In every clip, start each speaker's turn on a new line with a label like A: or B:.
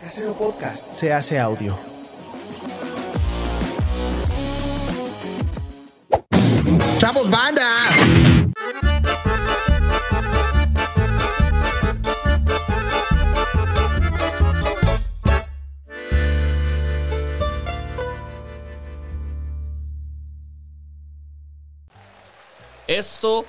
A: Casero Podcast se hace audio.
B: ¡Chavos, banda!
C: Esto,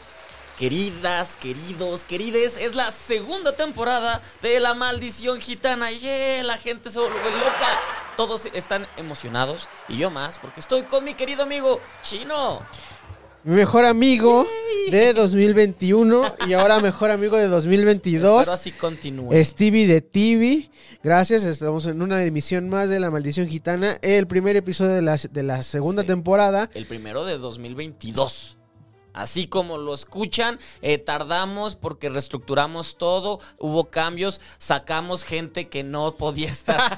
C: queridas, queridos, querides, es la segunda temporada de La Maldición Gitana. Y la gente se vuelve loca. Todos están emocionados y yo más porque estoy con mi querido amigo Chino.
A: Mi mejor amigo de 2021 y ahora mejor amigo de
C: Pero
A: 2022.
C: así continúa.
A: Stevie de TV. Gracias, estamos en una emisión más de La Maldición Gitana. El primer episodio de la, de la segunda
C: Sí.
A: temporada.
C: El primero de 2022. Así como lo escuchan, eh, tardamos porque reestructuramos todo, hubo cambios, sacamos gente que no podía estar.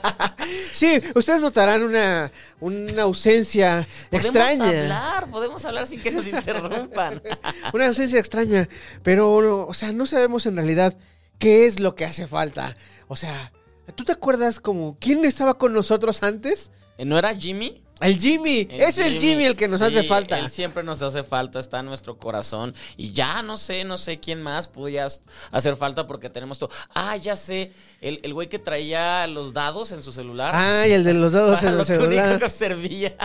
A: Sí, ustedes notarán una, una ausencia
C: Podemos
A: extraña.
C: hablar, podemos hablar sin que nos interrumpan.
A: Una ausencia extraña. Pero, o sea, no sabemos en realidad qué es lo que hace falta. O sea, ¿tú te acuerdas como quién estaba con nosotros antes?
C: Eh, ¿No era Jimmy?
A: El Jimmy,
C: El
A: es el Jimmy el que nos
C: Sí,
A: hace falta.
C: Él siempre nos hace falta, está en nuestro corazón. Y ya no sé, no sé quién más podía s- hacer falta porque tenemos todo. Ah, ya sé, el el güey que traía los dados en su celular.
A: Ay, el de los dados
C: Para
A: en
C: Ah, lo
A: el
C: que único
A: celular.
C: que servía.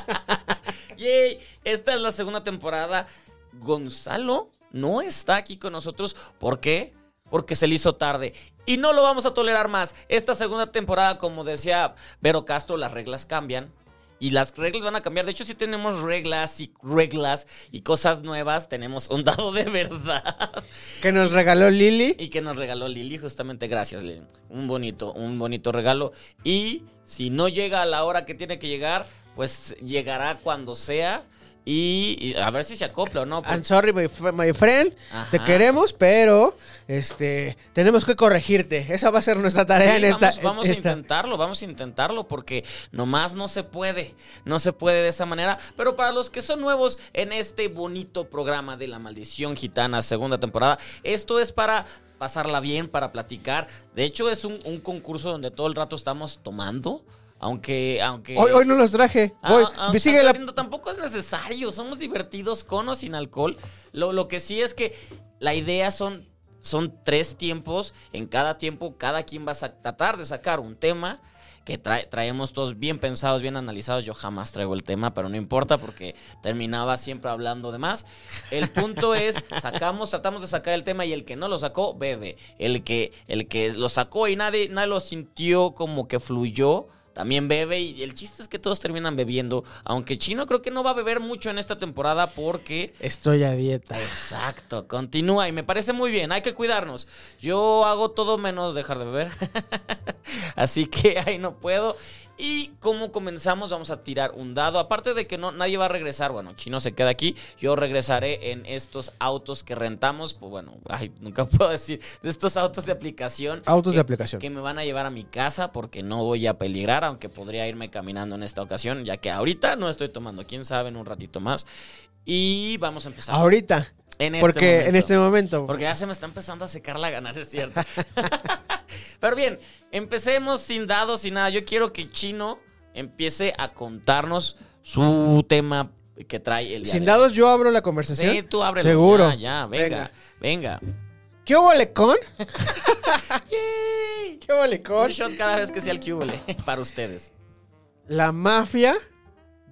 C: Yay, esta es la segunda temporada. Gonzalo no está aquí con nosotros. ¿Por qué? Porque se le hizo tarde. Y no lo vamos a tolerar más. Esta segunda temporada, como decía Vero Castro, las reglas cambian. Y las reglas van a cambiar. De hecho, sí tenemos reglas y reglas y cosas nuevas. Tenemos un dado de verdad.
A: Que nos regaló Lili.
C: Y que nos regaló Lili, justamente gracias, Lili. Un bonito, un bonito regalo. Y si no llega a la hora que tiene que llegar, pues llegará cuando sea. Y, y a ver si se acopla o no. porque-
A: I'm sorry, my, fr- my friend.
C: pues. Ajá.
A: Te queremos, pero este tenemos que corregirte. Esa va a ser nuestra tarea
C: Sí,
A: en esta.
C: Vamos, vamos
A: en
C: a
A: esta.
C: intentarlo, vamos a intentarlo, porque nomás no se puede, no se puede de esa manera. Pero para los que son nuevos en este bonito programa de La Maldición Gitana, segunda temporada, esto es para pasarla bien, para platicar. De hecho, es un, un concurso donde todo el rato estamos tomando, aunque... aunque
A: Hoy, hoy no los traje. Voy.
C: Ah, ah,
A: Sigue
C: aunque
A: la-
C: lindo, Tampoco es necesario. Somos divertidos con o sin alcohol. Lo, lo que sí es que la idea son, son tres tiempos. En cada tiempo, cada quien va a sa- tratar de sacar un tema que trae- traemos todos bien pensados, bien analizados. Yo jamás traigo el tema, pero no importa porque terminaba siempre hablando de más. El punto es, sacamos, tratamos de sacar el tema y el que no lo sacó, bebe. El que, el que lo sacó y nadie, nadie lo sintió como que fluyó, también bebe. Y el chiste es que todos terminan bebiendo. Aunque Chino creo que no va a beber mucho en esta temporada porque...
A: Estoy a dieta.
C: Exacto, continúa y me parece muy bien, hay que cuidarnos. Yo hago todo menos dejar de beber. Así que ahí no puedo. Y como comenzamos, vamos a tirar un dado. Aparte de que no, nadie va a regresar. Bueno, Chino se queda aquí. Yo regresaré en estos autos que rentamos. Pues bueno, ay, nunca puedo decir. De estos autos de aplicación.
A: Autos de
C: que-
A: aplicación.
C: Que me van a llevar a mi casa porque no voy a peligrar, aunque podría irme caminando en esta ocasión, ya que ahorita no estoy tomando. Quién sabe, en un ratito más. Y vamos a empezar.
A: Ahorita.
C: En este
A: porque en
C: momento.
A: este momento.
C: Porque ya se me está empezando a secar la ganar, es cierto. Pero bien, empecemos sin dados, sin nada. Yo quiero que Chino empiece a contarnos su tema que trae el día
A: Sin
C: de hoy.
A: dados yo abro la conversación.
C: Sí, tú ábrelo.
A: Seguro.
C: Ya, ya, venga, venga.
A: ¿Qué hubo lecón?
C: Yay.
A: ¿Qué hubo lecón?
C: Un shot cada vez que sea el cubole para ustedes.
A: La mafia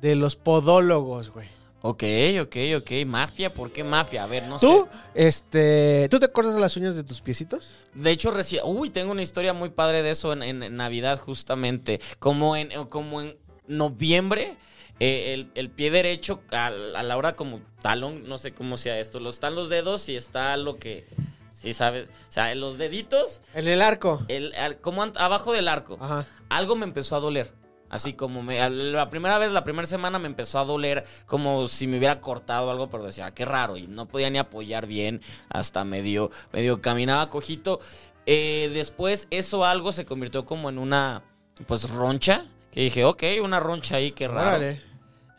A: de los podólogos, güey.
C: Ok, ok, ok. Mafia, ¿por qué mafia? A ver, no sé.
A: ¿Tú, este, ¿tú te cortas las uñas de tus piecitos?
C: De hecho, recién. Uy, tengo una historia muy padre de eso en, en- en Navidad, justamente. Como en, como en noviembre. eh, el, el pie derecho al- a, la hora como talón, no sé cómo sea esto, los están los dedos y está lo que, si sabes, o sea, los deditos,
A: En el arco.
C: el, al- como an- abajo del arco.
A: Ajá.
C: Algo me empezó a doler. Así como me, a la primera vez, la primera semana me empezó a doler como si me hubiera cortado algo, pero decía, "Ah, qué raro, y no podía ni apoyar bien, hasta medio, medio caminaba cojito. Eh, después eso algo se convirtió como en una, pues, roncha, que dije, ok, una roncha ahí, qué raro.
A: Órale.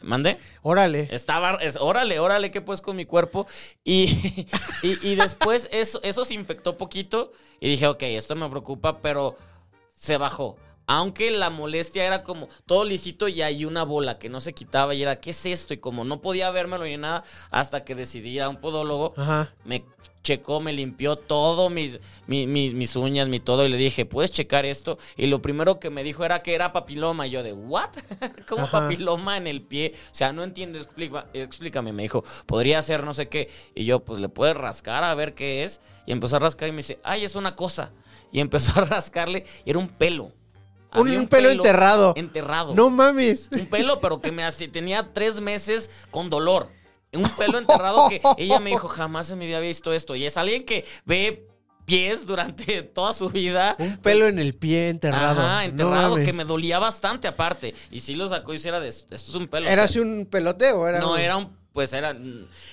C: ¿Mandé?
A: Órale.
C: Estaba, es- órale, órale, ¿qué pues con mi cuerpo? Y, y, y después eso, eso se infectó poquito y dije, ok, esto me preocupa, pero se bajó. Aunque la molestia era como todo lisito y hay una bola que no se quitaba y era, ¿qué es esto? Y como no podía vérmelo ni nada, hasta que decidí ir a un podólogo,
A: Ajá.
C: me checó, me limpió todo, mis, mi- mi- mis uñas, mi todo, y le dije, ¿puedes checar esto? Y lo primero que me dijo era que era papiloma. Y yo de, ¿what? ¿Cómo
A: Ajá.
C: papiloma en el pie? O sea, no entiendo, explica- explícame. Me dijo, podría ser no sé qué. Y yo, pues, ¿le puedes rascar a ver qué es? Y empezó a rascar y me dice, ay, es una cosa. Y empezó a rascarle, y era un pelo.
A: Un-
C: Había
A: un pelo enterrado.
C: Enterrado
A: No mames.
C: un pelo, pero que me hace, tenía tres meses con dolor. Un pelo enterrado que ella me dijo, jamás en mi vida había visto esto. Y es alguien que ve pies durante toda su vida.
A: Un pelo en el pie enterrado.
C: Ajá,
A: No
C: enterrado,
A: mames.
C: que me dolía bastante aparte. Y sí lo sacó y sí era de, esto es un pelo. o
A: ¿Era
C: sea,
A: así un peloteo? Era
C: no,
A: un-
C: era un, pues era,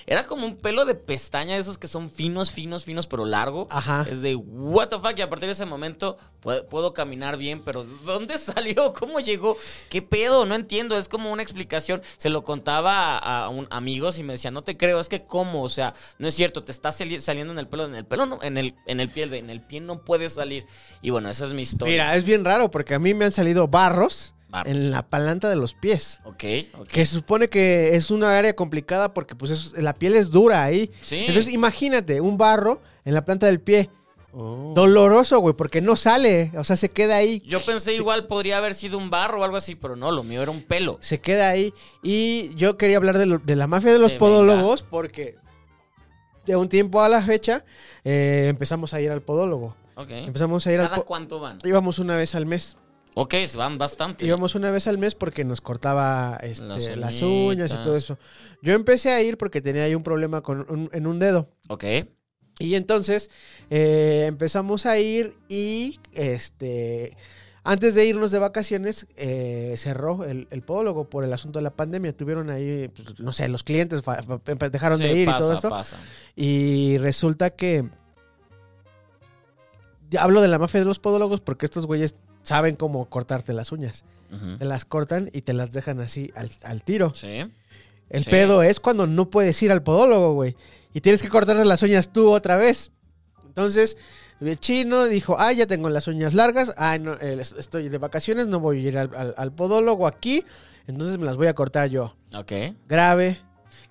C: era como un pelo de pestaña de esos que son finos, finos, finos, pero largo.
A: Ajá.
C: Es de, what the fuck, y a partir de ese momento pue- puedo, caminar bien, pero ¿dónde salió? ¿Cómo llegó? ¿Qué pedo? No entiendo, es como una explicación. Se lo contaba a, a un amigos y me decía, no te creo, es que cómo, o sea, no es cierto, te está sali- saliendo en el pelo, en el pelo, no, en el, en el piel, de- en el pie no puede salir. Y bueno, esa es mi historia.
A: Mira, es bien raro porque a mí me han salido barros,
C: Barros.
A: en la palanta de los pies.
C: Ok, ok.
A: Que se supone que es una área complicada porque pues es- la piel es dura ahí.
C: Sí.
A: Entonces imagínate un barro en la planta del pie.
C: Oh.
A: Doloroso, güey, porque no sale. O sea, se queda ahí.
C: Yo pensé igual podría haber sido un barro o algo así, pero no, lo mío era un pelo.
A: Se queda ahí. Y yo quería hablar de, lo- de la mafia de los
C: Sí,
A: podólogos porque de un tiempo a la fecha eh, empezamos a ir al podólogo.
C: Ok.
A: Empezamos a ir al
C: ¿Cada
A: podólogo.
C: cuánto van?
A: Íbamos una vez al mes.
C: Ok, se van bastante.
A: Íbamos una vez al mes porque nos cortaba este,
C: Las
A: las, uñas y
C: uñitas.
A: todo eso. Yo empecé a ir porque tenía ahí un problema con un- en un dedo.
C: Ok.
A: Y entonces eh, empezamos a ir y este antes de irnos de vacaciones eh, cerró el, el podólogo por el asunto de la pandemia. Tuvieron ahí, pues, no sé, los clientes fa- fa- fa- dejaron de
C: Sí,
A: ir
C: pasa,
A: y todo esto.
C: pasa.
A: Y resulta que. ya Hablo de la mafia de los podólogos porque estos güeyes saben cómo cortarte las uñas.
C: Ujú.
A: Te las cortan y te las dejan así al, al tiro.
C: Sí.
A: El
C: Sí.
A: pedo es cuando no puedes ir al podólogo, güey. Y tienes que cortarte las uñas tú otra vez. Entonces, el chino dijo, ah, ya tengo las uñas largas. Ah, no, eh, es- estoy de vacaciones, no voy a ir al, al- al podólogo aquí. Entonces me las voy a cortar yo.
C: Ok.
A: Grave,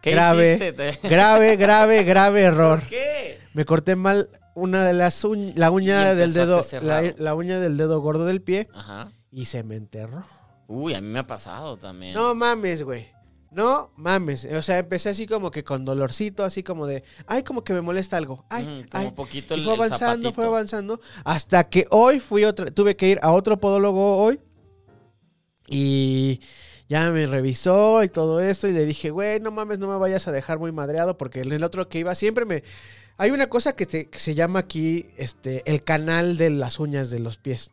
C: ¿Qué
A: Grave.
C: hiciste? Te-
A: grave, grave, grave error.
C: ¿Qué?
A: Me corté mal una de las uñ- la
C: Y
A: uña
C: empezó
A: del dedo,
C: a crecer
A: la,
C: raro.
A: la uña del dedo gordo del pie
C: Ajá.
A: y se me enterró.
C: Uy, a mí me ha pasado también.
A: No mames, güey. No mames. O sea, empecé así como que con dolorcito, así como de, ay, como que me molesta algo. Ay,
C: Mm, como
A: ay.
C: un poquito
A: Y
C: el,
A: fue
C: el
A: avanzando, fue
C: zapatito.
A: avanzando. Hasta que hoy fui otra, tuve que ir a otro podólogo hoy. Y ya me revisó y todo esto. Y le dije, güey, no mames, no me vayas a dejar muy madreado. Porque en el otro que iba siempre me. Hay una cosa que, te- que se llama aquí este, el canal de las uñas de los pies.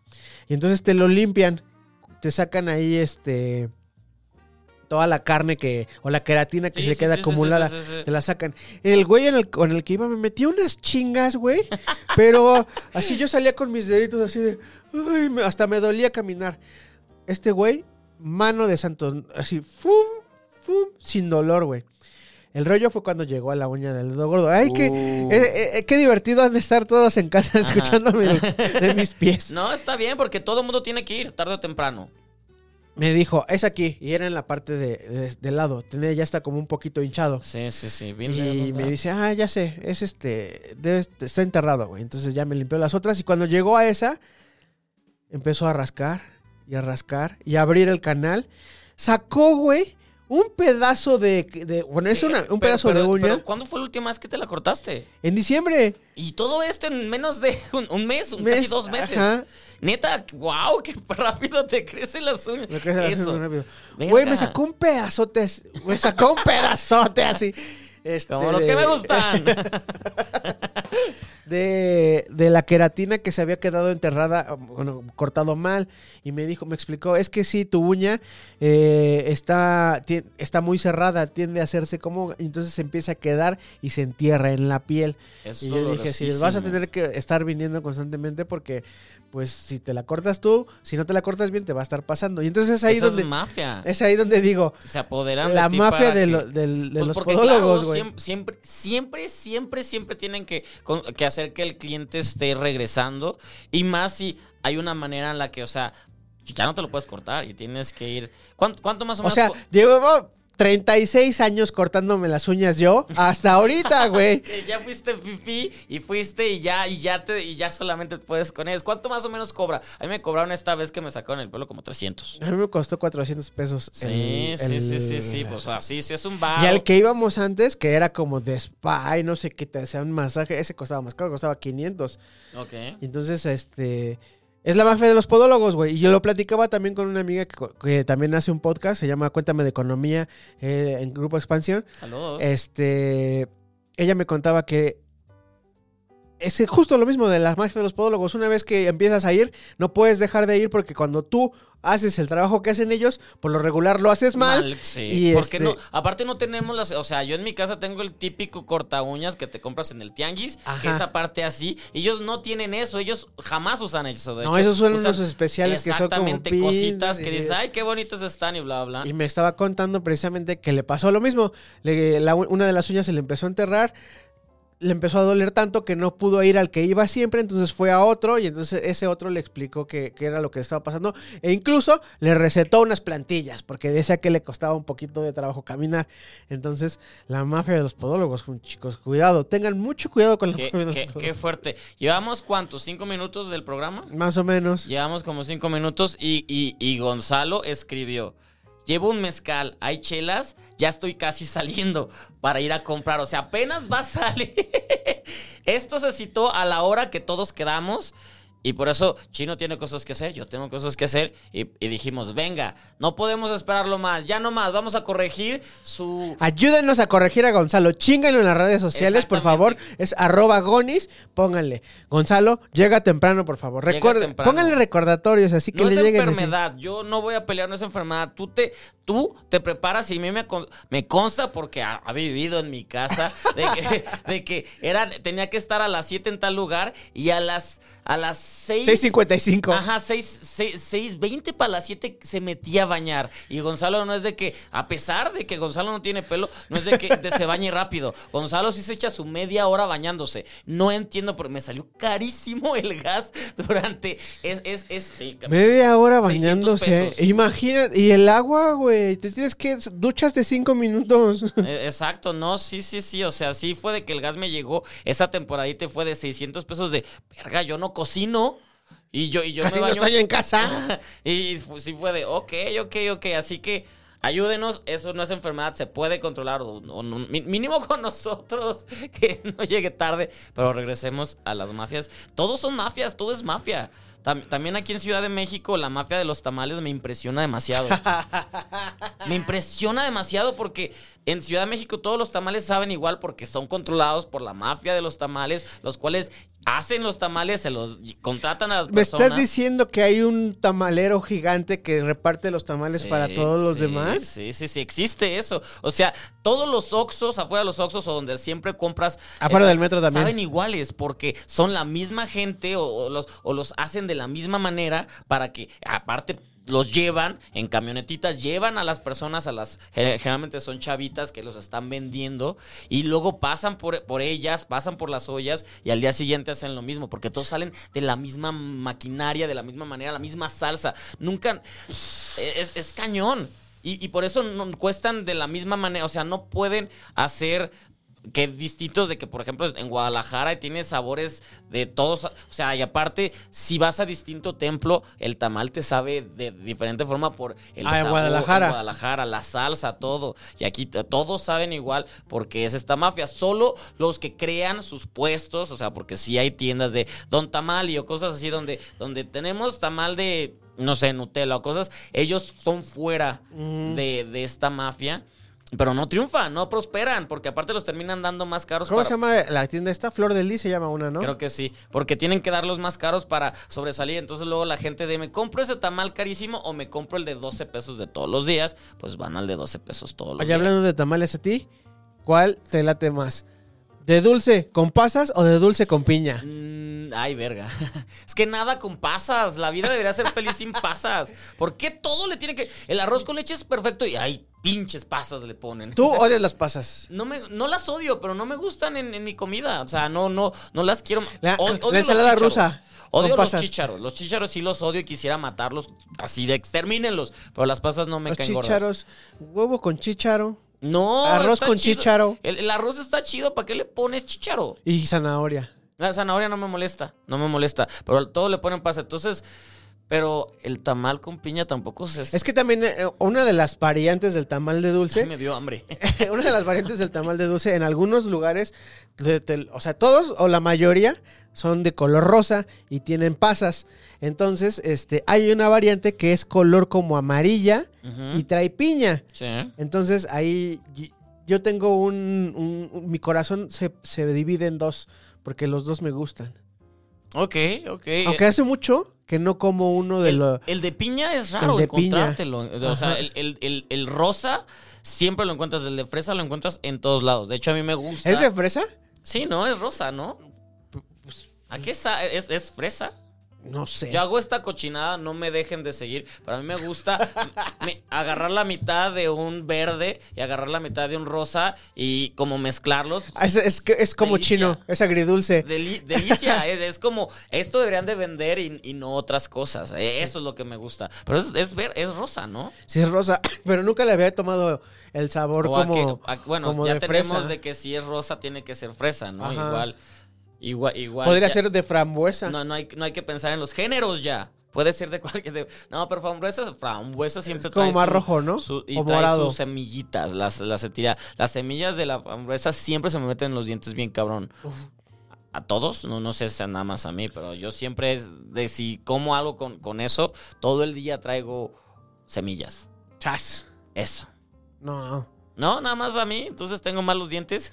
A: Y entonces te lo limpian. Te sacan ahí este. Toda la carne que. o la queratina que
C: Sí,
A: se le
C: sí,
A: queda
C: sí, sí,
A: acumulada.
C: sí, sí, sí.
A: Te la sacan. El güey en el- con el que iba me metía unas chingas, güey. Pero así yo salía con mis deditos así de. "Ay", me- hasta me dolía caminar. Este güey, mano de santo. Así, fum, fum, sin dolor, güey. El rollo fue cuando llegó a la uña del dedo gordo. Ay, qué,
C: Uh.
A: eh, eh, qué divertido han de estar todos en casa
C: Ajá.
A: escuchándome de, de mis pies.
C: No, está bien, porque todo el mundo tiene que ir tarde o temprano.
A: Me dijo, es aquí. Y era en la parte de, de- del lado. Tenía ya está como un poquito hinchado.
C: Sí, sí, sí. bien
A: Y
C: redondeado.
A: me dice, ah, ya sé, es este, debe- está enterrado, güey. Entonces ya me limpió las otras y cuando llegó a esa, empezó a rascar y a rascar y a abrir el canal. Sacó, güey, un pedazo de. de- bueno, es una- un pedazo de
C: Eh,
A: uña.
C: Pero, ¿Cuándo fue la última vez que te la cortaste?
A: en diciembre.
C: Y todo esto en menos de un, un mes, un- casi
A: Mes,
C: dos meses.
A: ajá.
C: Neta, wow, qué rápido te crecen las uñas.
A: Me crece la
C: Eso.
A: sangre rápido.
C: Venga.
A: Güey, me sacó un pedazote. así- Me sacó un pedazote así. este,
C: Como los que me
A: de-
C: gustan.
A: de, de la queratina que se había quedado enterrada, bueno, cortado mal, y me dijo, me explicó, es que sí, tu uña eh, está, ti- está muy cerrada, tiende a hacerse como, y entonces se empieza a quedar y se entierra en la piel.
C: Eso
A: Y
C: es
A: yo dije, sí, vas a
C: dolorosísimo.
A: tener que estar viniendo constantemente porque, pues, si te la cortas tú, si no te la cortas bien, te va a estar pasando. Y entonces es ahí,
C: Esa es
A: donde,
C: mafia.
A: es ahí donde digo,
C: Se apoderan
A: la
C: de ti
A: mafia
C: para
A: de,
C: que-
A: lo- del- de
C: Pues
A: los
C: porque
A: podólogos,
C: claro,
A: güey.
C: siem- siempre, siempre, siempre, siempre tienen que, con- que hacer que el cliente esté regresando. Y más si hay una manera en la que, o sea, ya no te lo puedes cortar y tienes que ir. ¿Cuánto, cuánto más o
A: O
C: menos?
A: sea,
C: co-
A: llevo 36 años cortándome las uñas yo hasta ahorita, güey.
C: que ya fuiste pipí y fuiste y ya, y ya te, y ya solamente puedes con ellos. ¿Cuánto más o menos cobra? A mí me cobraron esta vez que me sacaron el pelo como 300.
A: A mí me costó 400 pesos.
C: Sí,
A: el-
C: sí,
A: el-
C: sí, sí, sí. Pues ah, así, sí, es un bar.
A: Y al que íbamos antes, que era como de spa y no sé qué, te hacían masaje, ese costaba más caro, costaba 500.
C: Ok.
A: Y entonces, este... Es la mafia de los podólogos, güey. Y yo lo platicaba también con una amiga que, que también hace un podcast, se llama Cuéntame de Economía eh, en Grupo Expansión.
C: Saludos.
A: Este, ella me contaba que es justo lo mismo de las magias de los podólogos. Una vez que empiezas a ir, no puedes dejar de ir porque cuando tú haces el trabajo que hacen ellos, por lo regular lo haces mal.
C: sí.
A: y
C: porque
A: este-
C: no, aparte no tenemos las, o sea, yo en mi casa tengo el típico corta uñas que te compras en el tianguis, que
A: Ajá.
C: esa parte así, ellos no tienen eso, ellos jamás usan eso. De
A: No,
C: hecho,
A: esos son
C: usan
A: unos especiales que son como
C: exactamente
A: pins,
C: cositas que
A: y-
C: dices, ay, qué bonitas están y bla bla.
A: Y me estaba contando precisamente que le pasó lo mismo. Le- la- una de las uñas se le empezó a enterrar. Le empezó a doler tanto que no pudo ir al que iba siempre, entonces fue a otro y entonces ese otro le explicó que, que era lo que estaba pasando e incluso le recetó unas plantillas porque decía que le costaba un poquito de trabajo caminar. Entonces, la mafia de los podólogos, chicos, cuidado, tengan mucho cuidado con la
C: qué,
A: mafia de los
C: qué- qué
A: podólogos.
C: fuerte. ¿Llevamos cuántos? ¿Cinco minutos del programa?
A: Más o menos.
C: Llevamos como cinco minutos y, y- y Gonzalo escribió. Llevo un mezcal, hay chelas, ya estoy casi saliendo para ir a comprar. O sea, apenas va a salir. Esto se citó a la hora que todos quedamos. Y por eso Chino tiene cosas que hacer, yo tengo cosas que hacer. Y, y dijimos, venga, no podemos esperarlo más, ya no más, vamos a corregir su...
A: Ayúdenos a corregir a Gonzalo. Chinganlo en las redes sociales, por favor.
C: Exactamente.
A: Es arroba gonis. Pónganle. Gonzalo, llega temprano, por favor.
C: Llega
A: Recuerde,
C: temprano.
A: Pónganle recordatorios, así que
C: No es
A: le lleguen. así.
C: enfermedad, yo no voy a pelear, no es enfermedad. Tú te, tú te preparas y a mí me, con- me consta porque ha, ha vivido en mi casa de que, de que era, tenía que estar a las 7 en tal lugar y a las, a las 6.
A: 6.55.
C: Ajá, 6, 20 para las 7 se metía a bañar. Y Gonzalo no es de que, a pesar de que Gonzalo no tiene pelo, no es de que de- se bañe rápido. Gonzalo sí se echa su media hora bañándose. No entiendo, pero me salió carísimo el gas durante. Es, es, es. sí,
A: Media hora
C: 600
A: bañándose.
C: pesos.
A: Imagínate. Y el agua, güey. Te tienes que. Duchas de 5 minutos.
C: Eh, Exacto, no, sí, sí, sí, o sea, sí fue de que el gas me llegó, esa temporadita fue de 600 pesos de, verga, yo no cocino y yo, y yo
A: Casi
C: me
A: no
C: baño.
A: estoy en casa.
C: y fu- sí fue de, ok, ok, ok, así que ayúdenos, eso no es enfermedad, se puede controlar, o- o no- mi- mínimo con nosotros, que no llegue tarde, pero regresemos a las mafias. Todos son mafias, todo es mafia. Tam- también aquí en Ciudad de México la mafia de los tamales me impresiona demasiado. Me impresiona demasiado porque en Ciudad de México todos los tamales saben igual porque son controlados por la mafia de los tamales, los cuales hacen los tamales, se los y contratan a las
A: ¿Me
C: personas.
A: estás diciendo que hay un tamalero gigante que reparte los tamales
C: Sí,
A: para todos los
C: sí,
A: demás?
C: Sí, sí, sí, existe eso. O sea, todos los Oxxos, afuera de los Oxxos o donde siempre compras... eh,
A: Afuera del metro también.
C: Saben iguales porque son la misma gente o, o los, o los hacen de la misma manera para que aparte los llevan en camionetitas, llevan a las personas, a las ge- generalmente son chavitas que los están vendiendo y luego pasan por, por ellas, pasan por las ollas y al día siguiente hacen lo mismo porque todos salen de la misma maquinaria, de la misma manera, la misma salsa. Nunca, es, es cañón. Y, y por eso no, cuestan de la misma manera. O sea, no pueden hacer que distintos de que, por ejemplo, en Guadalajara tienes sabores de todos. O sea, y aparte, si vas a distinto templo, el tamal te sabe de diferente forma por el
A: Ah, en
C: sabor,
A: Guadalajara.
C: en Guadalajara, la salsa, todo. Y aquí t- todos saben igual porque es esta mafia. Solo los que crean sus puestos, o sea, porque sí hay tiendas de Don Tamal o cosas así donde, donde tenemos tamal de, no sé, Nutella o cosas, ellos son fuera de, de esta mafia. Pero no triunfan, no prosperan, porque aparte los terminan dando más caros.
A: ¿Cómo
C: para-
A: se llama la tienda esta? Flor de Lis se llama una, ¿no?
C: Creo que sí, porque tienen que darlos más caros para sobresalir. Entonces luego la gente de me compro ese tamal carísimo o me compro el de 12 pesos de todos los días, pues van al de 12 pesos todos los
A: Oye,
C: días.
A: hablando de tamales a ti, ¿cuál te late más? ¿De dulce con pasas o de dulce con piña?
C: Mm, ay, verga. Es que nada con pasas. La vida debería ser feliz sin pasas. ¿Por qué todo le tiene que... El arroz con leche es perfecto y ay, pinches pasas le ponen.
A: Tú odias las pasas.
C: No, me, no las odio, pero no me gustan en, en mi comida. O sea, no, no, no las quiero.
A: La-
C: O-
A: la
C: los
A: ensalada
C: chícharos.
A: rusa con
C: Odio los
A: pasas.
C: chícharos. Los chícharos sí los odio y quisiera matarlos así de extermínenlos. Pero las pasas no me
A: Los
C: caen gordas.
A: chícharos, huevo con chícharo
C: No,
A: Arroz
C: está
A: con
C: chido.
A: chícharo.
C: El, el arroz está chido. ¿Para qué le pones chícharo?
A: y zanahoria.
C: La zanahoria no me molesta. No me molesta. Pero al- todo le ponen pasa. Entonces. Pero el tamal con piña tampoco se.
A: Es que también eh, una de las variantes del tamal de dulce
C: me dio hambre.
A: una de las variantes del tamal de dulce, en algunos lugares, te- te- o sea, todos o la mayoría son de color rosa y tienen pasas. Entonces, este, hay una variante que es color como amarilla
C: Ujú.
A: y trae piña.
C: Sí.
A: Entonces, ahí y- yo tengo un, un- un- mi corazón se, se divide en dos, porque los dos me gustan.
C: Ok, ok.
A: Aunque hace mucho que no como uno de
C: el,
A: los...
C: el de piña es raro
A: El de piña.
C: encontrártelo. O sea,
A: Ajá.
C: el, el- el- el rosa siempre lo encuentras, el de fresa lo encuentras en todos lados. De hecho, a mí me gusta.
A: ¿Es de fresa?
C: Sí, ¿no? Es rosa, ¿no?
A: Pues,
C: ¿A qué sa- es, es fresa?
A: No sé.
C: Yo hago esta cochinada, no me dejen de seguir. Pero a mí me gusta me- agarrar la mitad de un verde y agarrar la mitad de un rosa y como mezclarlos.
A: Ah, Es, es que- es como
C: Delicia.
A: chino, es agridulce.
C: Deli- delicia, es, es como esto deberían de vender y, y no otras cosas. Eh, Eso es lo que me gusta. Pero es, es ver, es rosa, ¿no?
A: Sí, es rosa, pero nunca le había tomado el sabor
C: O a
A: como.
C: que- a- bueno,
A: como
C: ya
A: de
C: tenemos
A: fresa.
C: de que si es rosa tiene que ser fresa, ¿no?
A: Ajá.
C: Igual, igual, igual.
A: Podría
C: ya-
A: ser de frambuesa.
C: No, no hay, no hay que pensar en los géneros ya. Puede ser de cualquier. de- no, pero frambuesa, frambuesa siempre
A: como
C: trae.
A: más
C: su-
A: rojo, ¿no?
C: su- y
A: O
C: trae
A: morado.
C: sus semillitas, las, las se tira. Las semillas de la frambuesa siempre se me meten en los dientes bien cabrón. A a todos, no, no sé si sea nada más a mí, pero yo siempre es de si como algo con, con eso, todo el día traigo semillas.
A: Chas.
C: Eso.
A: No,
C: No, nada más a mí, entonces tengo malos dientes.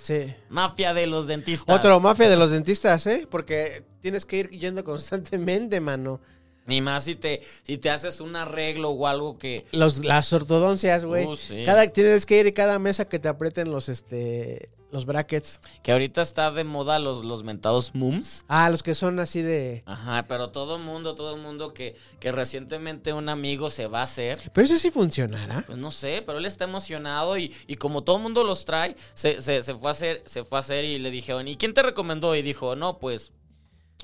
A: sí.
C: Mafia de los dentistas.
A: Otro mafia de los dentistas, ¿eh? Porque tienes que ir yendo constantemente, mano.
C: Ni más si te, si te haces un arreglo o algo que.
A: Los, las ortodoncias, güey.
C: Uh, sí.
A: Cada Tienes que ir a cada mesa que te aprieten los, este, los brackets.
C: Que ahorita está de moda los, los mentados mums.
A: Ah, los que son así de.
C: Ajá, pero todo mundo, todo mundo que, que recientemente un amigo se va a hacer.
A: Pero eso sí funcionará.
C: Pues no sé, pero él está emocionado y, y como todo mundo los trae, se, se- se fue a hacer, se fue a hacer y le dije, "Oye, ¿y quién te recomendó? Y dijo, no, pues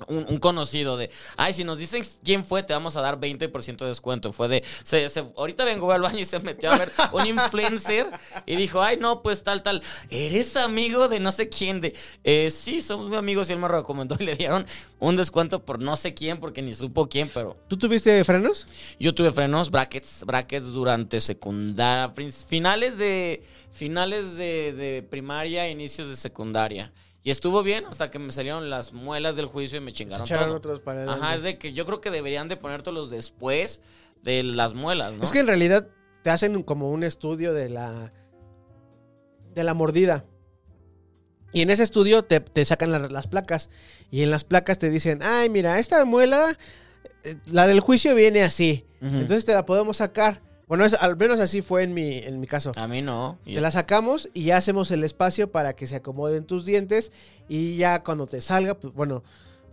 C: un, un conocido de, ay, si nos dicen quién fue, te vamos a dar 20% de descuento. Fue de, se, se- ahorita vengo voy al baño y se metió a ver un influencer y dijo, ay, no, pues tal, tal, eres amigo de no sé quién, de, "Eh, sí, somos muy amigos y él me recomendó y le dieron un descuento por no sé quién, porque ni supo quién, pero...
A: ¿Tú tuviste frenos?
C: Yo tuve frenos, brackets, brackets durante secundaria, prin- finales de finales de, de primaria, inicios de secundaria. Y estuvo bien hasta que me salieron las muelas del juicio y me
A: Te
C: chingaron
A: echaron
C: todo.
A: otros para adelante.
C: Ajá, es de que yo creo que deberían de ponértelos después de las muelas, ¿no?
A: Es que en realidad te hacen un- como un estudio de la. de la mordida. Y en ese estudio te, te sacan la- las placas. Y en las placas te dicen, ay, mira, esta muela, eh, la del juicio viene así.
C: Ujú.
A: Entonces te la podemos sacar. Bueno, es- al menos así fue en mi, en mi caso.
C: a mí no. Y-
A: Te la sacamos y ya hacemos el espacio para que se acomoden tus dientes. Y ya cuando te salga, pues, bueno,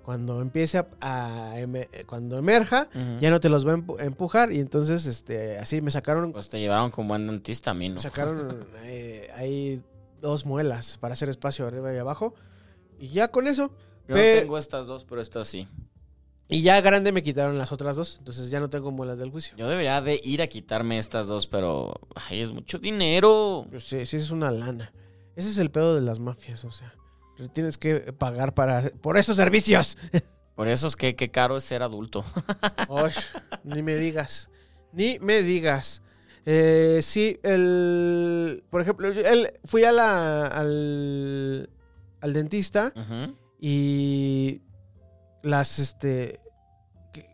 A: cuando empiece a, a eme- eh, cuando emerja,
C: Ujú.
A: ya no te los va a empu- empujar. Y entonces, este, así me sacaron,
C: Pues te llevaron con buen dentista, a mí no.
A: me sacaron eh, ahí dos muelas para hacer espacio arriba y abajo. Y ya con eso.
C: Yo no
A: pe-
C: tengo estas dos, pero estas sí.
A: Y ya grande me quitaron las otras dos. Entonces ya no tengo muelas del juicio.
C: Yo debería de ir a quitarme estas dos, pero ay, es mucho dinero.
A: Pues sí, sí es una lana. Ese es el pedo de las mafias, o sea. tú Tienes que pagar para por esos servicios.
C: Por eso es que qué caro es ser adulto.
A: Osh, ni me digas. Ni me digas. Eh, sí, el. Por ejemplo, yo- él, fui a la, al, al dentista
C: Ujú.
A: y las. este que-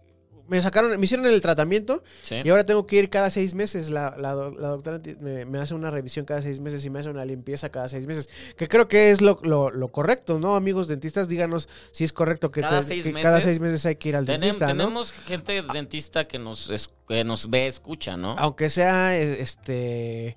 A: Me sacaron, me hicieron el tratamiento
C: Sí.
A: y ahora tengo que ir cada seis meses. La, la doc- la doctora ti- me, me hace una revisión cada seis meses y me hace una limpieza cada seis meses. Que creo que es lo, lo- lo correcto, ¿no? Amigos dentistas, díganos si es correcto que,
C: Cada
A: te-
C: seis
A: que cada
C: meses.
A: seis meses hay que ir al
C: Tenem-
A: dentista. ¿no? Ah.
C: Tenemos gente dentista que nos, es- que nos ve, escucha, ¿no?
A: aunque sea e- este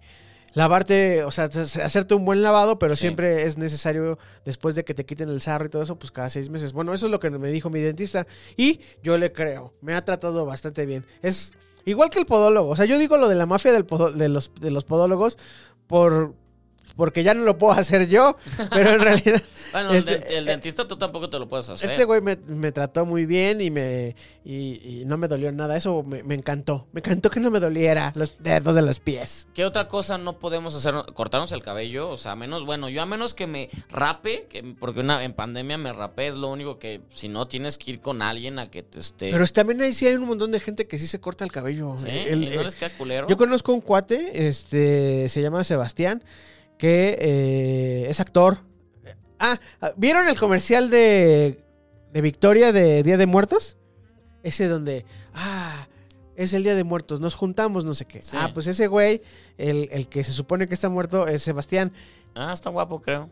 A: lavarte, o sea, t- hacerte un buen lavado, pero
C: Sí.
A: siempre es necesario después de que te quiten el sarro y todo eso, pues cada seis meses. Bueno, eso es lo que me dijo mi dentista y yo le creo. Me ha tratado bastante bien. Es igual que el podólogo. O sea, yo digo lo de la mafia del podo- de los de los podólogos por porque ya no lo puedo hacer yo, pero en realidad
C: Bueno, el
A: este,
C: den- el,
A: eh,
C: dentista tú tampoco te lo puedes hacer.
A: este güey me, me trató muy bien y me y, y no me dolió nada. Eso me, me encantó. Me encantó que no me doliera los dedos de los pies.
C: ¿Qué otra cosa no podemos hacer? Cortarnos el cabello, o sea, a menos, bueno, yo a menos que me rape, que, porque una, en pandemia me rapé, es lo único que, si no, tienes que ir con alguien a que te esté...
A: Pero también ahí sí hay un montón de gente que sí se corta el cabello.
C: ¿Sí?
A: El-
C: ¿Y no
A: eh,
C: les queda culero?
A: yo conozco un cuate, este, se llama Sebastián, que eh, es actor. Ah, ¿vieron el comercial de, de Victoria de Día de Muertos? Ese donde, ah, es el Día de Muertos, nos juntamos, no sé qué.
C: Sí.
A: Ah, pues ese güey, el, el que se supone que está muerto es Sebastián.
C: Ah, está guapo, creo.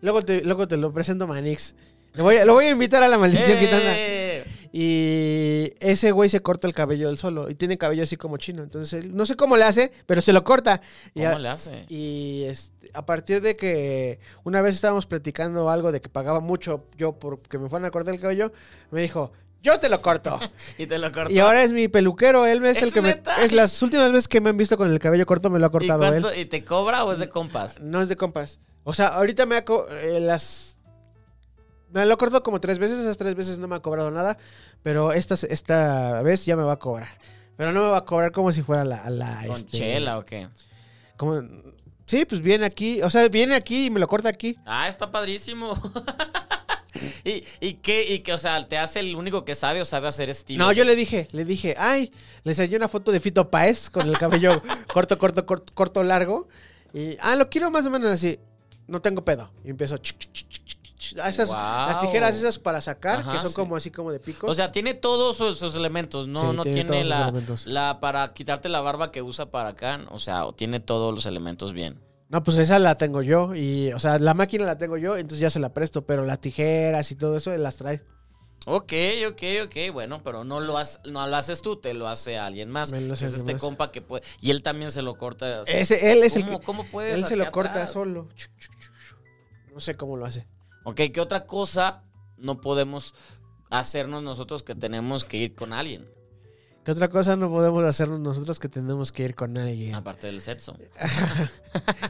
A: Luego te, luego te lo presento, Manix. Le voy, a- lo voy a invitar a la maldición gitana.
C: ¡Eh!
A: Y ese güey se corta el cabello él solo. Y tiene cabello así como chino. Entonces, él- no sé cómo le hace, pero se lo corta. Y,
C: ¿Cómo
A: a,
C: le hace?
A: y, este, a partir de que una vez estábamos platicando algo de que pagaba mucho yo porque me fueran a cortar el cabello, me dijo, yo te lo corto.
C: Y te lo cortó.
A: y ahora es mi peluquero. Él es, el
C: ¿Es
A: que me...
C: neta?
A: Es las últimas veces que me han visto con el cabello corto, me lo ha
C: ¿Y,
A: cortado él.
C: cuánto- ¿Y te cobra o es de compas?
A: No es de compas. O sea, ahorita me ha co- eh, las me lo cortó como tres veces, esas tres veces no me ha cobrado nada, pero esta, esta vez ya me va a cobrar. Pero no me va a cobrar como si fuera la... la
C: ¿Con
A: este,
C: chela o qué?
A: como- sí, pues viene aquí, o sea, viene aquí y me lo corta aquí.
C: Ah, está padrísimo. ¿Y, y qué? ¿Y que, o sea, te hace el único que sabe o sabe hacer estilo?
A: No, yo le dije, le dije, ay, le enseñé una foto de Fito Paez con el cabello corto, corto, corto, corto, largo. Y, ah, lo quiero más o menos así. No tengo pedo. Y empiezo. chuc, chuc, chuc, chuc, chuc. Ah, esas,
C: Guau.
A: Las tijeras esas para sacar,
C: Ajá,
A: que son
C: sí.
A: como así como de picos.
C: O sea, tiene todos sus, sus elementos, no,
A: Sí,
C: no
A: tiene
C: tiene,
A: todos sus
C: la,
A: elementos.
C: la para quitarte la barba que usa para acá, o sea, tiene todos los elementos bien.
A: No, pues esa la tengo yo. Y, o sea, la máquina la tengo yo, entonces ya se la presto. Pero las tijeras y todo eso él las trae.
C: Ok, ok, ok, bueno, pero no lo, has- no lo haces tú, te lo hace alguien más.
A: Me lo hace
C: es
A: alguien
C: este
A: más.
C: compa que puede... Y él también se lo corta. o sea,
A: Ese, él es el
C: ¿cómo,
A: que.
C: cómo puedes?
A: Él se
C: hacia
A: lo corta
C: atrás?
A: solo. Chuc, chuc, chuc, chuc. No sé cómo lo hace.
C: Ok, ¿qué otra cosa no podemos hacernos nosotros que tenemos que ir con alguien?
A: ¿Qué otra cosa no podemos hacer nosotros que tenemos que ir con alguien?
C: Aparte del sexo.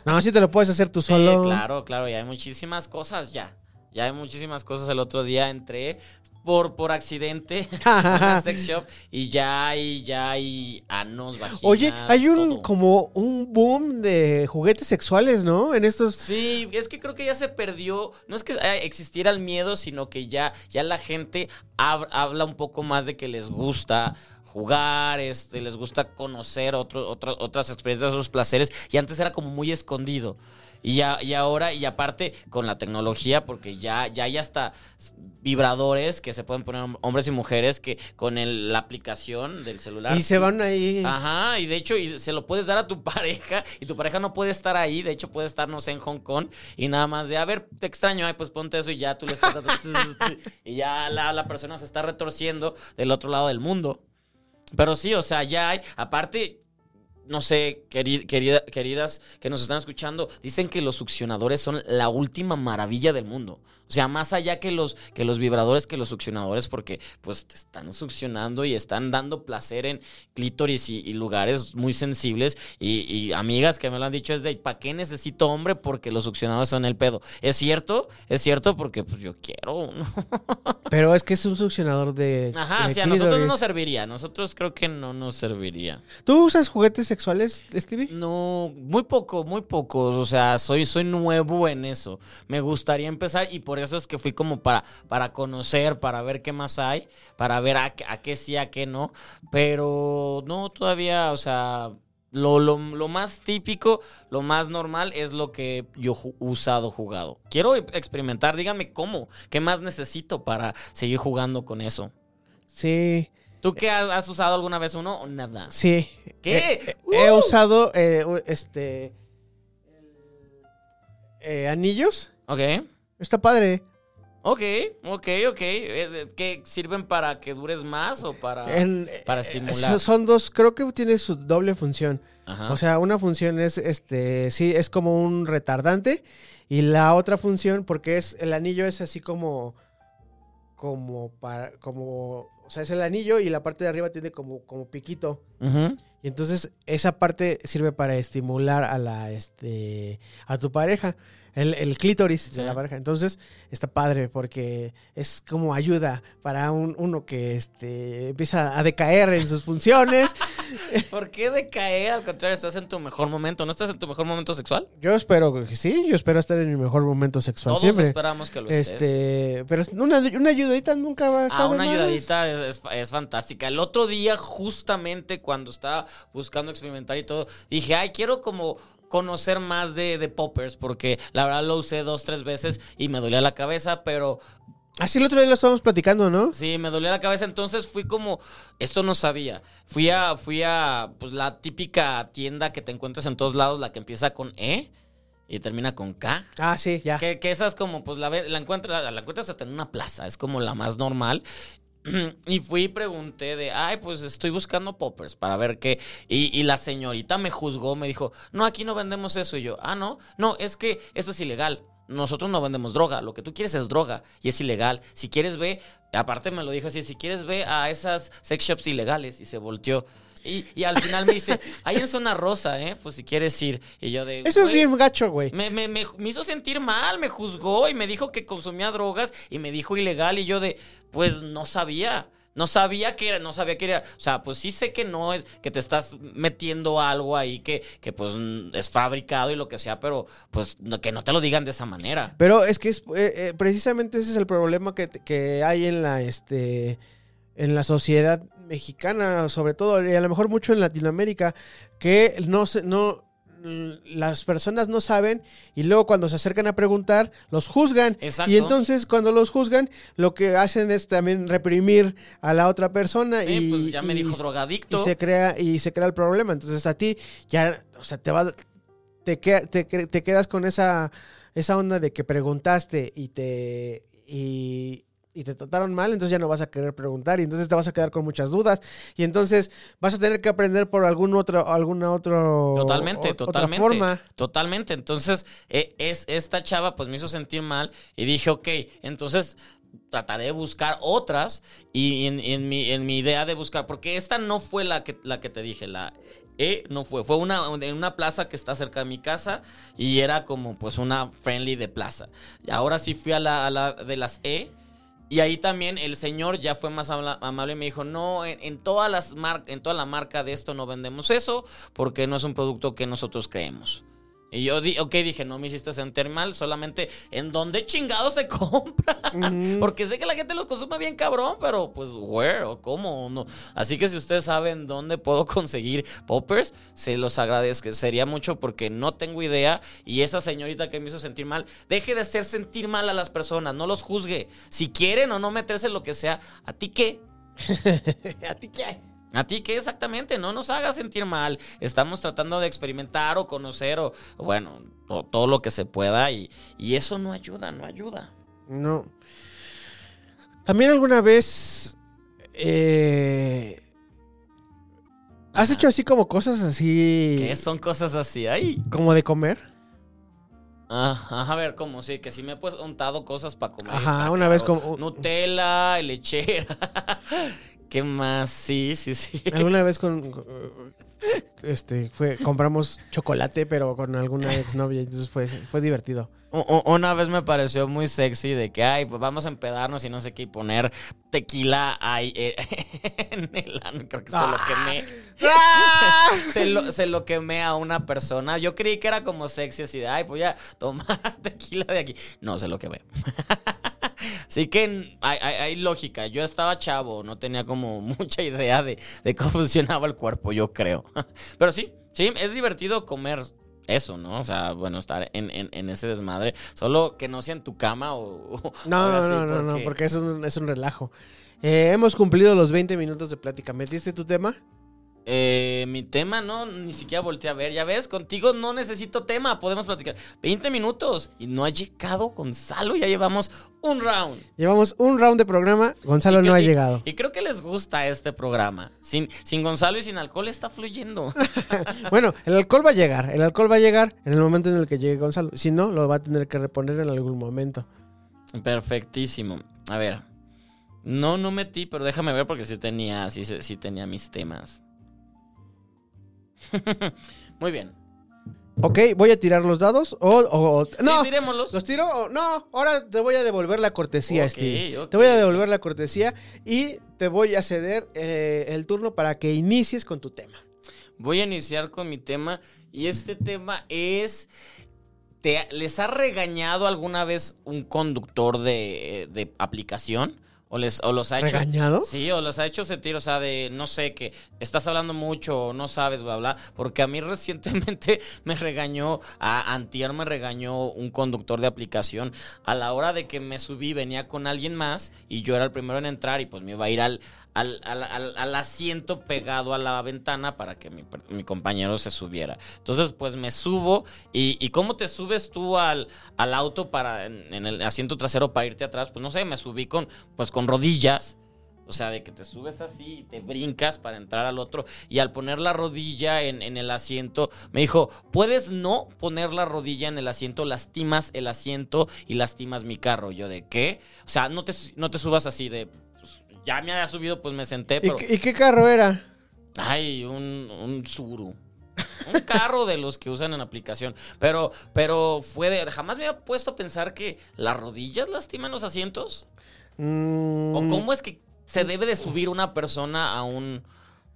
A: No, si te lo puedes hacer tú
C: Sí,
A: solo.
C: claro, claro, y hay muchísimas cosas ya. Ya hay muchísimas cosas. El otro día entré por, por accidente a una sex shop y ya hay, ya hay anos, vaginas,
A: Oye, hay un
C: todo.
A: como un boom de juguetes sexuales, ¿no? En estos.
C: Sí, es que creo que ya se perdió. No es que eh, existiera el miedo, sino que ya, ya la gente hab- habla un poco más de que les gusta jugar, este, les gusta conocer otro- otra- otras experiencias, otros placeres. Y antes era como muy escondido. Y, ya, y ahora, y aparte con la tecnología, porque ya, ya hay hasta vibradores que se pueden poner hom- hombres y mujeres que con el- la aplicación del celular.
A: Y se van ahí.
C: Ajá, y de hecho y se lo puedes dar a tu pareja y tu pareja no puede estar ahí, de hecho puede estar, no sé, en Hong Kong y nada más de, a ver, te extraño, ay, pues ponte eso y ya tú le estás dando y ya la, la persona se está retorciendo del otro lado del mundo. Pero sí, o sea, ya hay, aparte, no sé, queri- querida- queridas que nos están escuchando, dicen que los succionadores son la última maravilla del mundo. O sea, más allá que los, que los vibradores, que los succionadores, porque pues te están succionando y están dando placer en clítoris y, y lugares muy sensibles. Y, y amigas que me lo han dicho es de, ¿para qué necesito hombre? Porque los succionadores son el pedo. ¿Es cierto? Es cierto porque pues yo quiero uno.
A: Pero es que es un succionador de.
C: Ajá,
A: de
C: sí, a nosotros no
A: clítoris.
C: nos Mm. serviría. A nosotros creo que no nos serviría.
A: ¿Tú usas juguetes sexuales, Stevie?
C: No, muy poco, muy pocos. O sea, soy, soy nuevo en eso. Me gustaría empezar y por eso es que fui como para, para conocer, para ver qué más hay, para ver a, qué- a qué sí, a qué no. Pero no, todavía, o sea, lo, lo- lo más típico, lo más normal es lo que yo ju- usado, jugado. Quiero e- experimentar, dígame cómo, qué más necesito para seguir jugando con eso.
A: Sí,
C: ¿Tú qué has, has usado alguna vez uno o nada?
A: sí.
C: ¿Qué?
A: Eh, eh, He
C: ¡Uh!
A: usado eh, u- este eh, anillos.
C: Ok.
A: Está padre.
C: Ok, ok, ok. Es- eh, ¿Qué sirven para que dures más o para,
A: El-
C: para
A: eh,
C: estimular?
A: son dos, creo que tiene su doble función.
C: Ajá.
A: O sea, una función es este, sí, es como un retardante. Y la otra función, porque es el anillo es así como. como para. como. O sea, es el anillo y la parte de arriba tiene como, como piquito.
C: Ujú.
A: Y entonces esa parte sirve para estimular a la este a tu pareja, el, el clítoris
C: Sí.
A: de la pareja. Entonces está padre porque es como ayuda para un, uno que este empieza a decaer en sus funciones.
C: ¿Por qué decaer? Al contrario, estás en tu mejor momento. ¿No estás en tu mejor momento sexual?
A: Yo espero que sí, yo espero estar en mi mejor momento sexual
C: Todos
A: siempre.
C: esperamos que lo estés.
A: Este, pero una, una ayudadita nunca va a estar
C: Ah,
A: de
C: una
A: más.
C: ayudadita es, es- es fantástica. El otro día, justamente cuando estaba buscando experimentar y todo, dije, ay, quiero como conocer más de, de poppers, porque la verdad lo usé dos, tres veces y me dolía la cabeza, pero
A: Así Ah, el otro día lo estábamos platicando, ¿no?
C: Sí, me dolía la cabeza, entonces fui como, esto no sabía. Fui a, fui a, pues la típica tienda que te encuentras en todos lados, la que empieza con E y termina con K.
A: Ah, sí, ya.
C: Que, que esa es como, pues la, ve- la, encuentras, la, la encuentras hasta en una plaza, es como la más normal. Y fui y pregunté de, ay, pues estoy buscando poppers para ver qué. Y, y la señorita me juzgó, me dijo, no, aquí no vendemos eso. Y yo, ah, no, no, es que eso es ilegal. Nosotros no vendemos droga, lo que tú quieres es droga y es ilegal. Si quieres ve, aparte me lo dijo así, si quieres ve a esas sex shops ilegales y se volteó. Y, y al final me dice, ahí en zona rosa, ¿eh? Pues si quieres ir. Y yo de...
A: Eso es
C: "Güey,
A: bien gacho, güey.
C: me, me- me- me hizo sentir mal, me juzgó y me dijo que consumía drogas y me dijo ilegal y yo de, pues no sabía. No sabía que era, no sabía que era. O sea, pues sí sé que no es, que te estás metiendo algo ahí que, que pues mm, es fabricado y lo que sea, pero pues no- que no te lo digan de esa manera.
A: Pero es que es, eh, eh, precisamente ese es el problema que, que hay en la, este, en la sociedad mexicana, sobre todo, y a lo mejor mucho en Latinoamérica, que no se, no l- las personas no saben y luego cuando se acercan a preguntar los juzgan
C: Exacto.
A: y entonces cuando los juzgan lo que hacen es también reprimir a la otra persona
C: Sí,
A: y
C: pues ya me
A: y-
C: dijo
A: y
C: drogadicto.
A: se crea y se crea el problema entonces a ti ya o sea te va te, que- te, que- te quedas con esa esa onda de que preguntaste y te y, y te trataron mal entonces ya no vas a querer preguntar y entonces te vas a quedar con muchas dudas y entonces vas a tener que aprender por algún otro alguna otro
C: Totalmente,
A: o- otra
C: totalmente.
A: forma
C: Totalmente. Entonces, eh, es, esta chava pues me hizo sentir mal y dije, ok, entonces trataré de buscar otras y en, en mi, en mi idea de buscar, porque esta no fue la que, la que te dije, la E no fue, fue una, en una plaza que está cerca de mi casa y era como pues una friendly de plaza. Y ahora sí fui a la, a la de las E. Y ahí también el señor ya fue más amla- amable y me dijo, no, en, en todas las mar- en toda la marca de esto no vendemos eso porque no es un producto que nosotros creemos. Y yo, di ok, dije, no me hiciste sentir mal, solamente en dónde chingado se compra.
A: Ujú.
C: Porque sé que la gente los consume bien cabrón, pero pues, where o cómo o no. Así que si ustedes saben dónde puedo conseguir poppers, se los agradezco. Sería mucho porque no tengo idea. Y esa señorita que me hizo sentir mal, deje de hacer sentir mal a las personas, no los juzgue. Si quieren o no meterse en lo que sea, ¿a ti qué? ¿A ti qué? ¿A ti qué exactamente? No nos hagas sentir mal. Estamos tratando de experimentar o conocer o, bueno, to- todo lo que se pueda y, y eso no ayuda, no ayuda.
A: No. También alguna vez. eh, ¿Has hecho así como cosas así.
C: Que son cosas así, ay.
A: Como de comer.
C: Ajá, a ver, ¿cómo? Sí, que sí me he pues untado cosas para comer.
A: Ajá,
C: está
A: una vez
C: claro.
A: como-
C: Nutella, lechera. ¿Qué más? Sí, sí, sí.
A: Alguna vez con. con- Este, fue, compramos chocolate, pero con alguna exnovia, entonces fue, fue divertido.
C: U- u- Una vez me pareció muy sexy de que, ay, pues vamos a empedarnos y no sé qué, y poner tequila ahí eh, en el ano. Creo que se lo quemé. se, lo, se lo quemé a una persona. Yo creí que era como sexy, así de, ay, pues voy a tomar tequila de aquí. No, se lo quemé. Así que n- hay, hay- hay lógica. Yo estaba chavo, no tenía como mucha idea de, de cómo funcionaba el cuerpo, yo creo. Pero sí, sí, es divertido comer eso, ¿no? O sea, bueno, estar en, en- en ese desmadre. Solo que no sea en tu cama o... o
A: No,
C: algo
A: no,
C: así,
A: no, no, no, porque es un, es un relajo. Eh, hemos cumplido los 20 minutos de plática. ¿Metiste tu tema?
C: eh, mi tema no, ni siquiera volteé a ver. Ya ves, contigo no necesito tema, podemos platicar. 20 minutos y no ha llegado Gonzalo, ya llevamos un round.
A: Llevamos un round de programa. Gonzalo no ha
C: Y-
A: llegado.
C: Y creo que les gusta este programa. Sin, sin Gonzalo y sin alcohol está fluyendo.
A: Bueno, el alcohol va a llegar. El alcohol va a llegar en el momento en el que llegue Gonzalo. Si no, lo va a tener que reponer en algún momento.
C: Perfectísimo. A ver. No, no metí, pero déjame ver porque sí tenía, sí, sí sí tenía mis temas. Muy bien.
A: Ok, voy a tirar los dados. O, o- o-
C: No.
A: no,
C: Sí, tirémoslos.
A: los tiro. o- no, ahora te voy a devolver la cortesía,
C: Ok,
A: Stevie.
C: ok.
A: Te voy a devolver la cortesía y te voy a ceder eh, el turno para que inicies con tu tema.
C: Voy a iniciar con mi tema. Y este tema es. ¿te- ¿Les ha regañado alguna vez un conductor de, de aplicación? ¿O, les, ¿O los ha hecho?
A: ¿Regañado?
C: Sí, o los ha hecho sentir, o sea, de no sé, que estás hablando mucho o no sabes, bla, bla. Porque a mí recientemente me regañó, a Antier me regañó un conductor de aplicación. A la hora de que me subí, venía con alguien más y yo era el primero en entrar y pues me iba a ir al, al, al- al- al asiento pegado a la ventana para que mi, per- mi compañero se subiera. Entonces, pues me subo y, y ¿cómo te subes tú al, al auto para, en, en el asiento trasero para irte atrás? Pues no sé, me subí con, pues con rodillas. O sea, de que te subes así y te brincas para entrar al otro. Y al poner la rodilla en, en el asiento, me dijo, puedes no poner la rodilla en el asiento, lastimas el asiento y lastimas mi carro. Yo de qué? O sea, no te, su- no te subas así de... pues, ya me había subido, pues me senté,
A: ¿Y,
C: pero...
A: qué- y qué carro era?
C: Ay, un, un Zuru. Un carro de los que usan en aplicación. Pero, pero fue de... Jamás me había puesto a pensar que las rodillas lastiman los asientos.
A: Mm,
C: ¿O cómo es que se debe de subir una persona a un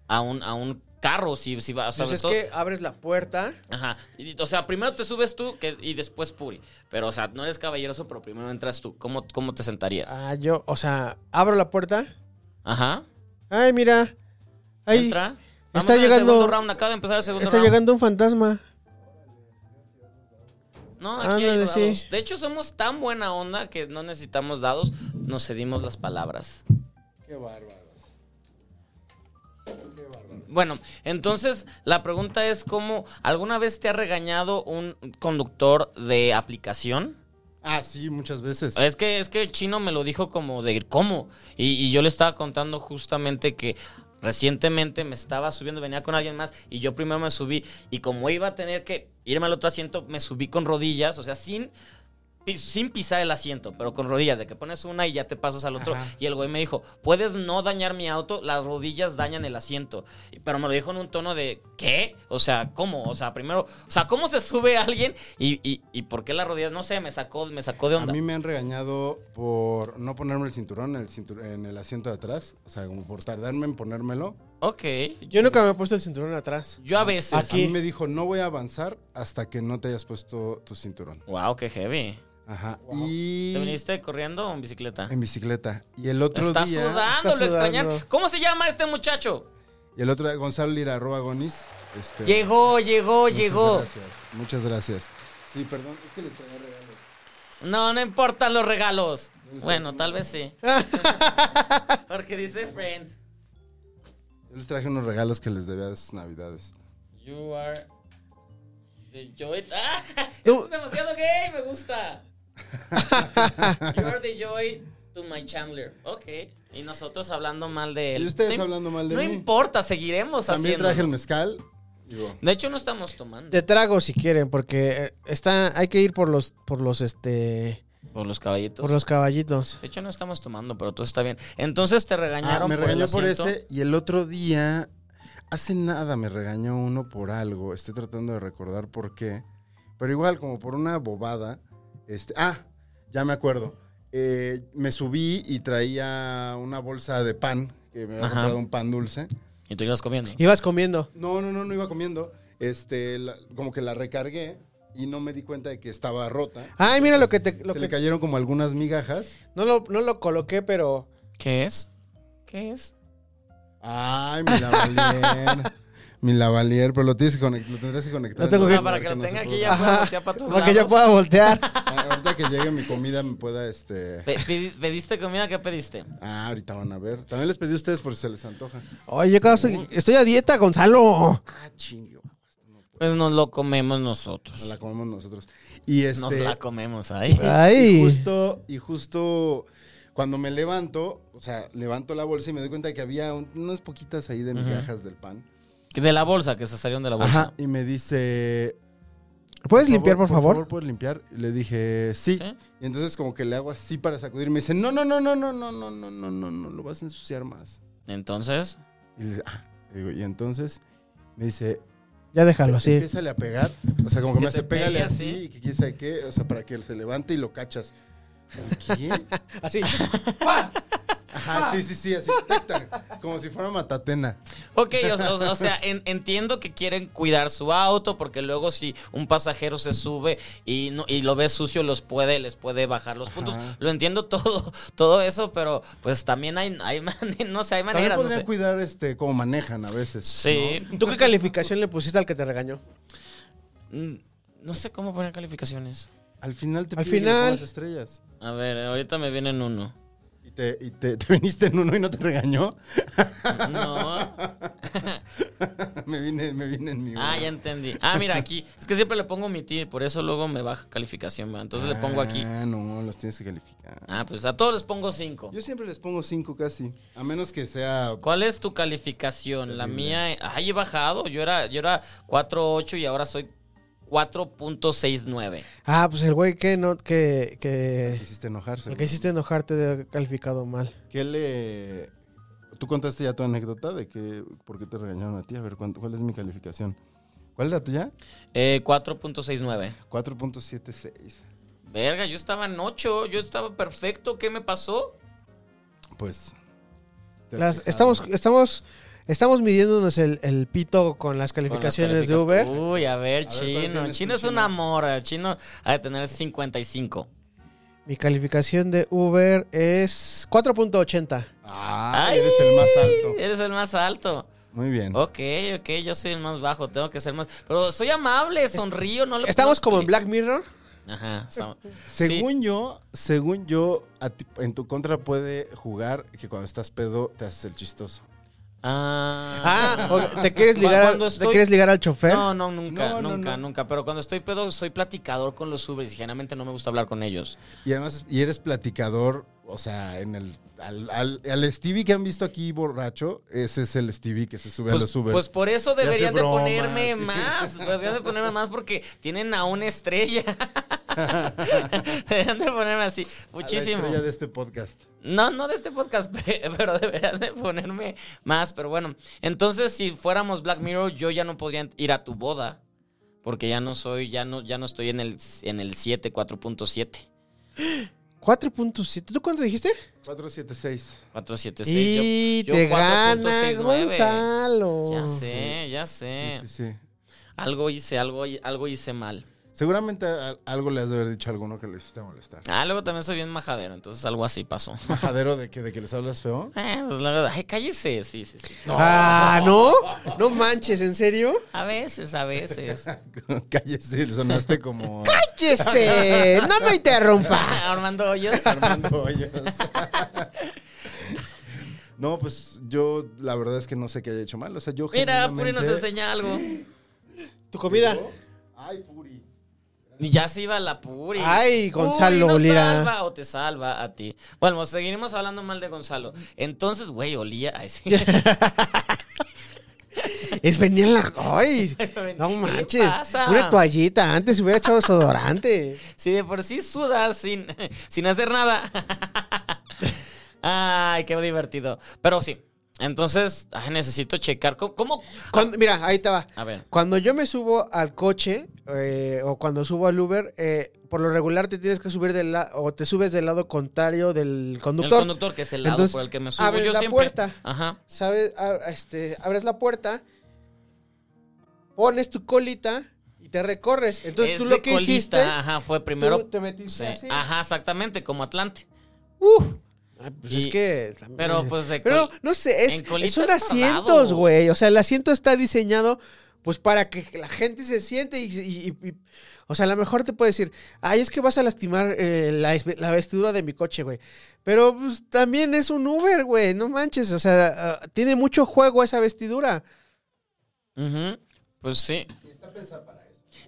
C: a un a un carro si, si va, o sea,
A: pues es
C: todo-
A: que abres la puerta.
C: Ajá. Y, o sea, primero te subes tú que- y después Puri. Pero, o sea, no eres caballeroso, pero primero entras tú. ¿Cómo, cómo te sentarías?
A: Ah, yo, o sea, abro la puerta.
C: Ajá.
A: Ay, mira. Ahí
C: Entra.
A: está
C: al
A: llegando-
C: segundo round. Acaba de empezar el segundo
A: está
C: round.
A: llegando un fantasma.
C: No, aquí hay
A: Ándale,
C: dados.
A: sí.
C: De hecho, somos tan buena onda que no necesitamos dados. Nos cedimos las palabras.
D: Qué bárbaros.
C: Bueno, entonces la pregunta es cómo alguna vez te ha regañado un conductor de aplicación.
D: Ah, sí, muchas veces.
C: Es que es que el chino me lo dijo como de cómo y, y yo le estaba contando justamente que recientemente me estaba subiendo venía con alguien más y yo primero me subí y como iba a tener que irme al otro asiento me subí con rodillas, o sea sin pi- sin pisar el asiento, pero con rodillas, de que pones una y ya te pasas al otro. Y el güey me dijo, puedes no dañar mi auto, las rodillas dañan el asiento. Y- Pero me lo dijo en un tono de, ¿qué? O sea, ¿cómo? O sea, primero, o sea, ¿cómo se sube alguien? Y, y, y por qué las rodillas? No sé, me sacó, me sacó de
D: A
C: onda.
D: mí me han regañado por no ponerme el cinturón en el, cintur- en el asiento de atrás. O sea, como por tardarme en ponérmelo.
C: Ok.
A: Yo nunca me he puesto el cinturón atrás.
C: Yo a veces.
D: A mí me dijo, no voy a avanzar hasta que no te hayas puesto tu cinturón.
C: Wow, qué heavy.
D: Ajá. Y...
C: ¿Te viniste corriendo o en bicicleta?
D: En bicicleta. Y el otro
C: Está
D: día...
C: sudando,
A: está
C: lo extrañan.
A: sudando.
C: ¿Cómo se llama este muchacho?
D: Y el otro día, Gonzalo Lira, arroba Gonis. Este,
C: Llegó, llegó,
D: muchas
C: llegó.
D: Gracias, muchas gracias. Sí, perdón, es que les traía regalos.
C: No, no importan los regalos. Bueno, tal vez sí. Porque dice Friends.
D: Yo les traje unos regalos que les debía de sus navidades.
C: You are the joy. ¡Ah!
A: Tú-
C: Es demasiado gay, me gusta. You are the joy to my Chandler. Ok. Y nosotros hablando mal de él.
D: Y ustedes
C: No im-
D: hablando mal de mí.
C: No importa, seguiremos
D: También
C: haciendo.
D: traje el mezcal. Digo,
C: De hecho, no estamos tomando.
A: De trago si quieren, porque eh, está, hay que ir por los, por los, este,
C: Por los caballitos.
A: Por los caballitos.
C: De hecho, no estamos tomando, pero todo está bien. Entonces te regañaron.
D: Ah, me
C: por el
D: regañó por
C: asiento?
D: ese y el otro día, hace nada me regañó uno por algo, estoy tratando de recordar por qué, pero igual como por una bobada, este, ah, ya me acuerdo, Eh, me subí y traía una bolsa de pan, que me había
C: Ajá.
D: comprado un pan dulce.
C: Y tú ibas comiendo.
A: Ibas comiendo.
D: No, no, no, no iba comiendo, este, la- como que la recargué y no me di cuenta de que estaba rota.
C: Ah,
A: Ay, mira lo que te. Lo
D: Se
A: que-
D: le cayeron como algunas migajas.
A: no, lo, no lo coloqué, pero.
C: ¿Qué es? ¿Qué es?
D: Ay, mi lavalier. mi lavalier, pero lo, tienes que conect- lo tendrás que conectar.
A: Lo tengo
D: en
C: O
A: que-
D: otro
C: sea,
D: lugar
C: para que lo
D: no
C: tenga
D: se
C: aquí
D: pueda.
C: ya pueda
A: Ajá,
C: voltear para todos
A: Para que yo
C: lados.
A: pueda voltear.
D: Ah, Ahorita que llegue mi comida me pueda, este...
C: Pe- pedi- ¿Pediste comida? ¿Qué pediste?
D: Ah, ahorita van a ver. También les pedí a ustedes por si se les antoja.
A: Oye, yo estoy, estoy a dieta, Gonzalo.
D: Ah, chingo.
C: Pues nos lo comemos nosotros.
D: Nos la comemos nosotros. Y este...
C: Nos la comemos ahí.
D: Y
A: Ay.
D: justo, y justo cuando me levanto, o sea, levanto la bolsa y me doy cuenta que había un- unas poquitas ahí de migajas del pan.
C: De la bolsa, que se salieron de la bolsa.
D: Ajá, y me dice...
A: ¿Puedes limpiar, por favor?
D: ¿puedes limpiar? Y le dije, sí.
C: ¿Sí?
D: Y entonces como que le hago así para sacudir. Y me dice, no, no, no, no, no, no, no, no, no, no, no, lo vas a ensuciar más.
C: Entonces,
D: Y le dice, "Ah". Le digo, y entonces me dice,
A: Ya déjalo así.
D: empiézale a pegar. O sea, como que,
C: Que
D: me hace,
C: se pegue
D: pégale
C: así".
D: así, y que quién sabe qué. O sea, para que él se levante y lo cachas. ¿Qué?
A: Así.
D: Ajá, sí, sí, sí, así. tac, tac, como si fuera matatena.
C: Ok, o, o- o sea, en- entiendo que quieren cuidar su auto porque luego si un pasajero se sube y no y lo ve sucio los puede les puede bajar los puntos.
D: Ajá.
C: Lo entiendo todo todo eso, pero pues también hay hay man- no sé, hay
D: También
C: maneras, no
D: podrían
C: sé.
D: cuidar este, cómo manejan a veces.
C: Sí.
A: ¿Tú qué calificación le pusiste al que te regañó?
C: Mm, No sé cómo poner calificaciones.
D: ¿no? Al final te
A: Al
D: piden que le
A: final.
D: pongas estrellas.
C: A ver, ahorita me vienen uno.
D: Y te, y te, te viniste en uno y no te regañó.
C: No.
D: me, vine, me vine en mi uno.
C: Ah, ya entendí. Ah, mira, aquí. Es que siempre le pongo mi ti, por eso luego me baja calificación, ¿va? Entonces le pongo aquí.
D: Ah, no, los tienes que calificar.
C: Ah, pues a todos les pongo cinco.
D: Yo siempre les pongo cinco casi. A menos que sea.
C: ¿Cuál es tu calificación? La
D: Terrible.
C: mía, ay, he bajado. Yo era, yo era 4.8 y ahora soy 4.69.
A: Ah, pues el güey que no, que, que
D: Hiciste enojarse.
A: el que
D: güey.
A: hiciste enojarte de calificado mal.
D: ¿Qué le.? Tú contaste ya tu anécdota de que. ¿Por qué te regañaron a ti? A ver, ¿cuánto- ¿cuál es mi calificación? ¿Cuál es la tuya?
C: Eh, 4.69.
D: 4.76.
C: Verga, yo estaba en 8, yo estaba perfecto. ¿Qué me pasó?
D: Pues. te has
A: Las,
D: quejado.
A: estamos, estamos, estamos midiéndonos el, el pito con las calificaciones Uh. de
C: Uber.
A: Uber.
C: Uy, a ver,
D: ¿cuál
C: chino.
D: tienes
C: chino
D: tú,
C: es un
D: Chino?
C: amor. el Chino ha de tener 55.
A: Mi calificación de Uber es 4.80.
D: Ah, eres el más alto.
C: Eres el más alto.
D: Muy bien.
C: Ok, ok, yo soy el más bajo. Tengo que ser más. Pero soy amable, sonrío, no le
A: Estamos
C: no-
A: como en Black Mirror.
C: Ajá, estamos. Sí.
D: Según yo, según yo, a ti- en tu contra puede jugar que cuando estás pedo te haces el chistoso.
A: Ah, o te quieres ligar, al,
C: Cuando
A: te
C: estoy-
A: quieres ligar al chofer.
C: No, no, nunca,
D: No, no,
C: nunca,
D: no.
C: nunca. Pero cuando estoy pedo, soy platicador con los Ubers y generalmente no me gusta hablar con ellos.
D: Y además, y eres platicador, o sea, en el. Al, al- al Stevie que han visto aquí borracho, ese es el Stevie que se sube a
C: Pues,
D: los Uber.
C: pues por eso
D: hace
C: deberían de
D: bromas,
C: ponerme
D: sí.
C: más. Deberían de ponerme más porque tienen a una estrella. deberían de ponerme así. Muchísimo.
D: A la estrella de este podcast.
C: No, no de este podcast, pe- pero deberían de ponerme más. Pero bueno, entonces si fuéramos Black Mirror, yo ya no podría ir a tu boda. Porque ya no soy, ya no, ya no estoy en el, en el 7, 4.7.
A: 4.7. ¿Tú cuánto dijiste?
D: 476.
C: 476. yo-
A: y
C: yo 4.69.
A: te gana Gonzalo.
C: Ya sé, ya sé.
D: Oh, Sí, sí, sí.
C: Algo hice, algo, algo hice mal.
D: Seguramente a- algo le has de haber dicho a alguno que lo hiciste molestar.
C: Ah, luego también soy bien majadero, entonces algo así pasó.
D: ¿Majadero de que, de que les hablas feo?
C: Eh, pues luego, ay, cállese. Sí, sí, sí.
A: Ah, ¿no? No manches, ¿en serio?
C: A veces, a veces.
D: Cállese, sonaste como
A: ¡Qué sé! ¡No me interrumpa!
C: Ah, Armando Hoyos.
D: Armando Hoyos. No, pues yo la verdad es que no sé qué haya hecho mal. O sea, yo
C: Mira, Puri nos
D: genuinamente-
C: enseña algo.
A: ¿Tu comida?
D: Ay, Puri.
C: Y ya se iba la Puri.
A: Ay, Gonzalo
C: Puri nos
A: Lira.
C: salva o te salva a ti. Bueno, seguiremos hablando mal de Gonzalo. Entonces, güey, olía. Ay, sí.
A: Es venía en la. ¡Ay! No
C: ¿Qué
A: manches.
C: pasa?
A: Una toallita. Antes hubiera echado desodorante.
C: Si de por sí sudas sin, sin hacer nada. Ay, qué divertido. Pero sí, entonces ay, necesito checar. ¿Cómo? cómo?
A: Cuando- mira, ahí te va.
C: A ver.
A: Cuando yo me subo al coche eh, o cuando subo al Uber, eh, por lo regular te tienes que subir del lado o te subes del lado contrario del
C: El
A: conductor.
C: conductor, que es el lado
A: Entonces,
C: por el que me subo
A: abres
C: yo
A: la
C: siempre.
A: puerta.
C: Ajá.
A: ¿Sabes? A- Este, abres la puerta, pones tu colita y te recorres. Entonces
C: Es
A: tú
C: de
A: lo que
C: colista,
A: hiciste,
C: Ajá, fue
A: tú
C: primero.
A: te metiste
C: Sí, Ah.
A: así.
C: Ajá, exactamente, como Atlante.
A: Ah, Pues
C: Y-
A: es que.
C: pero, pues, de
A: Pero
C: col-
A: no sé,
C: en
A: es,
C: colita
A: son
C: es tardado.
A: asientos, güey. O sea, el asiento está diseñado pues para que la gente se siente y. y- y- y- o sea, a lo mejor te puede decir, ay, es que vas a lastimar eh, la, es- la vestidura de mi coche, güey. Pero pues, también es un Uber, güey, no manches. O sea, ah, tiene mucho juego esa vestidura.
C: Ujú, Pues sí.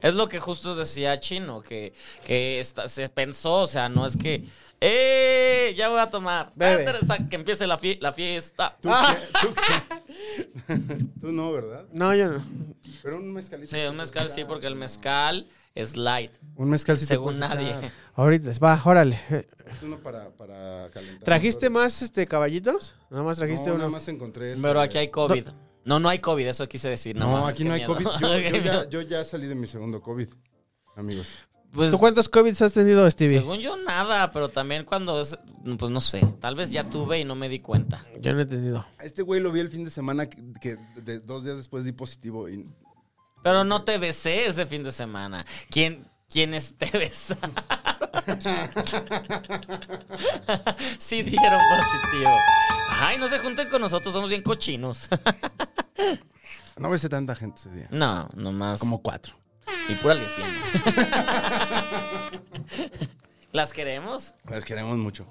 C: Es lo que justo decía Chino, que, que está- se pensó, o sea, no es que, ¡eh! Ya voy a tomar.
A: Bebe.
C: Ah, Teresa, que empiece la, fie- la fiesta. Ah,
D: ¿Tú, qué? ¿Tú qué? Tú no, ¿verdad?
A: No, yo no.
D: Pero un mezcalito.
C: Sí, un mezcal sí, porque el mezcal es light,
D: Un mezcal sí te
C: según
D: puedes
C: nadie.
D: echar.
A: Ahorita, va, órale. Eh,
D: Uno para, para calentar.
A: ¿Trajiste más este caballitos? Nada más trajiste
D: no,
A: uno.
D: Nada más encontré este.
C: Pero aquí hay COVID. No, no hay COVID, eso quise decir.
D: No,
C: No, mames,
D: aquí
C: qué
D: no hay
C: miedo.
D: COVID. Yo, yo
C: Qué
D: ya,
C: miedo.
D: yo ya salí de mi segundo COVID, amigos.
C: Pues,
A: ¿Tú cuántos COVID has tenido, Stevie?
C: según yo, nada, pero también cuando, es- pues no sé, tal vez ya tuve y no me di cuenta.
A: Yo no he tenido.
D: A este güey lo vi el fin de semana que, que de- dos días después di positivo. Y,
C: Pero no te besé ese fin de semana. ¿Quién, ¿Quiénes te besaron? sí dieron positivo. Ay, no se junten con nosotros, somos bien cochinos.
D: no besé tanta gente ese día.
C: no, nomás.
D: Como cuatro.
C: Y pura lesbiana. ¿Las queremos?
D: Las queremos mucho.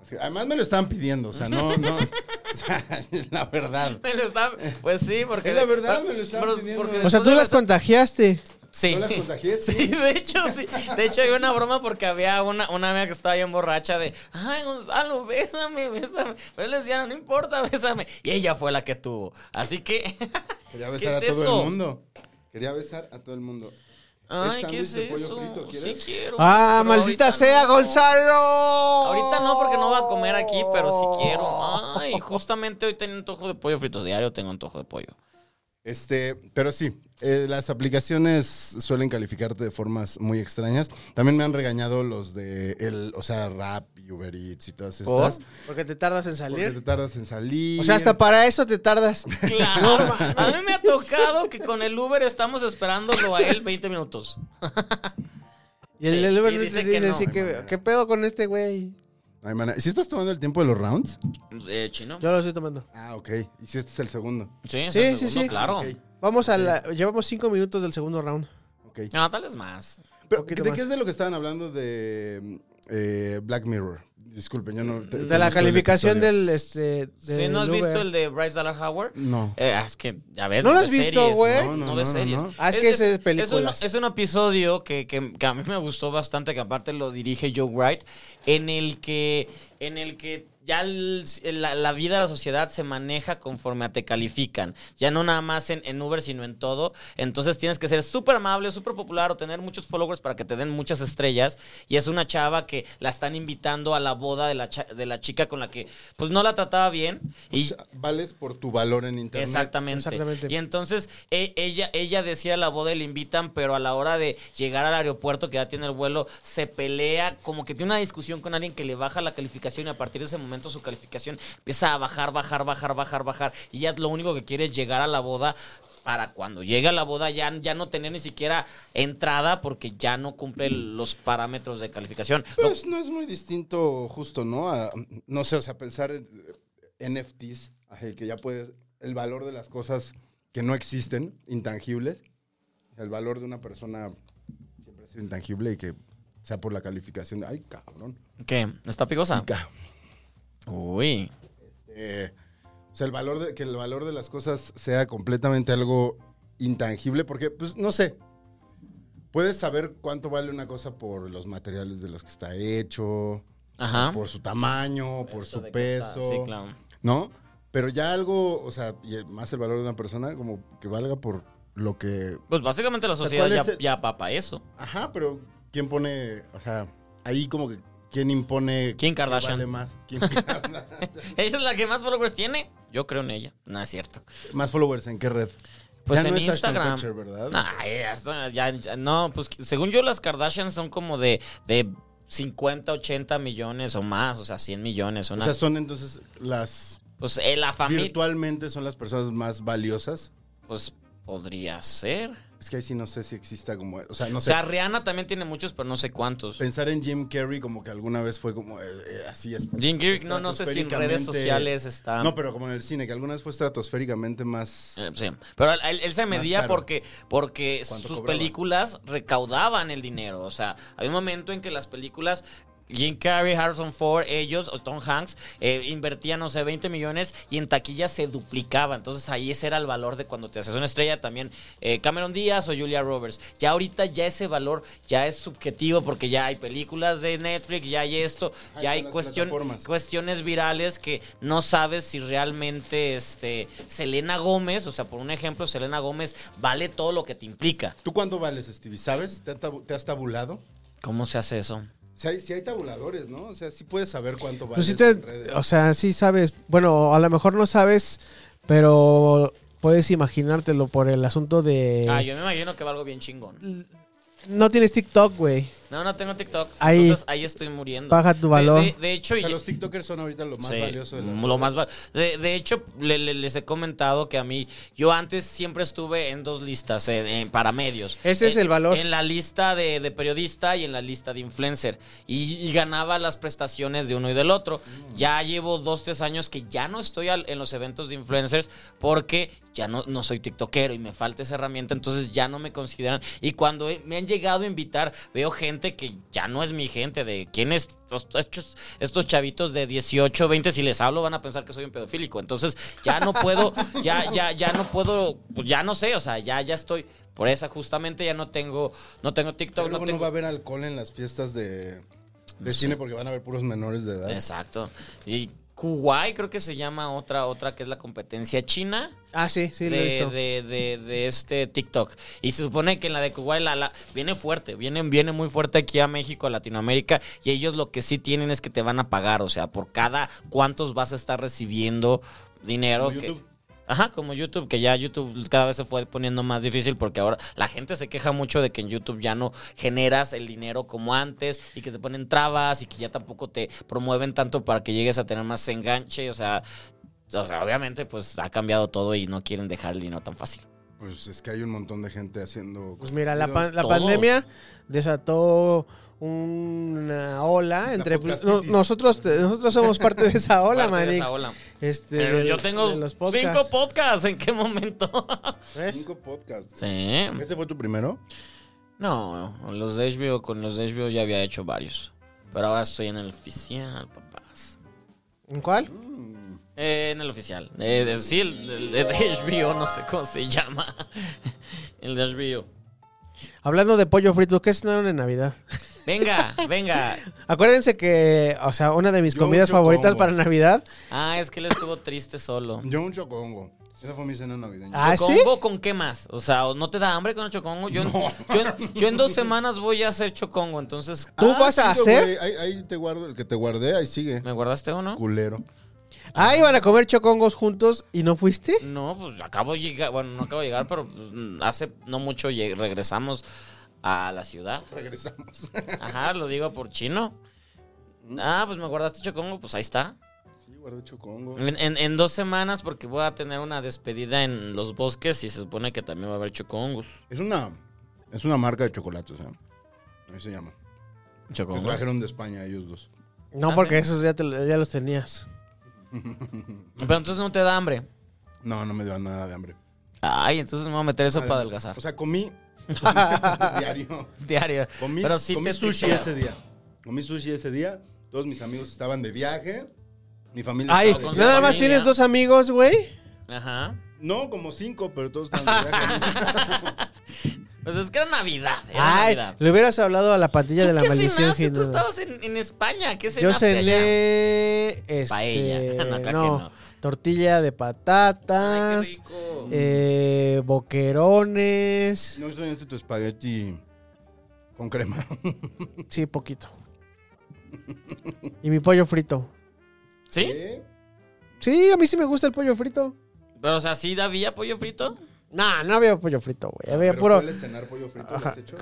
D: Las que- Además me lo estaban pidiendo, o sea, no, no. o sea, la verdad.
C: Me lo está- Pues sí, porque.
D: Es la verdad, me lo estaban pidiendo.
A: O sea,
C: después
A: tú
C: de
A: las contagiaste.
C: Sí.
D: ¿No las contagié? Sí.
C: Sí, de hecho, sí. De hecho, hay una broma porque había una, una amiga que estaba bien borracha de, ay, Gonzalo, bésame, bésame. Pero es lesbiana, no importa, bésame. Y ella fue la que tuvo. Así que,
D: Quería besar
C: ¿Qué es
D: a todo
C: eso?
D: el mundo. Quería besar a todo el mundo.
C: ay,
D: Es
C: ¿qué es
D: sándwich de pollo
C: eso?
D: frito,
C: sí
D: ¿quieres?
C: quiero.
A: Ah,
C: pero
A: maldita
C: ahorita
A: sea,
C: no.
A: Gonzalo.
C: Ahorita no, porque no va a comer aquí, pero sí quiero. Ay, justamente hoy tengo antojo de pollo frito diario, tengo antojo de pollo.
D: Este, pero sí, eh, las aplicaciones suelen calificarte de formas muy extrañas. También me han regañado los de el, o sea, Rap y Uber Eats y todas
C: ¿Por?
D: estas.
A: Porque te tardas en
D: Porque te
A: salir.
D: tardas en salir.
A: O sea, hasta para eso te tardas.
C: Claro. A mí me ha tocado que con el Uber estamos esperándolo a él 20 minutos.
A: Y el
C: Sí,
A: del Uber
C: y
A: Eats
C: dice
A: dice,
C: que no.
A: así que, ¿qué pedo con este güey?
D: No hay manera. ¿Sí estás tomando el tiempo de los rounds?
C: Eh, chino.
A: Yo lo estoy tomando.
D: Ah, ok. Y si este es el segundo.
C: Sí, es
A: Sí,
C: el
A: sí,
C: segundo,
A: sí.
C: Claro.
D: Ok,
A: Vamos a la... Llevamos cinco minutos del segundo round.
D: ok.
C: No, tal vez más.
D: Pero,
A: poquito
D: ¿De
A: Ah, más.
D: qué es de lo que estaban hablando de eh, Black Mirror? Disculpen, yo no. te-
A: Mm, De la
D: conozco el
A: calificación
D: episodio.
A: del... Este,
C: Si no has visto el de Bryce Dallas Howard,
D: No.
C: Eh, ah, es que ya ves.
A: ¿No lo has
C: ves
A: visto,
C: series,
A: güey?
C: No,
D: No, no,
C: No ves
D: no, no,
C: series.
D: no.
A: Ah, es que ese es películas.
C: un- Es un, episodio que, que- que a mí me gustó bastante, que aparte lo dirige Joe Wright, en el que, en el que ya el- la, la vida de la sociedad se maneja conforme a te califican. Ya no nada más en, en Uber, sino en todo. Entonces tienes que ser súper amable, súper popular o tener muchos followers para que te den muchas estrellas. Y es una chava que la están invitando a la boda de la, cha- de la chica con la que pues no la trataba bien. Y,
D: O sea, vales por tu valor en internet.
C: Exactamente.
A: Exactamente.
C: Y entonces e- ella, ella decía a la boda y le invitan, pero a la hora de llegar al aeropuerto que ya tiene el vuelo, se pelea, como que tiene una discusión con alguien que le baja la calificación y a partir de ese momento su calificación empieza a bajar, bajar, bajar, bajar, bajar. Y ya lo único que quiere es llegar a la boda. Para cuando llegue a la boda ya, ya no tener ni siquiera entrada porque ya no cumple los parámetros de calificación. Lo-
D: Pues no es muy distinto, justo, ¿no? A, no sé, o sea, pensar en eh, NFTs, ajá, que ya puedes. El valor de las cosas que no existen, intangibles. El valor de una persona siempre ha sido intangible y que sea por la calificación. de- Ay, cabrón.
C: ¿Qué? ¿Está picosa?
D: Ca-
C: Uy.
D: eh, o sea, el valor de, que el valor de las cosas sea completamente algo intangible, porque, pues, no sé. Puedes saber cuánto vale una cosa por los materiales de los que está hecho,
C: Ajá.
D: por su tamaño, por
C: Esto
D: su
C: de que está-
D: peso,
C: Sí, claro.
D: ¿no? Pero ya algo, o sea, y más el valor de una persona, como que valga por lo que.
C: Pues básicamente la
D: sea,
C: sociedad
D: ¿cuál
C: ya,
D: es el-
C: ya papa eso.
D: Ajá, pero ¿quién pone, o sea, ahí como que quién impone.
C: ¿Quién
D: que
C: Kardashian?
D: vale más? ¿Quién Kardashian?
C: Ella es la que más followers tiene. Yo creo en ella. No es cierto.
D: más followers en qué red?
C: Pues
D: Ya
C: en
D: no es Ashton
C: Instagram.
D: Kutcher, ¿verdad?
C: Nah, ya está, ya- ya- no, pues según yo, las Kardashian son como de, de 50, 80 millones o más, o sea, 100 millones.
D: O
C: Una,
D: sea, son entonces las.
C: pues eh, la familia.
D: Virtualmente son las personas más valiosas.
C: Pues podría ser.
D: Es que ahí sí no sé si exista como. O sea, pues,
C: O
D: no sé.
C: sea, Rihanna también tiene muchos, pero no sé cuántos.
D: Pensar en Jim Carrey como que alguna vez fue como eh, eh, así es.
C: Jim Girick, no, no sé si en redes
D: estratosféricamente-
C: sociales está.
D: No, pero como en el cine, que alguna vez fue estratosféricamente más.
C: Eh, Sí, pero él, él se medía
D: caro.
C: porque, porque sus
D: ¿Cuánto cobraba?
C: películas recaudaban el dinero. O sea, había un momento en que las películas, Jim Carrey, Harrison Ford, ellos, o Tom Hanks, eh, invertían, no sé, 20 millones y en taquilla se duplicaba. Entonces ahí ese era el valor de cuando te haces una estrella también. eh, Cameron Díaz o Julia Roberts. Ya ahorita ya ese valor ya es subjetivo porque ya hay películas de Netflix, ya hay esto,
D: Ahí
C: ya hay
D: están las
C: cuestión,
D: plataformas.
C: cuestiones virales que no sabes si realmente este Selena Gómez, o sea, por un ejemplo, Selena Gómez vale todo lo que te implica.
D: ¿Tú cuánto vales, Stevie? ¿Sabes? ¿Te, han tabu- te has tabulado?
C: ¿Cómo se hace eso?
D: Si hay, sí hay tabuladores, ¿no? O sea, sí puedes saber cuánto vales.
A: Pues sí
D: en
A: te,
D: redes.
A: o sea, sí sabes, bueno, a lo mejor no sabes, pero puedes imaginártelo por el asunto de...
C: Ah, yo me imagino que valgo bien chingón.
A: No tienes TikTok, güey.
C: No, no tengo TikTok.
A: Ahí.
C: entonces ahí estoy muriendo.
A: Baja tu valor.
C: De, de- de hecho,
D: O sea,
C: y-
D: los TikTokers son ahorita lo más
C: Sí,
D: valioso de la-
C: lo más val- de, de hecho, le- le- les he comentado que a mí, yo antes siempre estuve en dos listas, en, en- para medios.
A: Ese es
C: En-
A: el valor.
C: En la lista de, de periodista y en la lista de influencer. Y, y ganaba las prestaciones de uno y del otro.
D: Mm.
C: Ya llevo dos, tres años que ya no estoy al- en los eventos de influencers porque ya no, no soy tiktokero y me falta esa herramienta, entonces ya no me consideran. Y cuando he- me han llegado a invitar, veo gente que ya no es mi gente, de quién es estos, estos- estos chavitos de 18, 20, si les hablo van a pensar que soy un pedofílico. Entonces ya no puedo, ya, ya, ya no puedo, pues ya no sé, o sea, ya, ya estoy. Por esa justamente ya no tengo, no tengo TikTok,
D: Luego
C: no
D: no,
C: tengo.
D: va a haber alcohol en las fiestas de, de cine porque van a haber puros menores de edad.
C: Exacto. Y Kuwait creo que se llama otra, otra que es la competencia china.
A: Ah, sí, sí, lo he
C: de,
A: visto.
C: de- de- de este TikTok. Y se supone que en la de Kuwait la, la- viene fuerte, viene, viene muy fuerte aquí a México, a Latinoamérica, y ellos lo que sí tienen es que te van a pagar, o sea, por cada cuántos vas a estar recibiendo dinero.
D: Como
C: que-
D: YouTube.
C: Ajá, como YouTube, que ya YouTube cada vez se fue poniendo más difícil porque ahora la gente se queja mucho de que en YouTube ya no generas el dinero como antes y que te ponen trabas y que ya tampoco te promueven tanto para que llegues a tener más enganche, o sea, o sea, obviamente, pues ha cambiado todo y no quieren dejar el dinero tan fácil.
D: Pues es que hay un montón de gente haciendo.
A: Pues mira, la, pan-
D: contenidos.
A: la
C: todos.
A: pandemia desató una ola entre pues, no-
D: podcastitis.
A: nosotros te- nosotros somos parte de esa ola,
C: Parte de esa
A: Manix.
C: ola.
A: Este,
C: Pero
A: de-
C: yo tengo
A: de los podcasts,
C: cinco podcasts. ¿En qué momento?
A: ¿ves?
D: Cinco podcasts.
C: sí.
D: ¿Ese fue tu primero?
C: No, los de HBO, con los de HBO ya había hecho varios. Pero ahora estoy en el oficial, papás.
A: ¿En cuál?
C: Eh, en el oficial. Eh, de- sí, el, el- el de HBO, no sé cómo se llama. El de HBO.
A: Hablando de pollo frito, ¿qué cenaron en Navidad?
C: Venga, venga.
A: Acuérdense que, o sea, una de mis
D: Yo
A: comidas
D: mucho
A: favoritas
D: como.
A: para Navidad.
C: Ah, es que él estuvo triste solo.
D: Yo un chocongo. Esa fue mi cena navideña.
A: Ah, ¿sí?
C: ¿Chocongo con qué más? O sea, ¿o ¿no te da hambre con el chocongo? Yo, en- yo, en- yo en dos semanas voy a hacer chocongo, entonces...
A: ¿Tú
D: Ah,
A: vas a
D: chido,
A: hacer?
D: güey. Ahí, ahí te guardo el que te guardé, ahí sigue.
C: ¿Me guardaste uno?
D: Culero.
A: Ah, iban a comer chocongos juntos y no fuiste.
C: No, pues acabo de llegar, bueno, no acabo de llegar, pero mm, hace no mucho lleg- regresamos a la ciudad.
D: Regresamos.
C: Ajá, lo digo por chino. Ah, pues me guardaste chocongo, pues ahí está.
D: sí, guardé chocongo.
C: En, en- en dos semanas porque voy a tener una despedida en los bosques y se supone que también va a haber chocongos.
D: Es una, es una marca de chocolates, ¿eh? Ahí se llama. Me
C: Chocongos.
D: trajeron de España ellos dos.
A: No,
C: Ah,
A: porque
C: sí.
A: esos ya, te lo- ya los tenías.
C: Pero entonces no te da hambre.
D: No, no me dio nada de hambre.
C: Ay, entonces me voy a meter eso para
D: Adem-
C: adelgazar.
D: O sea, comí diario.
C: Diario.
D: Comí,
C: Pero sí
D: comí
C: te
D: sushi
C: picaba.
D: ese día. Comí sushi ese día. Todos mis amigos estaban de viaje. Mi familia
A: Ay,
D: estaba de
C: con
A: nada
C: su
A: más
C: familia.
A: tienes dos amigos, güey.
C: Ajá.
D: No, como cinco, pero todos estaban de viaje.
C: Pues es que era Navidad. Era
A: Ay,
C: Navidad.
A: le hubieras hablado a la pandilla de la
C: ¿Qué
A: maldición.
C: cenaste?
A: Sin
C: Tú
A: duda.
C: estabas en, en España. ¿Qué
A: Yo
C: cenaste allá?
A: cené este,
C: Paella. No, claro que
A: no,
C: no.
A: tortilla de
C: Ay,
A: patatas,
C: qué rico.
A: eh, boquerones,
D: No extrañaste tu espagueti con crema.
A: sí, poquito. Y mi pollo frito.
C: ¿Sí?
D: ¿Eh?
A: Sí, a mí sí me gusta el pollo frito.
C: Pero, o sea, ¿sí había pollo frito?
A: No, no había pollo frito, güey. Había
D: Pero
A: puro.
D: ¿Sueles cenar pollo frito? ¿Lo has hecho?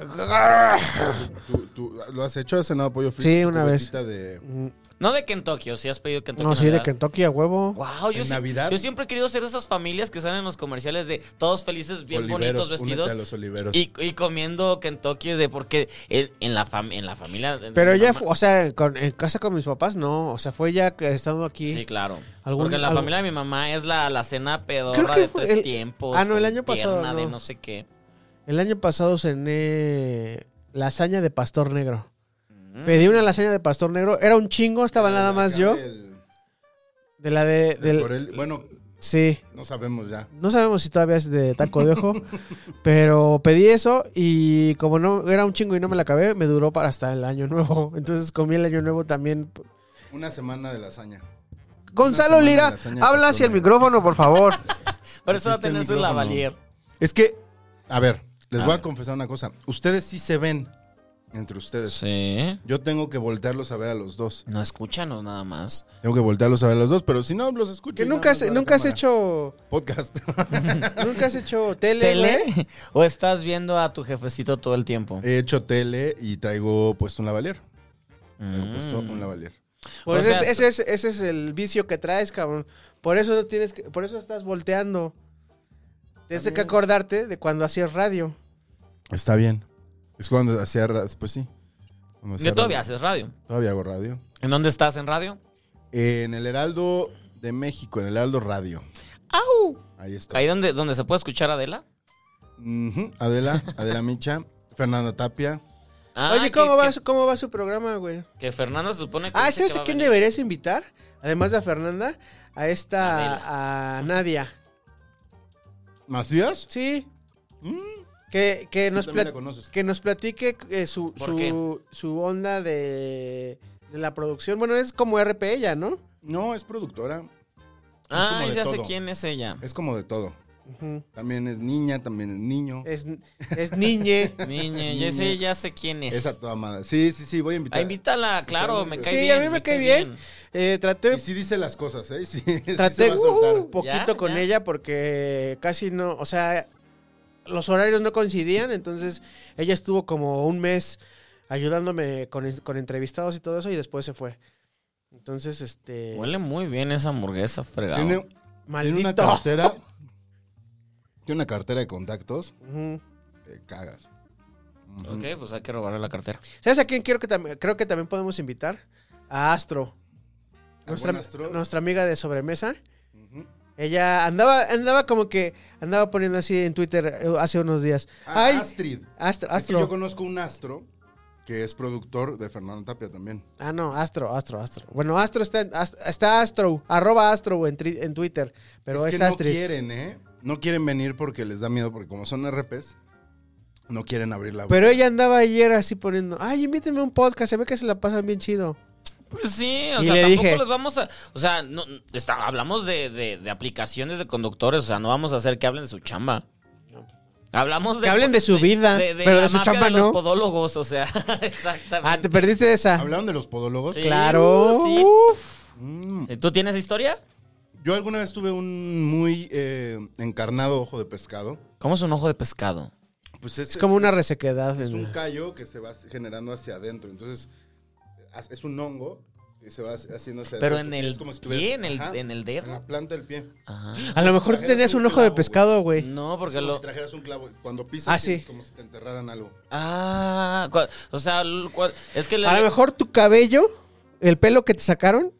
D: ¿Tú, tú, lo has hecho? ¿Has cenado pollo frito?
A: Sí,
D: con
A: una
D: tu
A: vez.
D: gotita de-
A: Mm,
C: No de Kentucky, o si has pedido Kentucky.
A: No, sí, de
C: Navidad?
A: Kentucky a huevo.
C: Wow, yo,
D: ¿En
C: sí-
D: Navidad?
C: yo siempre he querido ser de esas familias que salen en los comerciales de todos felices, bien
D: Oliveros,
C: bonitos
D: únete
C: vestidos
D: a los oliveros.
C: y, y comiendo Kentucky de porque en, en la fam- en la familia. de-
A: Pero
C: de
A: ya,
C: mamá.
A: fu- o sea, con- en casa con mis papás, no. O sea, fue ya que estando aquí.
C: Sí, claro.
A: Algún-
C: Porque en la
A: algo-
C: familia de mi mamá es la, la cena
A: Creo
C: pedorra
A: que
C: de
A: fue
C: tres
A: el-
C: tiempos.
A: Ah, no, el
C: con
A: año pasado,
C: Pierna de
A: no.
C: no sé qué.
A: El año pasado cené lasaña de pastor negro.
D: Mm.
A: Pedí una lasaña de pastor negro. Era un chingo, estaba nada
D: Acá
A: más yo.
D: del-
A: De la de.
D: del
A: del-
D: Corel- Bueno,
A: sí.
D: no sabemos ya.
A: No sabemos si todavía es de taco de ojo. pero pedí eso y como no era un chingo y no me la acabé, me duró para hasta el año nuevo. Entonces comí el año nuevo también.
D: Una semana de lasaña.
A: Gonzalo
D: semana de
A: Lira,
D: lasaña de
A: habla
D: pastor
A: hacia el
D: negro.
A: micrófono, por favor.
C: Pero eso va a
D: Existe el
C: tener su
D: micrófono.
C: lavalier.
D: Es que, a ver, les
C: A
D: voy
C: ver.
D: a confesar una cosa. Ustedes sí se ven entre ustedes.
C: Sí.
D: Yo tengo que voltearlos a ver a los dos.
C: No, escúchanos nada más.
D: Tengo que voltearlos a ver a los dos, pero si no, los escucho.
A: que
D: y nada
A: nunca,
D: más
A: has-
D: a la
A: nunca has
D: cámara.
A: hecho.
D: Podcast.
A: Nunca has hecho tele. güey.
C: ¿Tele? ¿O estás viendo a tu jefecito todo el tiempo?
D: He hecho tele y traigo puesto un lavalier. Traigo
C: Mm.
D: puesto un lavalier.
A: Pues
C: O sea,
A: es- ese, es, ese es el vicio que traes, cabrón. Por eso no tienes que- por eso estás volteando. Tienes que acordarte de cuando hacías radio.
D: Está bien. Es cuando hacía. ra- Pues sí. Cuando hacía
C: Yo todavía
D: radio.
C: haces radio.
D: Todavía hago radio.
C: ¿En dónde estás en radio?
D: En el Heraldo de México, en el Heraldo Radio.
C: ¡Au!
D: Ahí está.
C: Ahí donde, donde se puede escuchar a Adela.
D: Ujú. Adela, Adela Micha, Fernanda Tapia.
C: Ah,
A: Oye,
C: que-
A: ¿cómo, va,
C: que-
A: su- ¿cómo va su programa, güey?
C: Que Fernanda se supone que.
A: Ah,
C: dice
A: ¿sabes
C: que va
A: a quién
C: venir.
A: deberías invitar? Además de a Fernanda, a esta, a Nadia.
D: ¿Macías?
A: Sí.
C: Mm.
A: Que, que, nos
D: Tú también la
A: plat-
D: conoces.
A: que nos platique eh, su,
C: ¿Por
A: su-
C: qué?
A: su onda de, de la producción. Bueno, es como RP ella, ¿no?
D: No, es productora. Es como
C: Ah,
D: de
C: ya sé
D: todo.
C: quién es ella.
D: Es como de todo.
A: Ujú.
D: También es niña, también es niño.
C: Eh,
A: Es, es niñe.
C: Niña, ya sé, ya sé quién es.
D: Es a toda madre. Sí, sí, sí, voy a invitar.
C: Ah, invítala, claro, me cae
A: Sí,
C: bien.
A: a mí me cae bien. Eh, traté
D: Y sí dice las cosas, ¿eh? Sí, sí se va a
A: Traté
D: soltar.
C: uh-huh.
A: un poquito
C: Ya,
A: con
C: ya.
A: ella porque casi no, o sea, los horarios no coincidían, entonces ella estuvo como un mes ayudándome con, es- con entrevistados y todo eso y después se fue. Entonces, este...
C: Huele muy bien esa hamburguesa fregada.
D: Tiene, tiene una
A: maldito.
D: cartera. tiene una cartera de contactos.
A: Ujú.
D: Te cagas. Ujú.
C: Ok, pues hay que robarle la cartera.
A: ¿Sabes a quién quiero que tam- creo que también podemos invitar? A Astro.
D: ¿Al
A: Nuestra,
D: buen Astro?
A: nuestra amiga de sobremesa.
D: Ujú.
A: Ella andaba, andaba como que andaba poniendo así en Twitter eh, hace unos días.
D: Ah,
A: Ay,
D: Astrid.
A: Astro,
D: Es que
A: Astro.
D: yo conozco un astro que es productor de Fernando Tapia también.
A: Ah, no, Astro, Astro, Astro. Bueno, Astro está, en- Ast- está Astro, arroba Astro en, tri- en Twitter, pero es,
D: que no
A: Astrid.
D: quieren, ¿eh? No quieren venir porque les da miedo, porque como son RPs, no quieren abrir la boca.
A: Pero ella andaba ayer así poniendo, ay, invíteme a un podcast, se ve que se la pasan bien chido.
C: Pues sí, o
A: Y
C: sea,
A: le
C: tampoco
A: dije-
C: les vamos a. O sea, no, está- hablamos de, de- de aplicaciones de conductores, o sea, no vamos a hacer que hablen de su chamba. Hablamos de.
A: Que hablen de su vida, pero
C: la
A: de su
C: mafia
A: chamba
C: de los
A: no.
C: podólogos, o sea, exactamente.
A: Ah, te perdiste esa.
D: ¿Hablaron de los podólogos?
C: Sí,
A: Claro.
C: sí.
A: Uf.
D: Mm.
C: ¿Tú tienes historia?
D: Yo alguna vez tuve un muy eh, encarnado ojo de pescado.
C: ¿Cómo es un ojo de pescado?
D: Pues es,
A: Es como una resequedad.
D: es
A: en-
D: un callo que se va generando hacia adentro. Entonces, as- es un hongo que se va haciendo hacia
C: Pero en
D: adentro.
C: el
D: Es como si
C: pie, en
D: tuvieras-
C: el,
D: ajá,
C: en el dedo.
D: en la planta del pie.
C: Ajá.
A: A lo mejor tú tenías un ojo de pescado, güey.
C: No,
D: Es
C: porque
D: como
C: lo.
D: si trajeras un clavo. Cuando
A: Ah,
D: pisas,
A: sí.
D: es como si te enterraran algo.
C: Ah, cua- o sea, l- cua- es que le-
A: A lo mejor tu cabello, el pelo que te sacaron,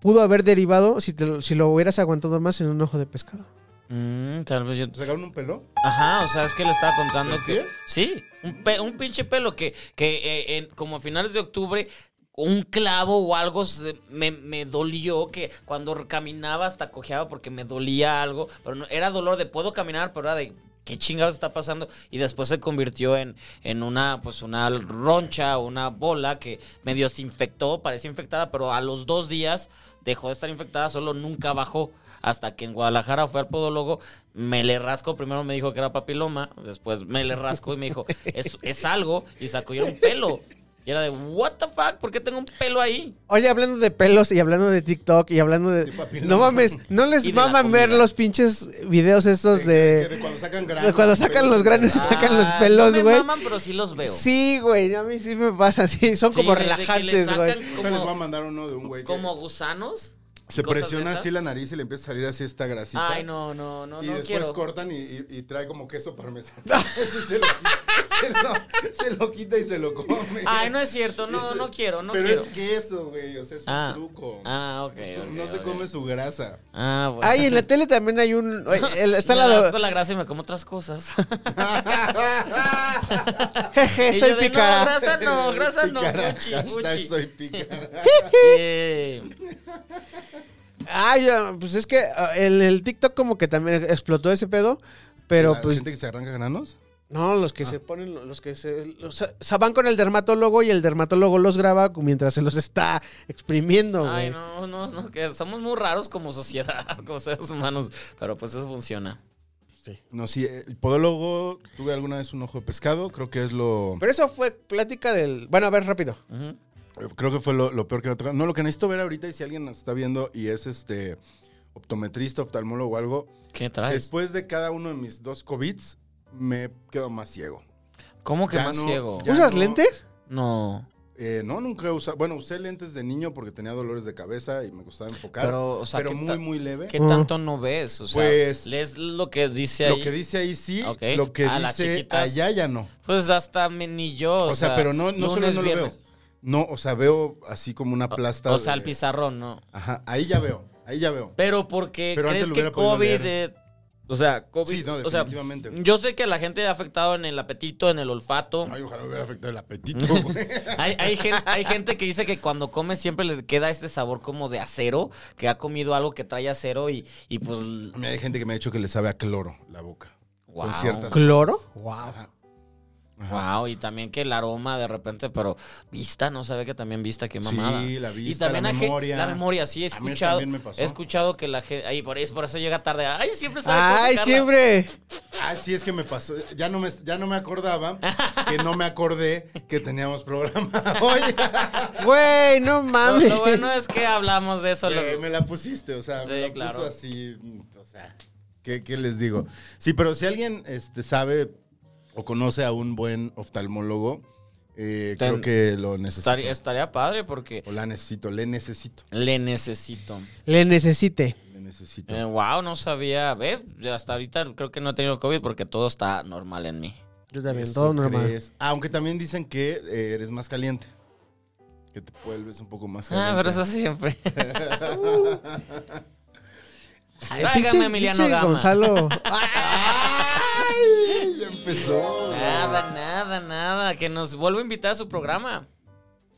A: pudo haber derivado, si, te lo- si lo hubieras aguantado más, en un ojo de pescado.
C: Mm, tal vez yo.
D: ¿Sacaron un pelo?
C: Ajá, o sea, es que le estaba contando
D: ¿El
C: que.
D: pie?
C: Sí, un, pe- un pinche pelo que, que eh, en- como a finales de octubre, un clavo o algo se- me, me dolió. Que cuando caminaba hasta cojeaba porque me dolía algo. Pero no, era dolor de puedo caminar, pero era de ¿Qué chingados está pasando? Y después se convirtió en, en una, pues una roncha, una bola que medio se infectó, parecía infectada, pero a los dos días dejó de estar infectada, solo nunca bajó. Hasta que en Guadalajara fue al podólogo, me le rasco, primero me dijo que era papiloma, después me le rasco y me dijo, es, es algo, y sacó y era un pelo. Y era de, what the fuck, ¿por qué tengo un pelo ahí?
A: Oye, hablando de pelos y hablando de TikTok y hablando de. No mames, no
C: Y
A: les
C: de la
A: maman ver
C: comida.
A: los pinches videos
C: Pues
A: esos de.
D: de cuando sacan
A: de
D: granos.
A: cuando sacan los granos y sacan los pelos,
C: Ah, no me
A: güey.
C: maman, pero sí los veo.
A: Sí, güey, a mí sí me pasa, sí, son
C: Sí,
A: como
C: desde que le
A: relajantes,
C: sacan
A: güey.
D: Ahorita les voy a
C: Como,
D: mandar uno de un güey que
C: como gusanos.
D: se
C: cosas de
D: presiona
C: esas.
D: así la nariz y le empieza a salir así esta grasita.
C: Ay, no, no, no,
D: y
C: no
D: después
C: quiero.
D: cortan y, y- y trae como queso parmesano. se, lo, se lo- se lo quita y se lo come.
C: Ay, no es cierto, no,
D: Ese-
C: no quiero, no
D: Pero
C: quiero.
D: es queso, güey. O sea, es un
C: Ah,
D: truco.
C: ah, ok, ok,
D: no se
C: ok.
D: come su grasa.
C: Ah, bueno.
A: Ay, en la tele también hay un. oye, el- Está
C: Me
A: la
C: rasco
A: de.
C: la grasa y me como otras cosas.
A: Jeje,
C: Y
A: soy
C: yo de, No,
A: pícara.
C: grasa no, grasa no,
D: Eh, Pícara,
C: fuchi,
D: hashtag
C: fuchi.
D: soy pícara.
C: Eh,
A: Ay, ah, pues es que ah, en el TikTok como que también explotó ese pedo, pero
D: ¿La
A: pues.
D: gente Ah. que se arranca granos?
A: No, los que se ponen, los que se. los- o sea, van con el dermatólogo y el dermatólogo los graba mientras se los está exprimiendo, güey.
C: Ay, no, no, no, que somos muy raros como sociedad, como seres humanos, pero pues eso funciona.
D: No, sí. eh, El podólogo, tuve alguna vez un ojo de pescado. Creo que es lo...
A: Pero eso fue plática del. Bueno, a ver, rápido.
C: Ujú.
D: Creo que fue lo, lo peor que me ha tocado. No, lo que necesito ver ahorita, y si alguien nos está viendo y es este optometrista, oftalmólogo o algo,
C: ¿Qué traes?
D: después de cada uno de mis dos COVIDs, me quedo más ciego.
C: ¿Cómo que
D: ya
C: más
D: no,
C: ciego?
D: Ya
A: ¿Usas
D: no.
A: lentes?
C: No,
D: Eh, no, nunca usé. Bueno, usé lentes de niño porque tenía dolores de cabeza y me gustaba enfocar. Pero,
C: pero, o sea, ¿qué, ta-
D: muy, muy leve.
C: qué
A: Ah.
C: tanto no ves? O sea,
D: Pues-
C: lees lo que dice ahí.
D: Lo que dice ahí sí,
C: Ok.
D: lo que
C: Ah, las
D: dice
C: chiquitas.
D: allá ya no.
C: Pues hasta me- ni yo.
D: O, sea, pero no, no solo
C: lunes,
D: no lo veo.
C: viernes.
D: No, o sea, veo así como una plasta.
C: O sea,
D: de-
C: el pizarrón, ¿no?
D: Ajá, ahí ya veo, ahí ya veo.
C: Pero porque
D: Pero antes
C: crees
D: lo
C: que
D: hubiera podido
C: COVID.
D: leer.
C: eh, o sea, COVID.
D: Sí, no,
C: o sea, mm,
D: definitivamente.
C: yo sé que a la gente ha afectado en el apetito, en el olfato.
D: Ay, ojalá me hubiera afectado el apetito, güey.
C: Hay, hay, gen- hay gente que dice que cuando come siempre le queda este sabor como de acero, que ha comido algo que trae acero y, y pues.
D: Me- Hay gente que me ha dicho que le sabe a cloro la boca.
C: Wow.
D: ciertas-
A: ¿Cloro? Wow.
D: Ajá. Ajá.
C: Wow, y también que el aroma de repente, pero vista, no sabe que también vista, qué
D: Sí,
C: mamada.
D: la
C: y
D: vista,
C: también
D: la
C: hay gen-
D: memoria.
C: La memoria, sí, he
D: A mí
C: escuchado.
D: también me pasó.
C: He escuchado que la gente. Ay, por eso, por eso llega tarde. Ay, siempre sabe cosas,
A: Ay,
C: Carla.
A: siempre.
D: Ah, sí, es que me pasó. Ya no me, ya no me acordaba que no me acordé que teníamos programa hoy.
A: Güey, no
C: Lo,
A: mames.
C: lo bueno es que hablamos de eso. lo-
D: Eh, me la pusiste, o sea,
C: Sí,
D: me la
C: claro.
D: puso así, mm, o sea, ¿qué, qué les digo? Sí, pero si alguien este, sabe o conoce a un buen oftalmólogo, eh,
C: Ten-
D: creo que lo necesito.
C: estaría, estaría padre porque
D: O la necesito, le necesito,
C: le necesito.
A: Le necesite.
D: le necesito.
C: Eh, wow, no sabía. ¿Ves? Ya Hasta ahorita creo que no he tenido COVID porque todo está normal en mí.
A: Yo también,
D: Eso
A: todo normal.
D: crees. Ah, Aunque también dicen que eh, eres más caliente. Que te vuelves un poco más caliente.
C: Ah, pero eso siempre.
A: El pinche-
C: Uh. Tráigame a Emiliano
A: pinche
C: Gama.
A: Gonzalo.
D: ¡Ay! Ya empezó.
C: Nada, nada, nada. Que nos vuelva a invitar a su programa.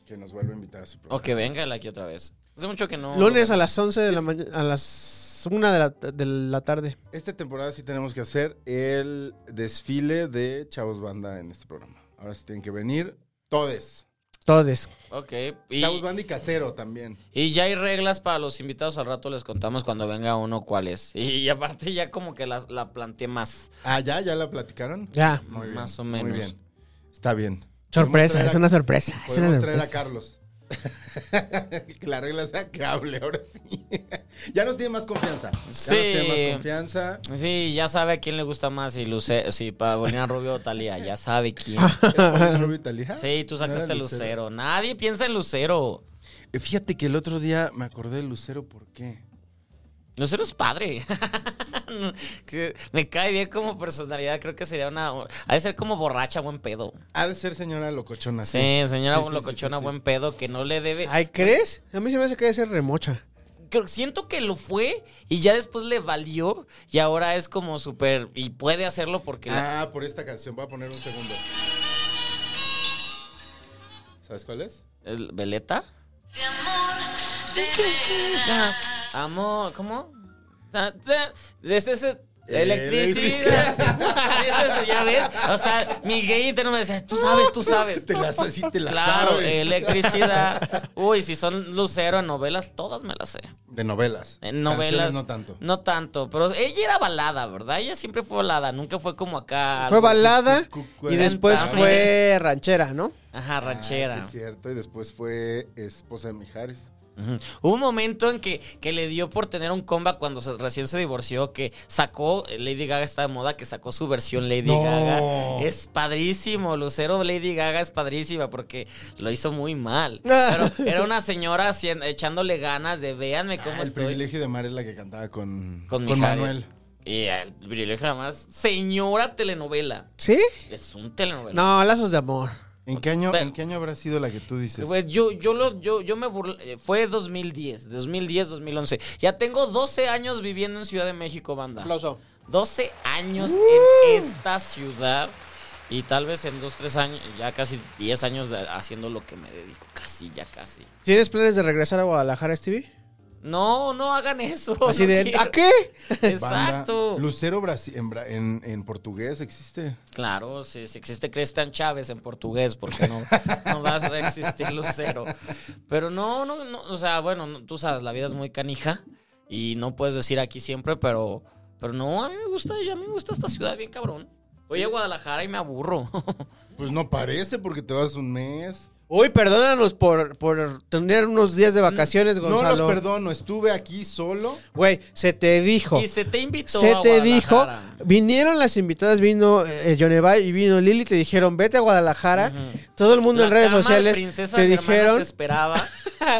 D: Que nos vuelva a invitar a su
C: O
D: programa.
C: que venga él aquí otra vez. Hace mucho que no.
A: Lunes a las 11 de la mañana. A las 1 de la, de la tarde.
D: Esta temporada sí tenemos que hacer el desfile de Chavos Banda en este programa. Ahora sí tienen que venir todes.
A: Todes.
C: Ok. Y,
D: Chavos Banda y Casero también.
C: y ya hay reglas para los invitados. Al rato les contamos cuando venga uno cuál es. Y aparte ya como que las- la, planteé más.
D: Ah, ¿ya? ¿Ya la platicaron?
A: Ya.
D: Muy bien,
C: Más o menos.
D: Muy bien. Está bien.
A: Sorpresa,
D: Podemos traer
A: es
D: a-
A: una sorpresa. Es una
D: Podemos traer a
A: sorpresa.
D: Carlos. que la regla sea que hable ahora sí. ya nos tiene más confianza. Ya
C: Sí.
D: nos tiene más confianza.
C: Sí, ya sabe a quién le gusta más. Si, Luce, si Paulina Rubio o Talía. Ya sabe quién.
A: Ah,
D: ¿Es Paulina Rubio Italia?
C: Sí, tú
D: No era
C: sacaste Lucero. Nadie piensa en Lucero.
D: Eh, Fíjate que el otro día me acordé de Lucero, ¿por qué?
C: Lucero es padre. Que Me cae bien como personalidad. Creo que sería una. Ha de ser como borracha, buen pedo.
D: Ha de ser señora locochona.
C: Sí, señora
D: ¿Ah, Sí, sí,
C: locochona,
D: sí, sí,
C: buen pedo, que no le debe.
A: Ay, ¿crees? A mí se me hace que debe ser remocha.
C: Creo- siento que lo fue y ya después le valió y ahora es como súper. Y puede hacerlo porque.
D: sí.
C: la-
D: Ah, por esta canción, voy a poner un segundo. ¿Sabes cuál es?
C: ¿El- ¿Veleta? amor, ¿cómo? Ta- ta- Es ese
D: Eh,
C: Electricidad. Eso es, ya ves. O sea, mi gay interno me decía, tú sabes, tú sabes.
D: Te la, sí, te la
C: claro,
D: sabes.
C: electricidad. Uy, si son lucero en novelas, todas me las sé.
D: De Eh, novelas.
C: En novelas.
D: Canciones no tanto.
C: No tanto. Pero ella era balada, ¿verdad? Ella siempre fue balada. Nunca fue como acá.
A: Fue
C: algo-
A: balada
D: cu- cu-
A: y después
C: cuarenta.
A: fue ranchera, ¿no?
C: Ajá,
D: Ah,
C: ranchera.
D: sí es cierto. Y después fue esposa de Mijares.
C: Ujú. Hubo un momento en que, que le dio por tener un comba cuando se- recién se divorció, que sacó, eh, Lady Gaga está de moda, que sacó su versión Lady
D: No.
C: Gaga. Es padrísimo, Lucero Lady Gaga es padrísima porque lo hizo muy mal.
A: Ah.
C: Pero era una señora haciendo- echándole ganas de véanme cómo
D: Ah, el
C: estoy.
D: privilegio de Mar es la que cantaba con,
C: Con Mijares.
D: Manuel.
C: Y el privilegio además, señora telenovela.
A: ¿Sí?
C: Es un telenovela.
A: No, lazos de amor.
D: ¿En qué, año,
C: Pero-
D: ¿En qué año habrá sido la que tú dices?
C: Güey, yo, yo, lo, yo, yo me burlé. Fue 2010, 2010, 2011. Ya tengo 12 años viviendo en Ciudad de México, banda. 12 años en esta ciudad. Y tal vez en 2, 3 años, ya casi 10 años de- haciendo lo que me dedico. Casi, ya casi.
A: ¿Tienes planes de regresar a Guadalajara, Stevie?
C: No, no hagan eso.
A: Así
C: no
A: de, ah,
C: quiero.
A: ¿a qué?
D: Banda.
C: Exacto.
D: Lucero Brasi- en, bra- en, en portugués existe.
C: Claro, si, si existe Cristian Chávez en portugués, porque no, no vas a existir Lucero. Pero no, no, no, o sea, bueno, no, tú sabes, la vida es muy canija y no puedes decir aquí siempre, pero, pero no, a mí me gusta, a mí me gusta esta ciudad bien cabrón. Voy a Guadalajara y me aburro.
D: Pues no parece porque te vas un mes.
A: Uy, perdónanos por, por tener unos días de
C: Mm,
A: vacaciones, Gonzalo.
D: No los perdono, estuve aquí solo.
A: Güey, se te dijo.
C: y se te invitó
A: Se
C: a
A: te dijo.
C: Guadalajara.
A: Vinieron las invitadas, vino eh, Yonevay y vino Lili, te dijeron, vete a Guadalajara. Todo el mundo
C: La
A: en redes
C: cama de
A: sociales
C: princesa
A: te
C: de mi hermana
A: dijeron,
C: te esperaba.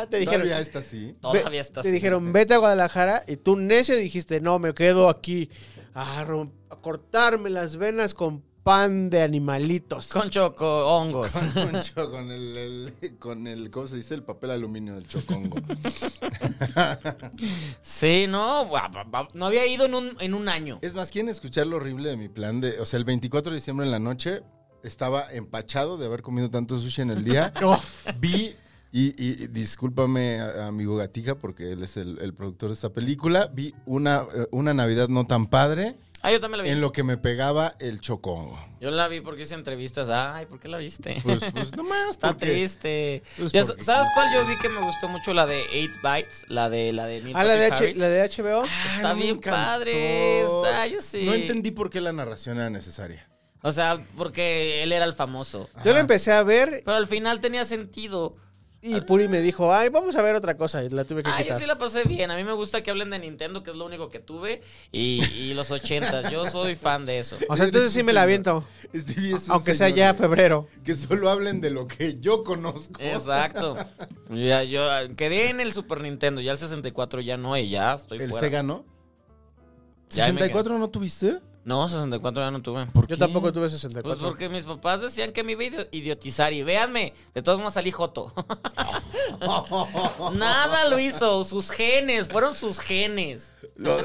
A: te dijeron,
D: Todavía está así.
A: Ve-
C: Todavía está
A: Te
C: así.
A: dijeron, vete a Guadalajara y tú necio dijiste, no, me quedo aquí a, rom- a cortarme las venas con pan de animalitos.
C: Con choco, hongos.
D: Con, cho- con el, el- con el, ¿cómo se dice? El papel aluminio del chocongo.
C: Sí, no, va- va- va- no había ido en un, en un año.
D: es más, ¿quieren escuchar lo horrible de mi plan? De, o sea, el 24 de diciembre en la noche estaba empachado de haber comido tanto sushi en el día.
A: No.
D: Vi, y, y discúlpame, a- amigo Gatica, porque él es el, el productor de esta película, vi una, eh, una Navidad no tan padre
C: Ah, yo también la vi.
D: en lo que me pegaba el chocongo.
C: Yo la vi porque hice entrevistas. Ay, ¿por qué la viste?
D: Pues, pues no más,
C: Está
D: porque-
C: triste.
D: Pues
C: Ya
D: porque-
C: ¿Sabes cuál yo vi que me gustó mucho? La de 8 Bites, la de la de Neil
A: Ah, la de,
C: Patrick
A: H-
C: Harris. Ah.
A: la de HBO.
D: Ay,
C: Está
D: no me
C: bien
D: encantó.
C: padre, está- yo sí.
D: No entendí por qué la narración era necesaria.
C: O sea, porque él era el famoso.
A: Yo la empecé a ver
C: Pero al final tenía sentido.
A: y Puri me dijo, ay, vamos a ver otra cosa y la tuve que
C: Ay, yo
A: quitar.
C: sí la pasé bien. A mí me gusta que hablen de Nintendo, que es lo único que tuve. Y, y los ochentas. Yo soy fan de eso.
A: O sea, entonces sí me la aviento.
D: Stevie es un
A: Aunque sea
D: señor
A: ya
D: que-
A: febrero.
D: Que solo hablen de lo que yo conozco.
C: Exacto. Ya, yo quedé en el Super Nintendo. Ya el 64 ya no, y ya estoy
D: El
C: fuera.
D: Sega, ¿no?
C: Ya me
D: ¿64 no tuviste?
C: No, 64 ya no tuve.
D: ¿Por
A: Yo
D: qué?
A: tampoco tuve
C: Pues
A: 64.
C: porque mis papás decían que me iba a idio- idiotizar y véanme, de todos modos salí joto. Nada lo hizo, sus genes, fueron sus genes.
D: Lo-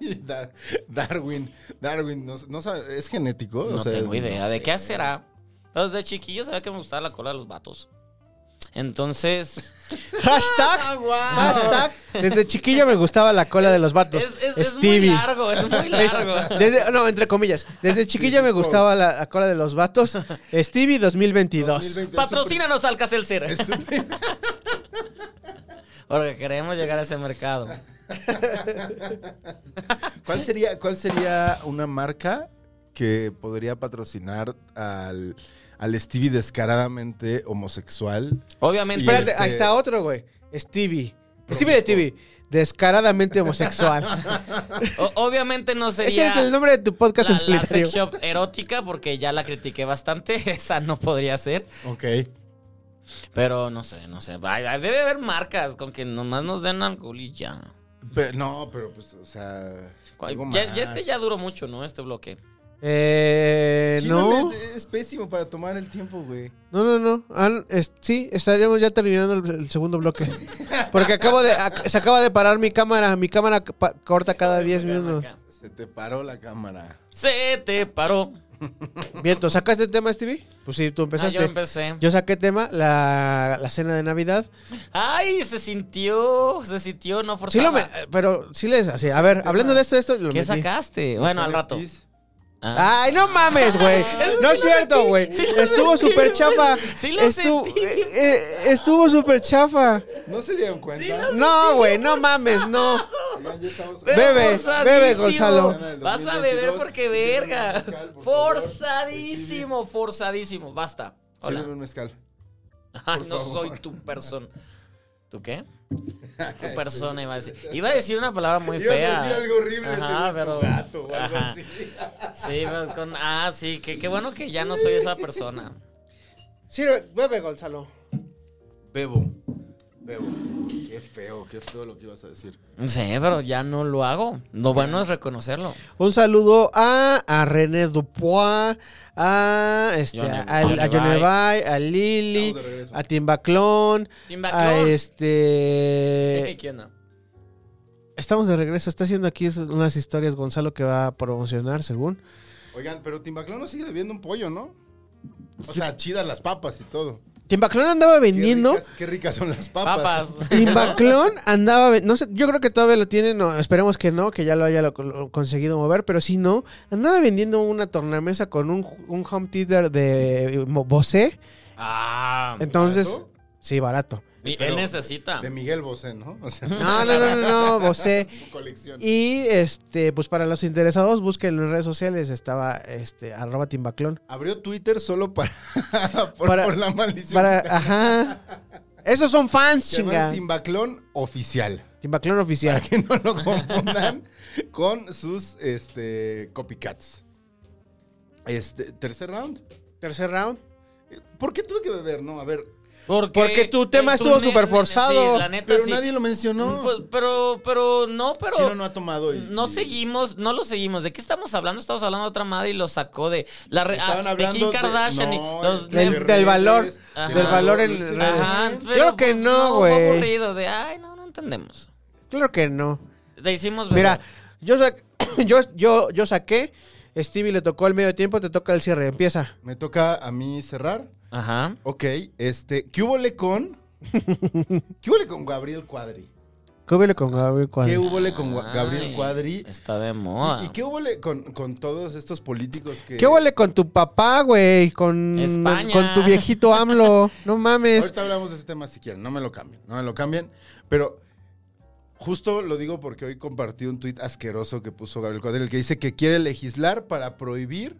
D: Ay, Dar- Darwin, Darwin, no, no sabe- es genético. o
C: No
D: sea,
C: tengo idea de qué será. Pero Desde chiquillo sabía que me gustaba la cola de los vatos. Entonces, Ah,
A: Hashtag, hashtag, desde chiquillo me gustaba la cola de los vatos.
C: es, es- es muy
A: Stevie.
C: largo, es muy largo.
A: Desde- no, entre comillas. Desde chiquillo me gustaba la, la cola de los vatos. Stevie 2022.
D: 2020 es
C: Patrocínanos al Caselcer,
D: su prim- es
C: porque queremos llegar a ese mercado.
D: su- ¿Cuál sería, cuál sería una marca que podría patrocinar al, al Stevie descaradamente homosexual?
C: Obviamente,
D: Y
A: Espérate,
D: este-
A: ahí está otro, güey. Stevie. Stevie de TV. Descaradamente homosexual.
C: o- obviamente no sería...
A: Ese es el nombre de tu podcast en
C: la, la
A: solitario.
C: sex shop erótica porque ya la critiqué bastante. Esa no podría ser.
D: Ok.
C: Pero no sé, no sé. Ay, ay, Debe haber marcas con que nomás nos den alcohol y ya.
D: Pero- no, pero pues, o sea.
C: Ay,
D: algo
C: Ya, ya
D: más.
C: este ya duró mucho, ¿no? Este bloque.
A: Eh,
D: Sí,
A: no.
D: vale, Es, es pésimo para tomar el tiempo, güey.
A: No, no, no. Ah, es- sí, estaríamos ya terminando el, el segundo bloque. Porque acabo de, ac- se acaba de parar mi cámara. Mi cámara pa- corta cada 10 minutos.
D: Se te paró la cámara.
C: Se te paró.
A: Bien, ¿tú sacaste tema, Stevie? Pues sí, tú
C: Ah,
A: empezaste.
C: yo empecé.
A: Yo saqué tema, la, la cena de Navidad.
C: Ay, se sintió, se sintió, no
A: Sí
C: forzaba.
A: lo me- pero sí les así. A ver, hablando de esto, de esto lo
C: ¿Qué
A: metí.
C: sacaste? Bueno, al rato.
D: NFTs.
C: Ah.
A: Ay, no mames, güey.
C: Eso
A: No
C: sí
A: es
C: lo
A: cierto,
C: sentí,
A: güey.
C: sí lo
A: estuvo
C: sentí,
A: súper chafa.
C: güey. Sí lo
A: Estu-
C: sentí.
A: eh, eh, estuvo súper chafa.
D: ¿No se dieron cuenta?
A: No, güey, no mames, no.
D: Oigan, ya estamos-
C: Pero
A: Bebe, bebe,
C: forzadísimo.
A: Gonzalo.
C: Vas a beber porque
D: Sírveme un
C: verga.
D: mezcal, por favor.
C: Forzadísimo, forzadísimo. Basta. Hola.
D: Sírveme un mezcal.
C: Ay, no
D: favor.
C: soy tu persona. ¿Tú qué? Tu persona iba a decir. Iba a decir una palabra muy
D: Ibas a
C: fea.
D: decir algo horrible,
C: Ajá,
D: según
C: pero-
D: tu gato o algo
C: Ajá.
D: así.
C: Sí, pero con- ah, sí, que- qué bueno que ya no soy esa persona.
A: Sí, bebe, Gonzalo.
D: Bebo. Bebo. Qué feo, qué feo lo que ibas a decir.
C: Sí, pero ya no lo hago. Lo bueno es reconocerlo.
A: Un saludo a, a René Dupois, a, este,
C: Yone-
A: a, al- a
C: Yonevay.
A: Yonevay, a Lili,
D: Estamos de regreso.
A: a Timbaclón,
C: Ah,
A: a
C: Timbaclón.
A: este...
C: ¿Qué onda?
A: Estamos de regreso, está haciendo aquí unas historias Gonzalo que va a promocionar, según.
D: Oigan, pero Timbaclón nos sigue debiendo un pollo, ¿no? O sea, chidas las papas y todo.
A: Timbaclón andaba
D: Qué
A: vendiendo...
D: ricas- Qué ricas son las papas.
C: Papas.
A: Timbaclón andaba, ve- no sé, yo creo que todavía lo tiene, no, esperemos que no, que ya lo haya lo- lo- conseguido mover, pero si no, andaba vendiendo una tornamesa con un, un home theater de eh, mo- Bosé,
C: Ah.
A: entonces,
D: ¿Barato?
A: sí, barato.
C: Y él
D: Em, Pero- em,
C: necesita.
D: De Miguel Bosé, ¿no? O sea,
A: No, no, no, no, no, Bosé.
D: su colección.
A: Y este, pues para los interesados, búsquenlo en redes sociales, estaba este, arroba Timbaclón.
D: Abrió Twitter solo para, por,
A: Para-
D: por la maldición.
A: Para, ajá. Esos son fans,
D: Se llama
A: chinga.
D: Timbaclón oficial.
A: Timbaclón
D: Para
A: oficial.
D: que no lo confundan con sus este, copycats. Este, tercer round.
A: Tercer round.
D: ¿Por qué tuve que beber? No, a ver.
A: Porque tu tema
C: en
A: estuvo
C: net-
A: superforzado.
C: sí, la neta,
D: Pero
C: sí.
D: nadie lo mencionó.
C: Pues, pero, pero, no, pero.
D: Chino no ha tomado. y-
C: No
D: y-
C: seguimos, no lo seguimos. ¿De qué estamos hablando? Estamos hablando de otra madre y lo sacó de la re- ah,
D: Estaban
C: de
D: hablando
C: Kim Kardashian y
D: no,
C: los
D: de
A: Del-
C: de-
D: redes,
A: del valor,
C: del
D: valor
A: valor en
D: del-
A: redes.
C: Ajá,
D: Ajá.
C: pero
A: Creo que
C: pues,
A: no,
C: fue
A: güey.
C: aburrido, de ay, no, no entendemos.
A: Claro que no.
C: Te hicimos ver.
A: Mira, yo, sa- yo, yo, yo saqué, Stevie le tocó el medio tiempo, te toca el cierre, empieza.
D: Me toca a mí cerrar.
C: Ajá.
D: Ok, este. ¿Qué hubo con? ¿Qué hubo con Gabriel Cuadri?
A: ¿Qué huele con Gabriel
D: ¿Qué
A: Cuadri?
D: hubo con Gua- Gabriel
C: Ah, Ay,
D: Cuadri?
C: Está de moda.
D: ¿Y, y qué hubo con, con todos estos políticos que.
A: ¿Qué huele con tu papá, güey? Con,
C: España.
A: con tu viejito AMLO. No mames.
D: Ahorita hablamos de ese tema si quieren, no me lo cambien, no me lo cambien. Pero justo lo digo porque hoy compartí un tuit asqueroso que puso Gabriel Cuadril, el que dice que quiere legislar para prohibir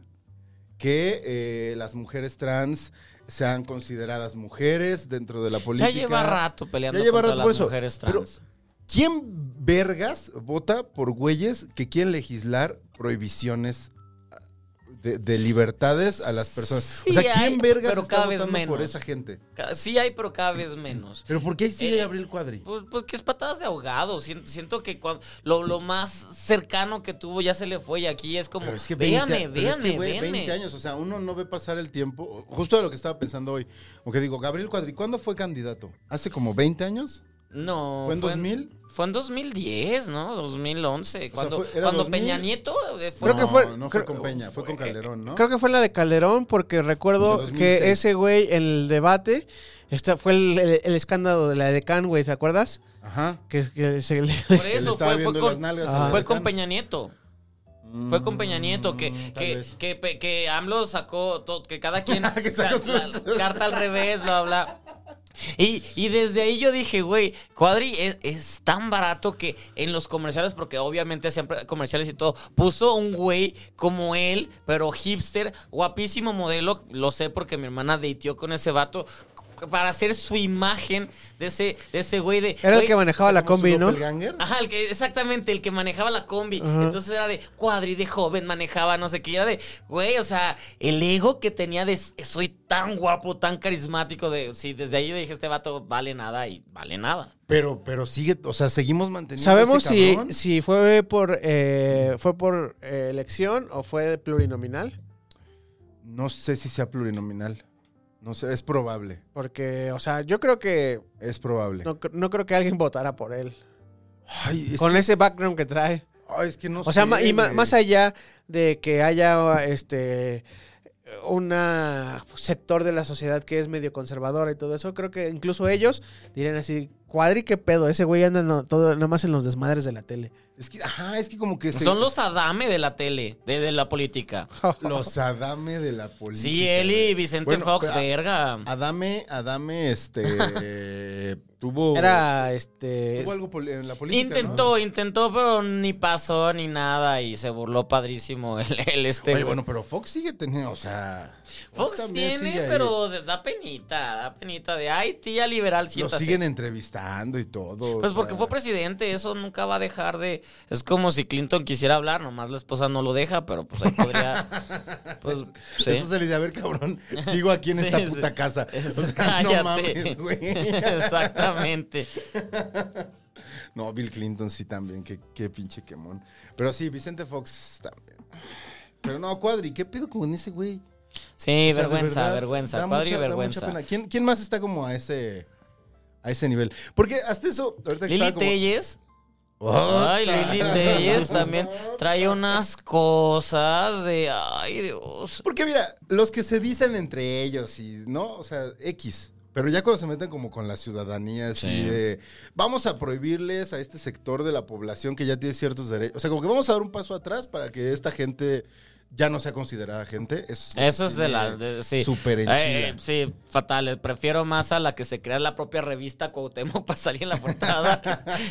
D: que eh, las mujeres trans sean consideradas mujeres dentro de la política.
C: ya lleva rato peleando
D: Ya lleva
C: contra
D: rato
C: las
D: por eso,
C: mujeres
D: pero-
C: trans.
D: ¿Quién vergas vota por güeyes que quieren legislar prohibiciones ah, de, de libertades a las personas? o
C: Sí
D: sea, ¿quién
C: hay,
D: vergas
C: pero
D: está
C: cada vez
D: votando por
C: menos.
D: esa gente?
C: Ca- Sí hay, pero cada vez menos.
D: ¿Pero por qué ahí sigue
C: Eh,
D: Gabriel Cuadri?
C: Pues porque es patadas de ahogado. Siento, siento que cuan- lo, lo más cercano que tuvo ya se le fue y aquí es como,
D: Pero es que 20,
C: véame,
D: pero es que,
C: véame,
D: güey,
C: véame.
D: 20 años, o sea, uno no ve pasar el tiempo. Justo de lo que estaba pensando hoy. Aunque digo, Gabriel Cuadri, ¿cuándo fue candidato? ¿Hace como 20 años?
C: No.
D: ¿Fue en 2000?
C: Fue en 2010, ¿no? 2011. Cuando,
D: fue- era
C: cuando
D: 2000.
C: Peña Nieto eh, fue... eh,
A: Creo
D: no,
A: que fue-
D: No
A: creo-
D: fue con Peña, fue con Calderón, ¿no? Pues
A: Creo que fue la de Calderón, porque
D: O
A: recuerdo
D: sea, 2006.
A: que ese güey en el debate esta, fue el, el- el escándalo de la de Can, güey, ¿te acuerdas?
D: Ajá.
A: Que, que se le-
C: Por
D: Que le
C: eso
D: estaba
C: fue, fue
D: viendo las
C: con,
D: nalgas
A: Ah.
D: a
C: fue
D: Zidane.
C: con Peña Nieto. Fue con Peña Nieto que,
D: Mm, tal
C: que,
D: vez.
C: que, pe- que AMLO sacó todo, que cada quien
D: Que sacó
C: sa-
D: sus-
C: la carta al revés, bla, bla. Y, y desde ahí yo dije, güey, Cuadri es, es tan barato que en los comerciales, porque obviamente siempre comerciales y todo, puso un güey como él, pero hipster, guapísimo modelo, lo sé porque mi hermana dateó con ese vato, para hacer su imagen de ese, de ese güey de...
A: Era el
C: güey,
A: que manejaba la
D: Como su
A: combi, ¿no?
D: doppelganger.
C: Ajá, el que, exactamente, el que manejaba la combi.
A: Ajá.
C: Entonces era de cuadri de joven, manejaba no sé qué. y Era de, güey, o sea, el ego que tenía de s- soy tan guapo, tan carismático. de Sí, desde ahí dije, este vato vale nada y vale nada.
D: Pero, pero sigue, o sea, seguimos manteniendo.
A: ¿Sabemos
D: ese
A: si,
D: cabrón?
A: si fue por, eh, fue por eh, elección o fue plurinominal?
D: No sé si sea plurinominal. No sé, es probable.
A: Porque, o sea, yo creo que
D: Es probable.
A: no, cr- no creo que alguien votara por él.
D: Ay, es
A: con ese background que trae.
D: Ay, es que no
A: O sea,
D: sé,
A: ma- y ma-
D: güey.
A: más allá de que haya este un sector de la sociedad que es medio conservadora y todo eso, creo que incluso ellos dirían así, cuadri qué pedo, ese güey anda no- todo nada más en los desmadres de la tele.
D: Es que, ajá, es que como que se-
C: Son los Adame de la tele, de, de la política.
D: los Adame de la política.
C: Sí, él y Vicente
D: Bueno,
C: Fox,
D: pero a-
C: verga.
D: Adame, Adame, este. tuvo.
A: Era este
D: Tuvo algo pol- en la política.
C: Intentó, intentó, pero ni pasó ni nada y se burló padrísimo el, el
D: ¿no?
C: este.
D: Oye,
C: güey.
D: bueno, pero Fox sigue teniendo, o sea.
C: Fox
D: también
C: tiene,
D: sigue ahí.
C: pero de- da penita, da penita de, ay, tía liberal,
D: Lo
C: siéntase.
D: siguen entrevistando y todo.
C: Pues
D: o
C: porque
D: sea.
C: fue presidente, eso nunca va a dejar de... Es como si Clinton quisiera hablar, nomás la esposa no lo deja, pero pues ahí podría... Pues, sí.
D: Después se le dice, a ver, cabrón, sigo aquí en
C: Sí,
D: esta
C: sí.
D: puta casa.
C: Es-
D: O sea,
C: cállate.
D: no mames, güey.
C: Exactamente.
D: No, Bill Clinton sí también, qué, qué pinche quemón. Pero sí, Vicente Fox también. Pero no, Cuadri, ¿qué pedo con ese güey?
C: Sí,
D: O sea, de
C: vergüenza,
D: verdad,
C: vergüenza,
D: da
C: cuadro y
D: mucha- da mucha
C: vergüenza.
D: pena. ¿Quién, quién más está como a ese, a ese nivel? Porque hasta eso, ahorita que
C: Lili
D: estaba como-
C: Telles.
D: ¡Ota!
C: Ay, Lili Telles también trae unas cosas de... Ay, Dios.
D: Porque mira, los que se dicen entre ellos y, ¿no? O sea, X. Pero ya cuando se meten como con la ciudadanía, así
C: Sí.
D: de, vamos a prohibirles a este sector de la población que ya tiene ciertos derechos. O sea, como que vamos a dar un paso atrás para que esta gente ya no sea considerada gente. Eso es, lo
C: Eso
D: que
C: es de
D: sí
C: la...
D: me
C: de- sí.
D: Súper enchila.
C: Eh, eh, sí, fatal. Prefiero más a la que se crea la propia revista Cuauhtémoc para salir en la portada.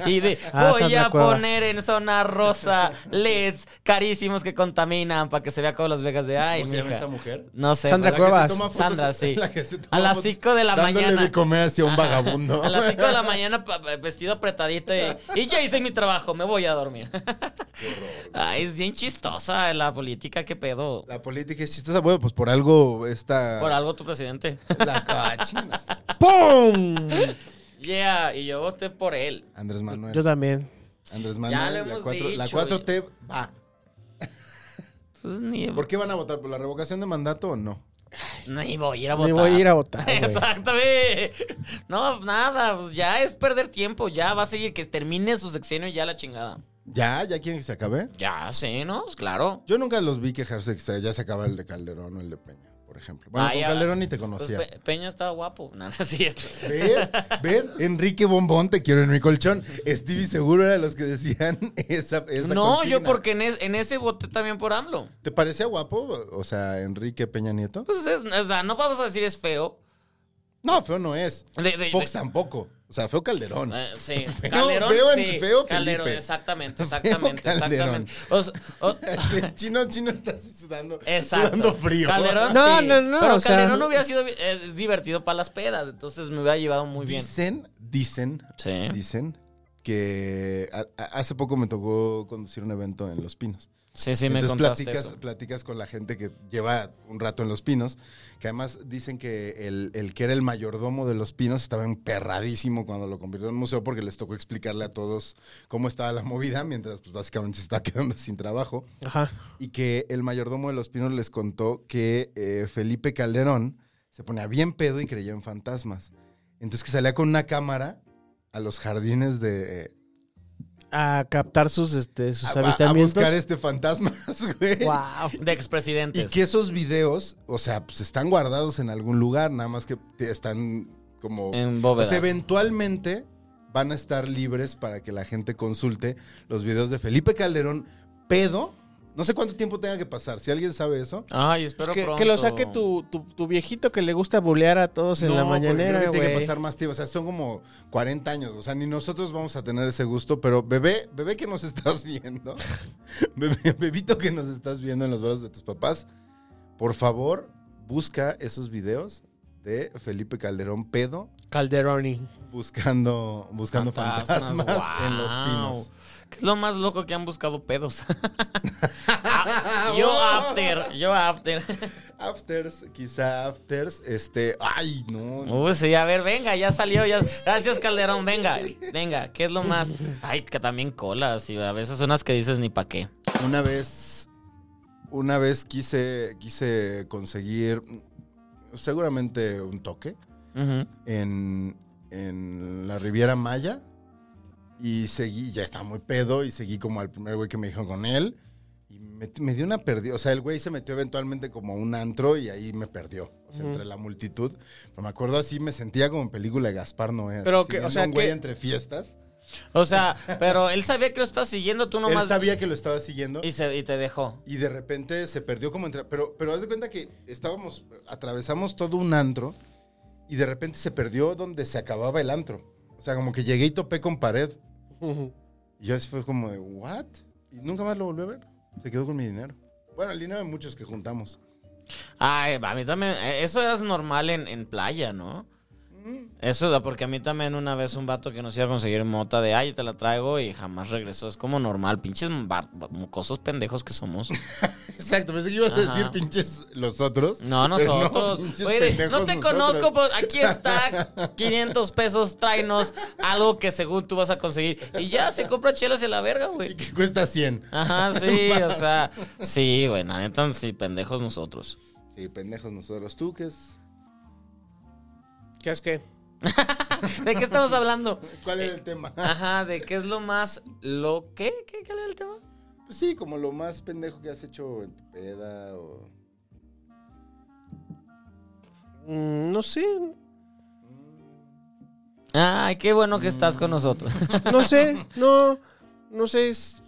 C: y de,
A: Ah,
C: voy
A: Sandra
C: a
A: Cuevas.
C: poner en zona rosa LEDs carísimos que contaminan para que se vea como Las Vegas de... Ay,
D: ¿Cómo se llama
C: mija.
D: esta mujer?
C: No sé.
A: Sandra
D: La
C: pues,
D: que se
A: Cuevas.
D: toma fotos-
C: Sandra, sí.
D: la que se toma
C: A las
D: fotos
C: 5 de la
D: dándole
C: mañana.
D: de comer hacia un vagabundo.
C: A las 5 de la mañana pa- pa- vestido apretadito y, y ya hice mi trabajo, me voy a dormir. Ay, es bien chistosa la política, qué pedo.
D: La política es chistosa. Bueno, pues por algo está...
C: Por algo tu presidente.
D: La cochina.
A: ¡Pum!
C: Yeah, y yo voté por él.
D: Andrés Manuel.
A: Yo también.
D: Andrés Manuel,
C: lo
D: la,
C: hemos
D: 4, la
C: dicho,
D: 4T va.
C: Pues ni,
D: ¿Por qué van a votar? ¿Por la revocación de mandato o no?
C: ni voy a ir a
A: Me
C: votar.
A: voy a ir a votar. güey.
C: Exactamente. No, nada, pues ya es perder tiempo, ya va a seguir que termine su sexenio y ya la chingada.
D: ¿Ya? ¿Ya quieren que se acabe?
C: Ya, sí, ¿no? Pues Claro.
D: Yo nunca los vi quejarse que se- ya se acaba el de Calderón o el de Peña, por ejemplo. Bueno,
C: Ah,
D: con
C: ya.
D: Calderón ni te
C: Pues
D: conocía.
C: Pe- Peña estaba guapo. No, no es cierto.
D: ¿Ves? ¿Ves? Enrique Bombón, te quiero en mi colchón. Stevie Seguro era de los que decían esa, esa
C: no,
D: consigna.
C: yo porque en, es- en ese voté también por AMLO.
D: ¿Te parecía guapo? O sea, Enrique Peña Nieto.
C: Pues es- o sea, no vamos a decir es feo.
D: No, feo no es.
C: De- de-
D: Fox
C: de-
D: tampoco. O sea, feo Calderón.
C: Eh, sí,
D: Feo-
C: Calderón,
D: feo en-
C: sí,
D: feo Felipe.
C: Calderón, exactamente, exactamente,
D: Feo Calderón.
C: exactamente. O s- o-
D: El chino, chino está sudando,
C: Exacto.
D: sudando frío.
C: Calderón,
A: No,
C: sí.
A: no, no,
C: Pero
A: o sea-
C: Calderón hubiera sido eh, es divertido para las pedas, entonces me hubiera llevado muy bien.
D: Dicen, dicen,
C: Sí.
D: dicen que a- a- hace poco me tocó conducir un evento en Los Pinos.
C: Sí, sí, me
D: Entonces
C: contaste
D: platicas,
C: eso.
D: platicas con la gente que lleva un rato en Los Pinos, que además dicen que el, el que era el mayordomo de Los Pinos estaba emperradísimo cuando lo convirtió en museo porque les tocó explicarle a todos cómo estaba la movida, mientras pues básicamente se está quedando sin trabajo.
A: Ajá.
D: y que el mayordomo de Los Pinos les contó que eh, Felipe Calderón se ponía bien pedo y creía en fantasmas. Entonces que salía con una cámara a los jardines de... eh,
A: A captar sus este
D: a-
A: sus
D: a, a
A: avistamientos.
D: buscar este fantasmas, güey.
A: Wow.
C: De
D: Y
C: expresidentes.
D: que esos videos, o sea, pues están guardados en algún lugar, nada más que te- están como...
C: En
D: Pues
C: bóvedas.
D: eventualmente van a estar libres para que la gente consulte los videos de Felipe Calderón, pedo. No sé cuánto tiempo tenga que pasar. Si alguien sabe eso,
C: Ay, espero
A: Pues Que,
C: pronto.
A: que lo saque tu, tu, tu viejito que le gusta bulear a todos Pues en la
D: porque
A: mañanera,
D: creo que tiene que
A: güey.
D: pasar más tiempo. O sea, son como 40 años. O sea, ni nosotros vamos a tener ese gusto. Pero bebé, bebé que nos estás viendo, bebé- bebito que nos estás viendo en los brazos de tus papás, por favor, busca esos videos de Felipe Calderón pedo
A: Calderoni.
D: buscando, buscando fantasmas, en los
C: guau.
D: pinos.
C: ¿Qué es lo más loco que han buscado pedos? Ah, yo after, yo after.
D: Afters, quizá afters, este, ay, no.
C: Uy, sí, a ver, venga, ya salió, ya. Gracias, Calderón, venga, venga, ¿qué es lo más? Ay, que también colas, y a veces unas que dices ni pa' qué.
D: Una vez, una vez quise, quise conseguir mm, seguramente un toque
C: Ujú.
D: en, en la Riviera Maya Y seguí, ya estaba muy pedo, y seguí como al primer güey que me dijo con él. Y me, me dio una perdida. O sea, el güey se metió eventualmente como a un antro y ahí me perdió. O sea, entre la multitud. Pero me acuerdo así, me sentía como en película de Gaspar Noé. así,
A: Pero que- o
D: siguiendo
A: sea,
D: un güey
A: que-
D: entre fiestas.
C: O sea, pero él sabía que lo estás siguiendo, tú nomás.
D: Él sabía que lo estaba siguiendo.
C: y, se- y te dejó.
D: Y de repente se perdió como entre... Pero, pero haz de cuenta que estábamos, atravesamos todo un antro y de repente se perdió donde se acababa el antro. O sea, como que llegué y topé con pared. Y yo así fue como de, ¿what? Y nunca más lo volví a ver. Se quedó con mi dinero. Bueno, el dinero de muchos que juntamos.
C: Ay, a mí también. eh, Eso era normal en, en playa, ¿no?
D: Mm.
C: Eso, da- porque a mí también una vez un vato que nos iba a conseguir mota de ay, te la traigo y jamás regresó. Es como normal, pinches bar- ba- mocosos pendejos que somos.
D: Exacto, pensé que ibas
C: Ajá.
D: a decir pinches los otros.
C: No,
D: pero
C: nosotros.
D: pinches
C: Oye, no
D: pendejos
C: te
D: nosotros.
C: conozco, pero aquí está. 500 pesos, tráenos algo que según tú vas a conseguir. Y ya se compra chelas en la verga,
D: Y
C: güey.
D: que cuesta 100.
C: Ajá, sí, o sea. Sí, güey, la neta, sí, pendejos nosotros.
D: Sí, pendejos nosotros. ¿Tú qué es?
A: ¿Qué es qué?
C: ¿De qué estamos hablando?
D: ¿Cuál era el tema?
C: Eh, Ajá, de qué es lo más lo qué? ¿Qué, qué era el tema?
D: Pues sí, como lo más pendejo que has hecho en tu peda o...
A: Mm, no sé.
C: Ay, qué bueno que estás con nosotros.
A: No sé. No. No sé. Es,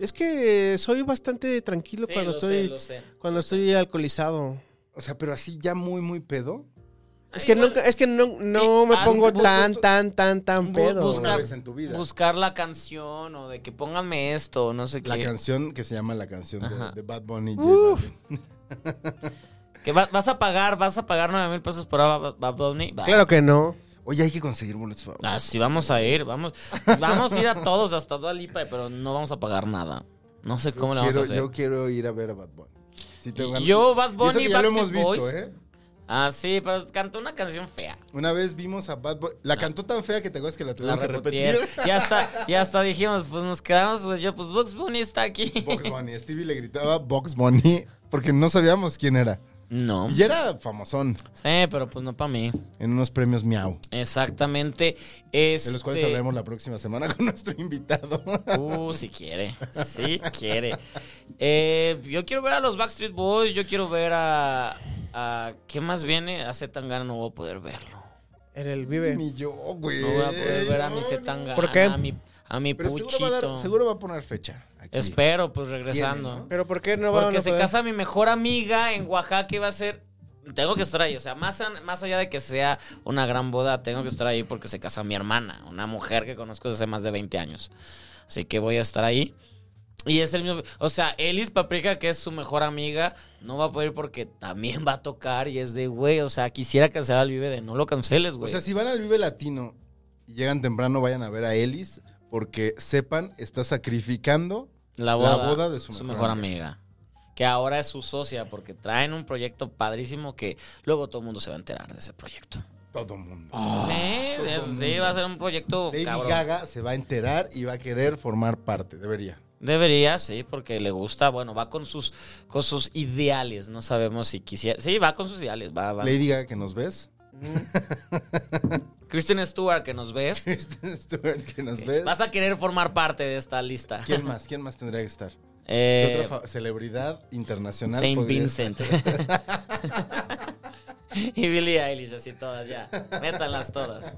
A: es que soy bastante tranquilo cuando estoy.
C: sé.
A: Cuando estoy alcoholizado.
D: O sea, pero así ya muy, muy pedo.
A: Es que
C: Ah, igual.
A: nunca, es que no, no
C: Y-
A: me
C: ah,
A: pongo
C: bu-
A: tan,
D: bu-
A: tan, tan, tan
C: bu-
A: pedo.
C: busca-
D: Una
C: Claro.
D: vez en tu vida.
C: Buscar la canción o de que póngame esto, no sé
D: La
C: qué.
D: canción que se llama la canción
C: Ajá.
D: de, de Bad Bunny. J
A: Uf.
D: Balvin.
C: Que va- vas a pagar, vas a pagar 9 mil pesos por hora, Bad Bunny. Va.
A: Claro que no.
D: Oye, hay que conseguir boletos. por favor.
C: Así vamos a ir, vamos. Vamos a ir a todos, hasta Dua Lipa, pero no vamos a pagar nada. No sé cómo le vamos a
D: Quiero-
C: hacer.
D: Yo quiero ir a ver a Bad Bunny. Si
C: Y-
D: ganas-
C: yo, Bad
D: Y eso
C: Bunny,
D: que ya lo
C: Backstreet
D: hemos visto,
C: Boys.
D: ¿eh?
C: Ah, sí, pero cantó una canción fea.
D: Una vez vimos a Bad Bunny. La cantó tan fea que te acuerdas que la
C: Ah. La
D: tuvieron que repetir.
C: repetieron. Ya hasta, ya hasta dijimos, pues nos quedamos, pues yo, pues Bugs Bunny está aquí.
D: Box Bunny. Stevie le gritaba Box Bunny porque no sabíamos quién era.
C: No.
D: Y ya era famosón
C: Sí, pero pues no para mí.
D: en unos premios Miau.
C: Exactamente. este,
D: De los cuales hablaremos la próxima semana con nuestro invitado.
C: Uh, si quiere, si quiere. Eh, yo quiero ver a los Backstreet Boys, yo quiero ver a... a ¿Qué más viene? A Zetangana no voy a poder verlo.
A: En el vive.
D: Ni yo, güey.
C: No voy a poder ver a mi
D: No,
C: Zetangana,
A: ¿Por qué?
C: a mi, a mi
D: Eh, Pero
C: Puchito.
D: seguro va, a dar- seguro va a poner fecha. aquí.
C: Espero, pues
D: Viene,
C: regresando.
D: ¿no?
A: Pero ¿por qué no van
C: Porque
A: a
C: se
A: poder?
C: casa mi mejor amiga en Oaxaca y va a ser... Tengo que estar ahí, o sea, más, an- más allá de que sea una gran boda, tengo que estar ahí porque se casa mi hermana, una mujer que conozco desde hace más de 20 años. Así que voy a estar ahí. Y es el mismo. O sea, Elis Paprika, que es su mejor amiga, no va a poder ir porque también va a tocar y es de, güey, o sea, quisiera cancelar al Vive de no lo canceles,
D: O
C: güey.
D: sea, si van al Vive Latino y llegan temprano, vayan a ver a Ellis, porque sepan, está sacrificando.
C: la, boda,
D: boda de su mejor
C: amiga. Que ahora es su socia porque traen un proyecto padrísimo que luego todo el mundo se va a enterar de ese proyecto.
D: Todo mundo.
C: sí,
D: todo
C: sí,
D: mundo.
C: va a ser un proyecto
D: Lady
C: Oh, cabrón.
D: Gaga se va a enterar y va a querer formar parte, debería.
C: Debería, sí, porque le gusta, bueno, va con sus, con sus ideales, no sabemos si quisiera. Sí, va con sus ideales, va, va.
D: Lady Gaga, que nos ves.
C: Kristen Stewart, que nos ves.
D: Kristen Stewart, que nos ves.
C: Vas a querer formar parte de esta lista.
D: ¿Quién más? ¿Quién más tendría que estar? ¿Qué
C: Eh,
D: otra fa- celebridad internacional?
C: Saint
D: podría
C: Vincent. y Billie Eilish, así todas ya. Métanlas todas.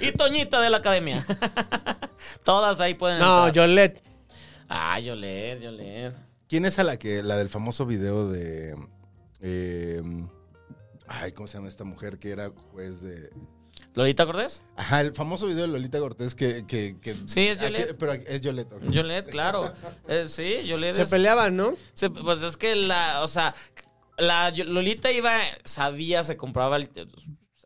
C: Y Toñita de la academia. todas ahí pueden
A: No,
C: entrar.
A: Yolette.
C: Ah, Yoled, Yoled.
D: estar? ¿Quién es a la que la del famoso video de eh, ay, ¿cómo se llama esta mujer que era juez de
C: ¿Lolita Cortés?
D: Ajá, el famoso video de Lolita Cortés que. que, que
C: Sí, es
D: Ah, que-
C: Yolette.
D: Pero es Yolette. ok.
C: Yoled, claro. Eh, sí, Yoled
A: Se
C: es...
A: peleaban, ¿no?
C: Se- pues es que la, o sea, la Yo- Lolita iba, sabía, se compraba el... el-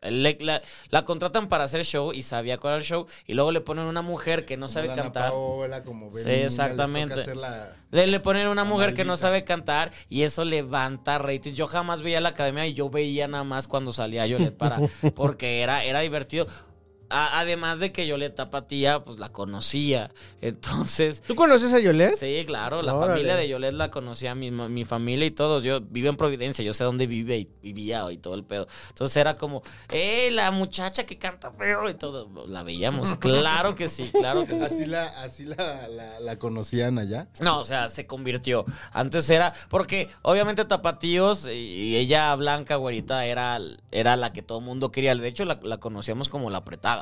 C: la, la contratan para hacer show y sabía cuál era el show y luego le ponen una mujer que no
D: Como
C: sabe
D: Dana
C: cantar.
D: Paola, como
C: Sí,
D: Belinda, les toca
C: exactamente.
D: hacer la-
C: Le, le ponen una
D: La
C: mujer que no
D: maldita.
C: sabe cantar y eso levanta ratings. Yo jamás veía la academia y yo veía nada más cuando salía Yolette para. Porque era, era divertido. a- además de que Yolette Tapatía, pues la conocía. Entonces,
A: ¿Tú conoces a Yolette?
C: sí, claro, la
A: Órale.
C: familia de Yolette la conocía, mi, ma- mi familia y todos. Yo vivo en Providencia, yo sé dónde vive y vivía y todo el pedo. Entonces era como, ¡eh, la muchacha que canta feo! Y todo. La veíamos, claro que sí, claro que sí.
D: Así la, así la, la- la conocían allá.
C: No, o sea, se convirtió. Antes era, porque obviamente Tapatíos y- y ella blanca, güerita, era, era la que todo el mundo quería. De hecho, la, la conocíamos como la apretada.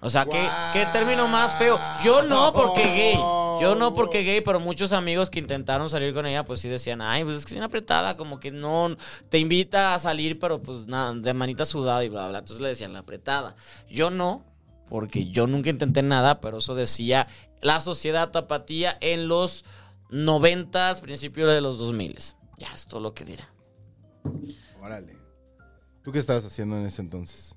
C: O sea, ¿qué, qué término más feo? Yo no porque gay. Yo no porque gay, pero muchos amigos que intentaron salir con ella, pues sí decían, ay, pues es que es una apretada, como que no, te invita a salir, pero pues nada, de manita sudada y bla, bla. Entonces le decían la apretada. Yo no, porque yo nunca intenté nada, pero eso decía la sociedad tapatía en los noventas, principios de los 2000. Ya, es todo lo que dirá.
D: Órale. ¿Tú qué estabas haciendo en ese entonces?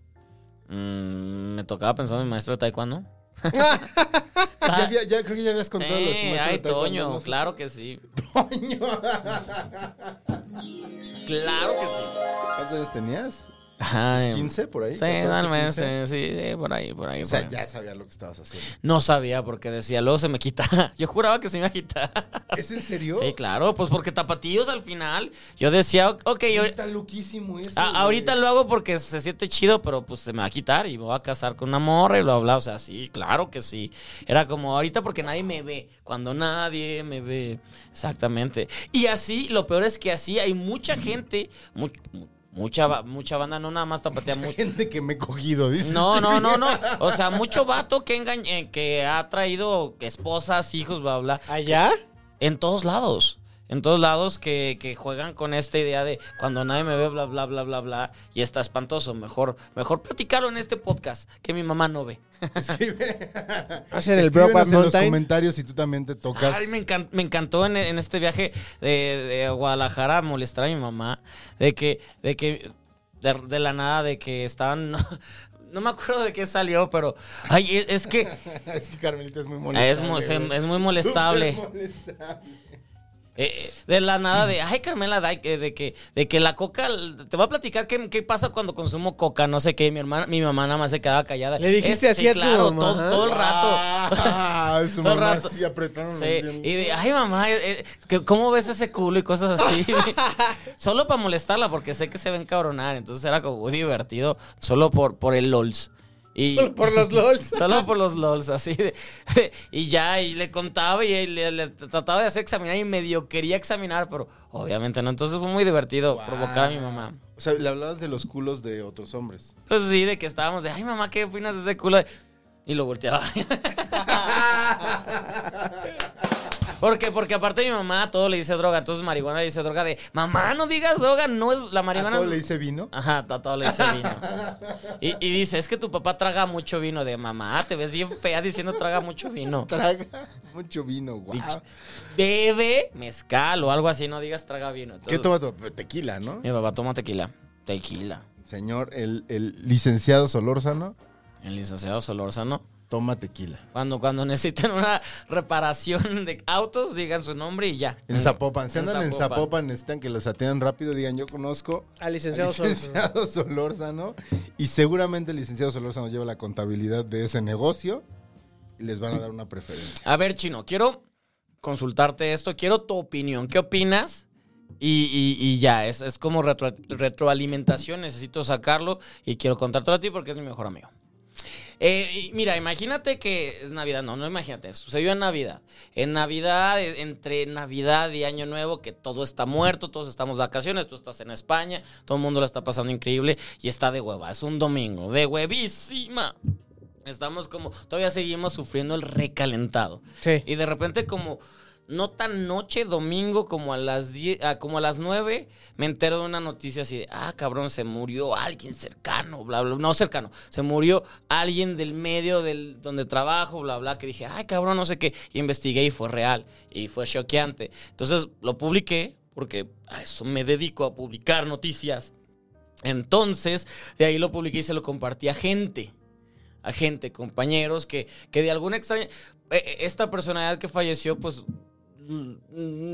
C: Mm, me tocaba pensar en mi maestro de taekwondo.
D: Ah, Ya, había- ya creo que ya habías contado los
C: Eh, ay, Toño, claro que sí.
D: Toño.
C: Claro que sí.
D: ¿Cuántos años tenías?
C: Ay,
D: ¿15 por ahí?
C: Sí,
D: 14,
C: tal vez,
D: 15.
C: sí, sí, por ahí, por ahí.
D: O
C: por
D: sea,
C: ahí.
D: ya sabía lo que estabas haciendo.
C: No sabía porque decía, luego se me quita. Yo juraba que se me iba a quitar.
D: ¿Es en serio?
C: Sí, claro, pues porque tapatíos al final. Yo decía, ok, yo,
D: Está loquísimo eso.
C: A-
D: güey.
C: Ah, ahorita lo hago porque se siente chido, pero pues se me va a quitar y me voy a casar con una morra y lo habla. O sea, sí, claro que sí. Era como ahorita porque nadie me ve. Cuando nadie me ve. Exactamente. Y así, lo peor es que así hay mucha gente, mu- mu- mucha, ba- mucha banda, no nada más tapatea
D: Mucha
C: mucho.
D: gente que me he cogido, dices.
C: No,
D: tú.
C: no, no, no. O sea, mucho vato que, engañ- eh, que ha traído esposas, hijos, bla, bla.
A: ¿Allá?
C: En todos lados. En todos lados que, que juegan con esta idea de cuando nadie me ve, bla, bla, bla, bla, bla. Y está espantoso. Mejor, mejor platicarlo en este podcast que mi mamá no ve.
D: Escribe.
A: Hacen el
D: Escríbenos
A: Brokeback
D: en los
A: Mountain.
D: comentarios si tú también te tocas.
C: Ay, me, encan- me encantó en, en este viaje de, de Guadalajara molestar a mi mamá. De que, de que, de, de la nada, de que estaban. No me acuerdo de qué salió, pero. Ay, es- es que
D: es que Carmelita es muy molestable.
C: Es mo- se-
D: güey.
C: es muy molestable.
D: Súper molestable.
C: Eh, eh, de la nada de, ay Carmela, de, que- de que, de que la coca, te voy a platicar qué, qué pasa cuando consumo coca, no sé qué, mi hermana, mi mamá nada más se quedaba callada.
A: Le dijiste
C: Es-
A: así a tu
C: claro,
A: mamá.
C: Todo, todo el rato.
D: Ah, su
C: Todo el
D: mamá
C: rato.
D: así apretando.
C: Sí, y de, ay mamá, eh, eh, que- ¿cómo ves ese culo y cosas así? solo para molestarla, porque sé que se ven cabronar, entonces era como muy divertido, solo por, por el LOLs. Y,
D: Por los LOLs.
C: Solo por los LOLs, así. de- y ya, y le contaba y le, le trataba de hacer examinar y medio quería examinar, pero obviamente no. Entonces fue muy divertido provocar a mi mamá.
D: O sea, le hablabas de los culos de otros hombres.
C: Pues sí, de que estábamos de, ay mamá, ¿qué opinas de ese culo? Y lo volteaba. ¿Por qué? Porque aparte mi mamá a todo le dice droga, entonces marihuana le dice droga de, mamá, no digas droga, no Ah. es la
D: ¿A
C: marihuana.
D: todo le dice vino?
C: Ajá, a todo le dice vino. Y, y dice, es que tu papá traga mucho vino de mamá, te ves bien fea diciendo traga mucho vino.
D: Traga mucho vino, guau.
C: Pinche- Bebe mezcal o algo así, no digas traga vino.
D: ¿Qué
C: Entonces,
D: toma tu tequila, no?
C: Mi papá toma tequila. Tequila.
D: Señor, el, el licenciado Solórzano
C: El licenciado Solórzano.
D: toma tequila.
C: Cuando, cuando necesiten una reparación de autos, digan su nombre y ya.
D: En Zapopan,
C: Mm.
D: si
C: En
D: andan en
C: Zapopan.
D: Zapopan, necesitan que los atiendan rápido, digan yo conozco
A: Al Ah, licenciado
D: al
A: Solórzano.
D: licenciado Solórzano y seguramente el licenciado Solórzano lleva la contabilidad de ese negocio y les van a dar una preferencia.
C: A ver, Chino, quiero consultarte esto. Quiero tu opinión. ¿Qué opinas? Y, y- y ya, es, es como retro- retroalimentación. Necesito sacarlo y quiero contártelo a ti porque es mi mejor amigo. Eh, y mira, imagínate que es Navidad. No, no imagínate. Sucedió en Navidad. En Navidad, eh, entre Navidad y Año Nuevo, que todo está muerto, todos estamos de vacaciones, tú estás en España, todo el mundo la está pasando increíble y está de hueva. Es un domingo, de huevísima. Estamos como, todavía seguimos sufriendo el recalentado.
A: Sí.
C: Y de repente como no tan noche, domingo, como a las 10, ah, como a las 9, me entero de una noticia así de, ah, cabrón, se murió alguien cercano, bla, bla, no cercano, se murió alguien del medio del donde trabajo, bla, bla, que dije, ay, cabrón, no sé qué, y investigué y fue real, y fue choqueante. Entonces lo publiqué, porque a eso me dedico, a publicar noticias. Entonces, de ahí lo publiqué y se lo compartí a gente. A gente, compañeros, que, que de alguna extraña. eh, eh, Esta personalidad que falleció, pues mm,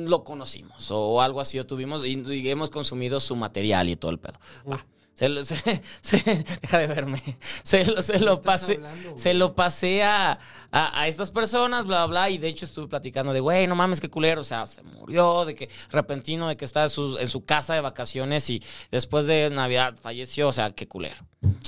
C: mm, lo conocimos o algo así, o tuvimos y, y hemos consumido su material y todo el pedo. Va. Se lo, se, se- deja de verme. Se lo, se lo pasé. se lo pasé a, a- a estas personas, bla, bla, bla, y de hecho estuve platicando de, güey, no mames, qué culero, o sea, se murió, de que repentino, de que está en su, en su casa de vacaciones y después de Navidad falleció, o sea, qué culero.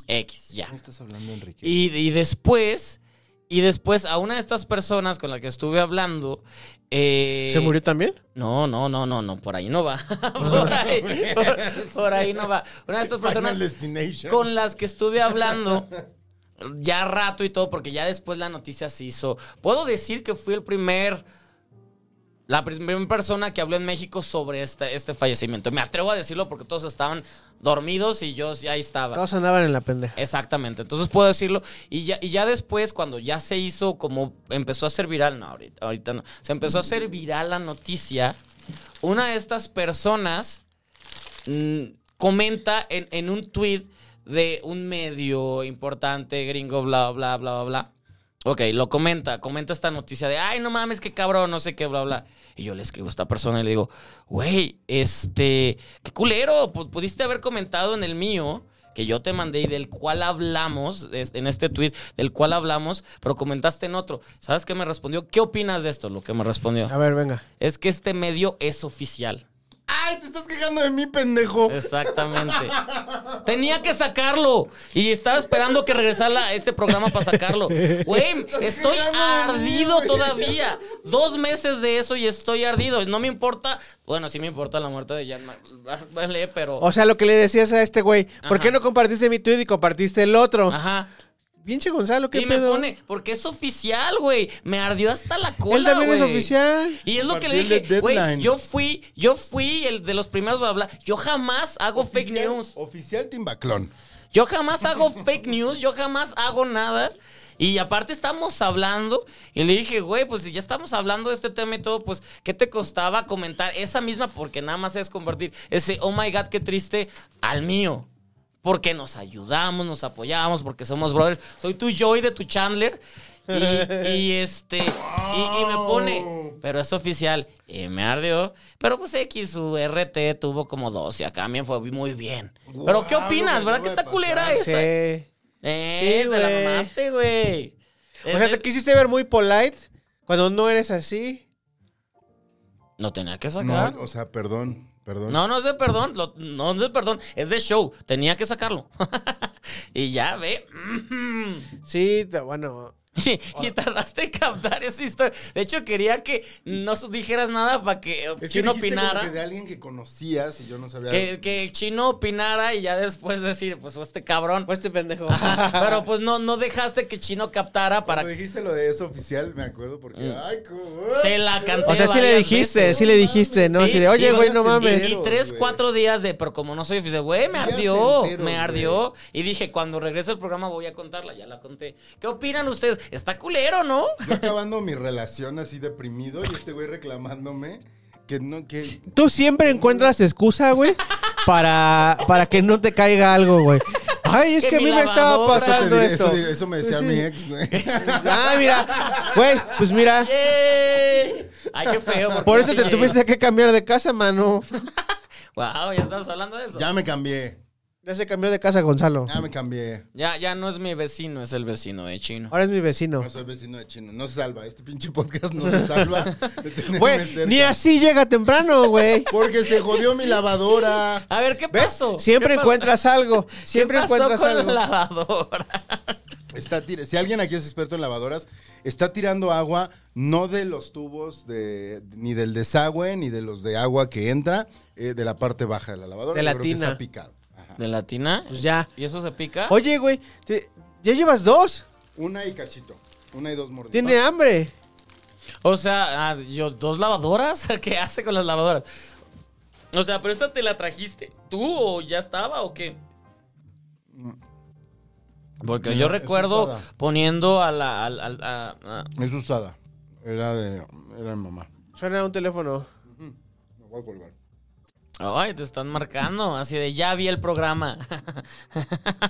C: X, ya.
D: ¿Qué estás hablando, Enrique?
C: Y, y después, y después a una de estas personas con la que estuve hablando, eh,
A: ¿Se murió también?
C: No, no, no, no, no, por ahí no va. por, ahí, por- por ahí no va. Una de estas personas
D: Final este Destination.
C: con las que estuve hablando ya rato y todo, porque ya después la noticia se hizo. Puedo decir que fui el primer. La primera persona que habló en México sobre este, este fallecimiento. Me atrevo a decirlo porque todos estaban dormidos y yo sí, ahí estaba.
A: Todos andaban en la pendeja.
C: Exactamente, entonces puedo decirlo. Y ya, y ya después, cuando ya se hizo como empezó a ser viral, no, ahorita, ahorita no, se empezó a hacer viral la noticia, una de estas personas mm, comenta en, en un tweet de un medio importante, gringo, bla, bla, bla, bla, bla. Ok, lo comenta, comenta esta noticia de, ay, no mames, qué cabrón, no sé qué, bla, bla. Y yo le escribo a esta persona y le digo, güey, este, qué culero, pu- pudiste haber comentado en el mío que yo te mandé y del cual hablamos, es- en este tweet, del cual hablamos, pero comentaste en otro. ¿Sabes qué me respondió? ¿Qué opinas de esto? Lo que me respondió.
A: A ver, venga.
C: Es que este medio es oficial.
D: ¡Ay, te estás quejando de mí, pendejo!
C: Eh, Exactamente. Tenía que sacarlo. Y estaba esperando que regresara a este programa para sacarlo. Güey, estoy ardido todavía. Dos meses de eso y estoy ardido. No me importa. Bueno, sí me importa la muerte de Jan. Mar- Vale, pero.
A: O sea, lo que le decías a este güey, ¿por qué
C: Ajá.
A: no compartiste mi tweet y compartiste el otro?
C: Ajá.
A: Pinche Gonzalo, ¿qué
C: Y me
A: pedo?
C: pone, porque es oficial, güey. Me ardió hasta la cola.
A: Él también es
C: güey.
A: oficial.
C: Y es lo que le
D: Partió el
C: dije, güey,
D: deadline.
C: yo fui, yo fui el de los primeros bla bla. Yo jamás hago fake
D: Oficial-
C: news.
D: Oficial Timbaclón.
C: Yo jamás hago fake news, yo jamás hago nada. Y aparte estamos hablando y le dije, güey, pues si ya estamos hablando de este tema y todo, pues ¿qué te costaba comentar esa misma? Porque nada más es convertir ese, oh my God, qué triste al mío. Porque nos ayudamos, nos apoyamos, porque somos brothers. Soy tu Joy de tu Chandler. Y, y este, y, y me pone, pero es oficial. Y me ardió. Pero pues X, su RT tuvo como 12. Acá también fue muy bien. pero ¿qué
D: Guau,
C: opinas?
D: me
C: ¿Verdad que
D: acaba de
C: está culera
D: pasar.
C: esa?
A: Sí.
C: Eh,
A: Sí,
C: te la
A: güey.
C: mamaste, güey.
A: O sea,
C: Eh,
A: te quisiste ver muy polite cuando no eres así.
C: No tenía que
D: No,
C: sacar.
D: o sea, perdón, perdón.
C: No, no es de perdón. lo- no es de perdón. Es de show. Tenía que sacarlo. y ya, ve.
A: Sí, te- bueno.
C: Y, y tardaste en captar esa historia. De hecho, quería que no su- dijeras nada para que eh,
D: Es que
C: Chino
D: dijiste como
C: opinara.
D: que de alguien que conocías y yo no sabía.
C: Que, que Chino opinara y ya después decir, pues este cabrón.
A: Pues este pendejo.
C: Pero pues no, no dejaste que Chino captara para Mm.
D: Cuando dijiste lo de eso oficial, me acuerdo porque. ¡Ay, cómo!
C: Se la canté.
A: O sea, sí le
C: varias
A: dijiste,
C: veces.
A: sí le dijiste, ¿no?
C: Sí,
A: Así de, oye,
C: y-
A: güey, no
D: y-
A: mames.
C: Y, y tres,
D: güey.
C: cuatro días de, pero como no soy oficial, güey, me
D: Días
C: ardió,
D: enteros,
C: me
D: güey.
C: ardió. Y dije, cuando regrese el programa voy a contarla, ya la conté. ¿Qué opinan ustedes? Está culero, ¿no?
D: Yo acabando mi relación así deprimido y este güey reclamándome que no, que.
A: Tú siempre encuentras excusa, güey, para, para que no te caiga algo, güey. Ay, es
C: Que
A: que, a
C: mi
A: mí me estaba
C: lavadora.
D: Eso, te
A: pasando
D: diré-
A: esto.
D: eso diré- eso me decía ¿eh?
A: Sí.
D: mi ex, güey.
A: Ah, mira. Güey, pues mira.
C: ¡Yay! Ay, qué feo. porque
A: Por eso
C: sí
A: te
C: llegué.
A: tuviste que cambiar de casa, mano.
C: Guau, ya estamos hablando de eso. Ya.
D: Ya me cambié.
A: Ya se cambió de casa, Gonzalo.
D: Ya me cambié.
C: ya, no es mi vecino, es el vecino de chino.
A: Ahora es mi vecino.
D: No soy vecino de chino. No se salva. Este pinche podcast no se salva. de tenerme
A: Güey,
D: cerca.
A: ni así llega temprano, güey.
D: Porque se jodió mi lavadora.
C: A ver, ¿qué pasó?
A: Siempre
C: ¿Qué pasó?
A: encuentras algo. Siempre
C: ¿Qué pasó
A: encuentras
C: con
A: algo.
C: la lavadora?
D: Está tira- si alguien aquí es experto en lavadoras, está tirando agua no de los tubos, de, ni del desagüe, ni de los de agua que entra, eh, de la parte baja de la lavadora.
A: De la
D: Yo creo que
A: tina.
D: está picado. Ajá.
C: ¿De latina?
A: Pues ya.
C: ¿Y eso se pica?
A: Oye, güey, te- ya llevas dos.
D: Una y cachito. Una y dos mordidas.
A: Tiene hambre.
C: O sea, ah, yo, ¿dos lavadoras? ¿Qué hace con las lavadoras? O sea, ¿pero esta te la trajiste tú o ya estaba o qué? Porque yo
D: No, es
C: recuerdo
D: usada.
C: poniendo a la... al- al- a- a-
D: Es usada. Era de, era de mamá.
A: Suena un teléfono.
D: Me voy a colgar.
C: Ay, te están marcando, así de ya vi el programa.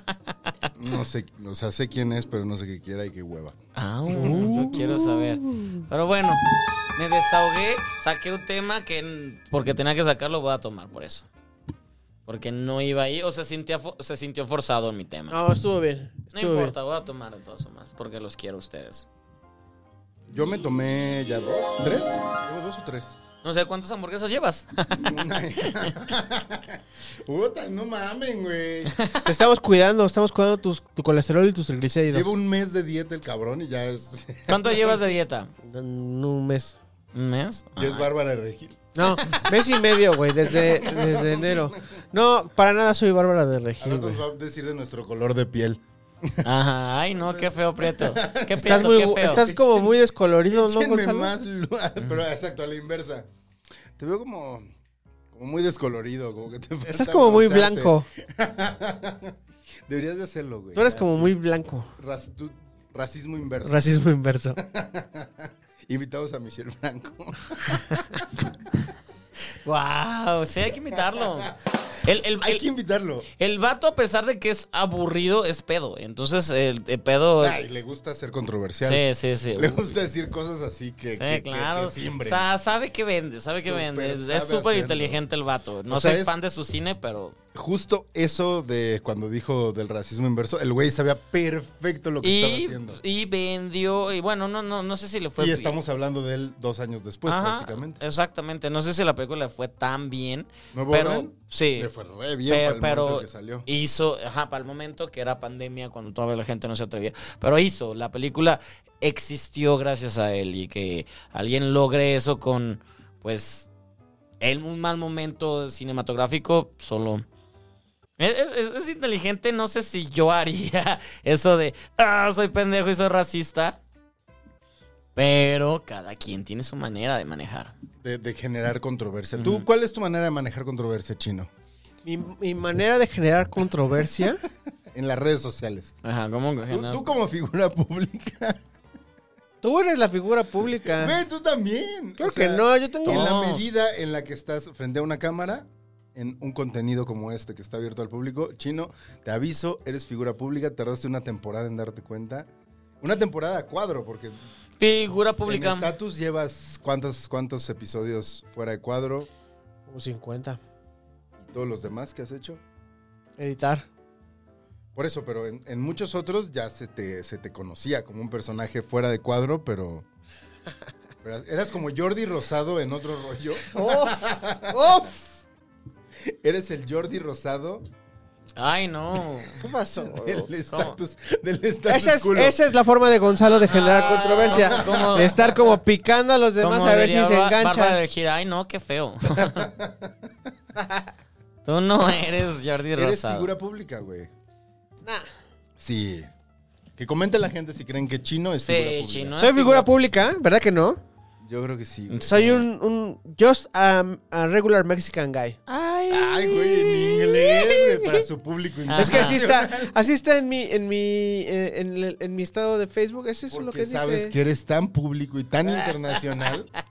D: No sé, o sea, sé quién es, pero no sé qué quiera y qué hueva.
C: Au, Ah, yo quiero saber. Pero bueno, me desahogué, saqué un tema que n- porque tenía que sacarlo voy a tomar por eso. Porque no iba ahí. O se sintió, fo- se sintió forzado en mi tema. No,
A: No, estuvo bien. Estuvo
C: importa, voy a tomar de todas formas. Porque los quiero a ustedes.
D: Yo me tomé ya dos, tres. ¿Llevo dos o tres?
C: No sé cuántas hamburguesas llevas.
D: Una. Puta, no mamen, güey.
A: bien. Te estamos cuidando, estamos cuidando tus, tu colesterol y tus triglicéridos.
D: Llevo un mes de dieta el cabrón y ya es,
C: ¿Cuánto llevas de dieta?
A: En un mes.
C: ¿Un mes?
D: ya es Bárbara de Regil.
A: No, mes y medio, güey, desde, desde enero. No, para nada soy Bárbara de
D: A
A: Regil, güey.
D: nosotros va a decir de nuestro color de piel.
C: Ajá, ay no, qué feo, Prieto. Qué
A: Estás,
C: Prieto,
A: muy,
C: qué feo.
A: estás como muy descolorido, ¿no,
D: Échenme
A: Gonzalo?
D: más luz. Pero exacto, a la inversa. Te veo como, como muy descolorido, como que te
A: Estás
D: falta
A: como muy
D: broncearte.
A: blanco.
D: Deberías de hacerlo, güey.
A: Tú eres como muy blanco.
D: Ras- tú- racismo inverso.
A: Racismo inverso.
D: Invitamos a Michelle Franco.
C: Wow, sí, hay que imitarlo. El, el,
D: Hay
C: el-
D: que invitarlo.
C: el vato, a pesar de que es aburrido, es pedo. Entonces, el, el pedo.
D: Ay, le gusta ser controversial.
C: Pues, sí, sí, sí.
D: Le
C: Uy.
D: gusta decir cosas así que,
C: Sí,
D: que- que- que
C: claro.
D: siembren.
C: O sea, sabe que vende, sabe que
D: Súper
C: vende. Es-
D: sabe
C: Es súper
D: hacerlo.
C: inteligente el vato. No
D: O sea,
C: soy
D: es-
C: fan de su cine, pero.
D: Justo eso de cuando dijo del racismo inverso, el güey sabía perfecto lo que estaba
C: Y,
D: haciendo.
C: y vendió. Y bueno, no, no, no sé si le fue
D: y
C: bien.
D: estamos hablando de él dos años después,
C: Ajá,
D: prácticamente.
C: Exactamente. No sé si la película le fue tan bien.
D: ¿Nuevo
C: pero
D: Orden?
C: sí.
D: Le fue re bien
C: Pe-
D: para el
C: pero
D: momento que salió.
C: hizo, ajá, para el momento que era pandemia, cuando todavía la gente no se atrevía. Pero hizo, la película existió gracias a él y que alguien logre eso con, pues, en un mal momento cinematográfico, solo. Es, es- es inteligente, no sé si yo haría eso de, ah, soy pendejo y soy racista. Pero cada quien tiene su manera de manejar.
D: De, de generar controversia. ¿Tú cuál es tu manera de manejar controversia, Chino?
A: Mi, mi manera de generar controversia.
D: En las redes sociales.
C: Ajá, ¿cómo que
D: Tú,
C: generas-
D: tú como figura pública.
A: Tú eres la figura pública.
D: Güey, tú también.
A: Claro
D: O sea,
A: que no, yo tengo.
D: En la
C: Todos.
D: medida en la que estás frente a una cámara, en un contenido como este que está abierto al público, chino, te aviso, eres figura pública, tardaste una temporada en darte cuenta. Una temporada a cuadro, porque
C: Figura
D: en
C: pública.
D: estatus llevas cuántos, cuántos episodios fuera de cuadro
A: Como 50.
D: y todos los demás que has hecho.
A: Editar.
D: Por eso, pero en, en muchos otros ya se te, se te conocía como un personaje fuera de cuadro, pero... pero eras como Jordi Rosado en otro rollo. Eres el Jordi Rosado
C: Ay, no.
A: ¿Qué pasó?
D: del estatus del
A: Esa
D: estatus
A: Oh, es,
D: culo.
A: esa es la forma de Gonzalo de generar
C: Ah,
A: controversia.
C: ¿cómo?
A: De estar como picando a los demás
C: Como
A: a ver si
C: diría
A: se
C: Ba- Bárbara
A: enganchan.
C: del Regil, Ay, no, qué feo. Tú no eres Jordi
D: Eres
C: Rosado.
D: figura pública, güey.
A: Nah.
D: Sí. Que comente la gente si creen que Chino es
C: Sí,
D: figura pública.
C: Chino.
A: Soy figura pública, ¿verdad que no?
D: Yo creo que sí. güey.
A: Soy un, un just um, a regular Mexican guy.
D: Ah.
C: Ay,
D: Ay, güey, en inglés, güey, para su público inglés.
A: Es que así está, así está en mi, en mi, eh, en, el- en mi estado de Facebook. Es eso
D: Porque
A: lo que
D: sabes
A: dice.
D: que eres tan público y tan internacional. A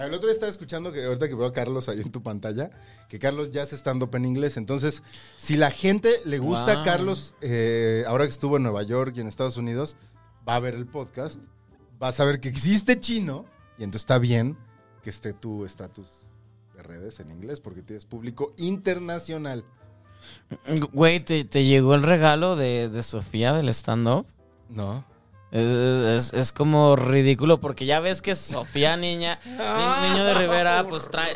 D: ver, El otro día estaba escuchando que ahorita que veo a Carlos ahí en tu pantalla, que Carlos ya se stand up en inglés. Entonces, si la gente le gusta a
C: Wow.
D: Carlos, eh, ahora que estuvo en Nueva York y en Estados Unidos, va a ver el podcast, va a saber que existe chino y entonces está bien que esté tu estatus de redes en inglés porque tienes público internacional.
C: Güey, ¿te, te llegó el regalo de, de Sofía del stand-up?
D: No.
C: Es, es- es- es como ridículo porque ya ves que Sofía, niña,
A: Ah,
C: ni- niño de Rivera, pues trae,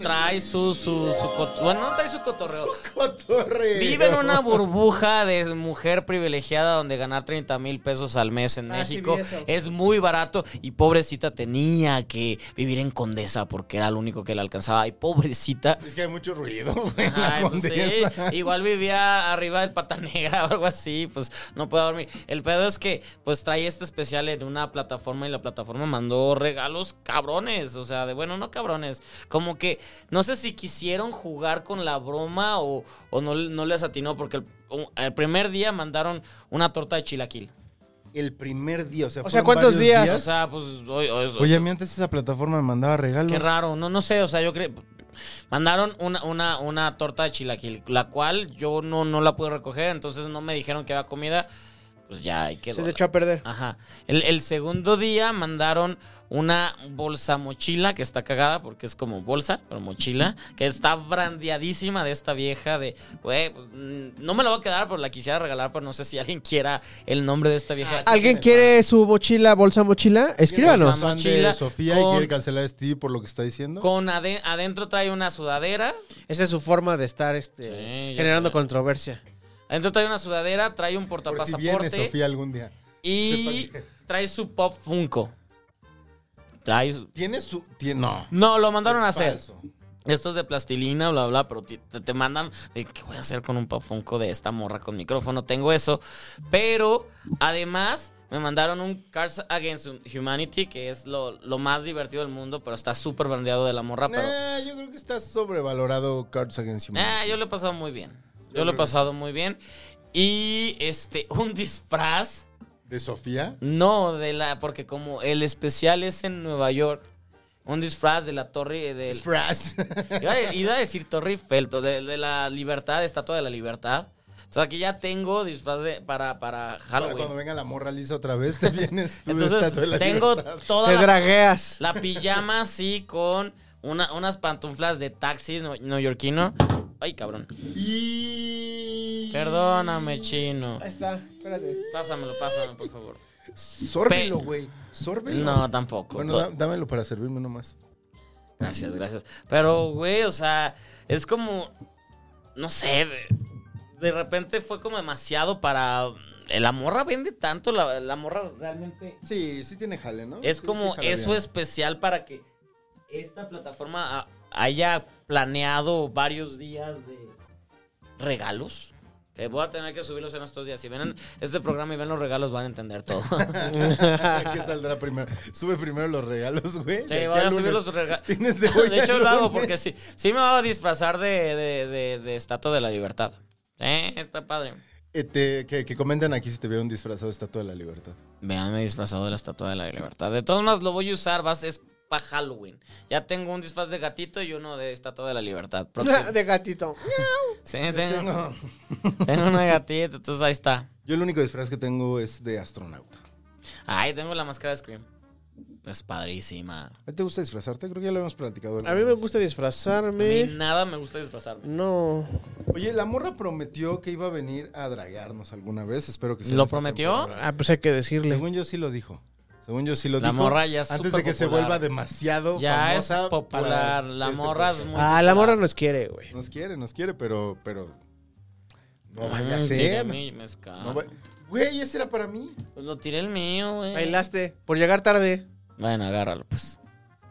C: trae su, su, su cot- Bueno, no trae su cotorreo.
D: Cotorreo.
C: Vive en una burbuja de mujer privilegiada donde ganar 30 mil pesos al mes en
A: Ah, sí,
C: México
A: vi eso.
C: es muy barato y pobrecita tenía que vivir en Condesa porque era lo único que le alcanzaba y pobrecita...
D: Es que hay mucho ruido, güey. en la
C: Ay, pues sí,
D: Condesa.
C: igual vivía arriba del Patanegra o algo así, pues no puedo dormir. El pedo es que pues trae este especial en una plataforma y la plataforma mandó regalos cabrones, o sea, de bueno, no cabrones, como que no sé si quisieron jugar con la broma o, o no, no les atinó porque el, un- el primer día mandaron una torta de chilaquil.
D: El primer día, o
A: O
D: sea,
A: sea,
D: fueron
A: ¿cuántos
D: varios
A: días?
C: O sea, pues hoy- hoy- hoy-
D: Oye, a mí antes esa plataforma me mandaba regalos.
C: Qué raro, no, no sé, o sea, yo creo... Mandaron una, una, una torta de chilaquil, la cual yo no, no la pude recoger, entonces no me dijeron que había comida. Pues, pues ya hay que
A: Se le echó a perder.
C: Ajá. El, el segundo día mandaron una bolsa mochila que está cagada porque es como bolsa, pero mochila, que está brandeadísima de esta vieja de, güey, pues, mm, no me la voy a quedar, pero la quisiera regalar, pero no sé si alguien quiera el nombre de esta vieja.
A: ¿Alguien quiere su mochila, bolsa mochila? Escríbanos.
C: Bolsa,
D: Fan
C: Mochila
D: de Sofía y
C: con-
D: quiere cancelar a Stevie por lo que está diciendo.
C: Con ade- adentro trae una sudadera,
A: Esa es su forma de estar este,
C: Sí, ya
A: generando
C: sé.
A: controversia.
C: adentro trae una sudadera, trae un
D: por si
C: portapasaporte
D: viene Sofía algún día.
C: y trae su pop Funko. Trae su-
D: Tiene su. tiene- no.
C: No, lo mandaron
D: Es
C: a hacer.
D: falso.
C: Esto es de plastilina, bla, bla, pero ti- te, te mandan de qué voy a hacer con un pafunco de esta morra con micrófono, tengo eso. Pero además me mandaron un Cars Against Humanity, que es lo, lo más divertido del mundo, pero está súper brandeado de la morra. Pero
D: Nah, yo creo que está sobrevalorado Cards Against Humanity.
C: Nah, yo lo he pasado muy bien. Yo lo he pasado muy bien. Y este, un disfraz.
D: ¿De Sofía?
C: No, de la. Porque como el especial es en Nueva York. Un disfraz de la torre eh, del.
D: Disfraz.
C: Iba a, iba a decir Torre Eiffel, to- de, de la libertad, estatua de la libertad. O sea, aquí ya tengo disfraz de- para, para
D: Para
C: Halloween.
D: cuando venga la morra lisa otra vez, te vienes tú de
C: Entonces,
D: Estatua de la
C: tengo
D: Libertad.
C: toda
A: Te
C: la,
A: dragueas.
C: la pijama así con una- unas pantuflas de taxi no- neoyorquino. Ay, cabrón.
D: Y.
C: Perdóname, chino.
A: Ahí está, espérate.
C: Pásamelo, pásamelo, por favor.
D: Sórbelo,
C: Pe-
D: güey. Sórbelo.
C: No, tampoco.
D: Bueno,
C: To-
D: da- dámelo para servirme nomás.
C: Gracias, gracias. Pero, güey, o sea, es como. No sé, de, de repente fue como demasiado para. La morra vende tanto, la, la morra realmente.
D: Sí, sí tiene jale, ¿no?
C: Es
D: Sí,
C: como
D: sí jala
C: eso
D: bien.
C: especial para que esta plataforma a- haya planeado varios días de regalos. Que voy a tener que subirlos en estos días. Si ven este programa y ven los regalos, van a entender todo.
D: ¿Qué saldrá primero? Sube primero los regalos, güey.
C: Sí,
D: de aquí
C: voy a
D: al
C: subir
D: lunes.
C: los regalos.
D: Tienes de hoy
C: hecho,
D: al
C: lo hago
D: lunes.
C: porque sí, sí me voy a disfrazar de, de, de- de estatua de la libertad. Eh, está padre.
D: Eh, te- que, que comenten aquí si te vieron disfrazado de Estatua de la Libertad.
C: Vean, me he disfrazado de la estatua de la libertad. De todas maneras, lo voy a usar, vas, es para Halloween. Ya tengo un disfraz de gatito y uno de estatua de la libertad. Próximo.
A: De gatito.
C: Sí, tengo, tengo uno de gatito, entonces ahí está.
D: Yo el único disfraz que tengo es de astronauta.
C: Ay, tengo la máscara de Scream. Es padrísima.
D: ¿A ti te gusta disfrazarte? Creo que ya lo hemos platicado.
A: A mí me gusta
C: Ni
A: disfrazarme.
C: nada me gusta disfrazarme.
A: No.
D: Oye, la morra prometió que iba a venir a draguearnos alguna vez. Espero que sea
C: ¿Lo
D: esta
C: prometió?
D: temporada.
A: Ah, pues hay que decirle.
D: Según yo sí lo dijo. Según yo sí lo
C: La
D: dijo.
C: morra ya es
D: Antes de
C: súper
D: que se
C: popular.
D: vuelva demasiado
C: Ya es
D: famosa.
C: popular,
D: para este
C: la morra es
D: podcast.
C: muy-
A: Ah, la mora nos quiere, güey.
D: Nos quiere, nos quiere, pero. pero no
C: Mm,
D: vaya a
C: tiré
D: ser.
C: mi
A: Ah,
C: mezcal.
D: No va- Güey, ese era para mí.
C: Pues lo tiré el mío, güey.
A: Bailaste por llegar tarde.
C: Bueno, agárralo, pues.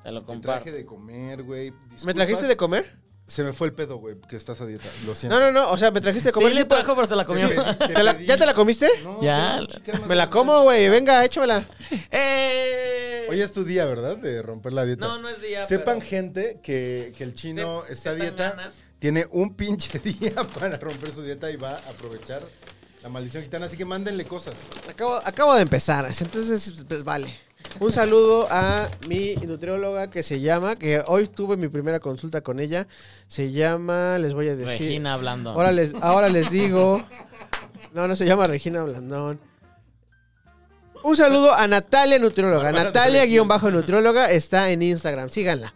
C: Te lo
D: Me
C: comparto.
D: traje de comer, güey.
A: ¿Me
D: Disculpas.
A: trajiste de comer?
D: Se me fue el pedo, güey, que estás a dieta. Lo siento.
A: No, no, no. O sea, me trajiste de comer.
C: Sí, le
A: pero-
C: trajo, pero se la comió.
D: Sí, te
A: ¿Te la-
D: pedí.
A: ¿Ya te la comiste?
D: No,
C: Ya.
D: no, chica, no
A: Me la
D: te-
A: como, güey. Venga, échamela.
C: ¡Eh!
D: Hoy es tu día, ¿verdad? De romper la dieta.
C: No, no es día.
D: Sepan,
C: pero-
D: gente, que, que el chino
C: Se-
D: está a
C: sepan
D: dieta.
C: ganas.
D: Tiene un pinche día para romper su dieta y va a aprovechar la maldición gitana. Así que mándenle cosas.
A: Acabo, acabo de empezar, así, entonces pues vale. Un saludo a mi nutrióloga que se llama, que hoy tuve mi primera consulta con ella. Se llama, les voy a decir.
C: Regina hablando.
A: Ahora les, ahora les digo. No, no se llama Regina Blandón. Un saludo a Natalia Nutrióloga.
D: Bárbara de
A: Natalia-Nutrióloga está en Instagram. Síganla.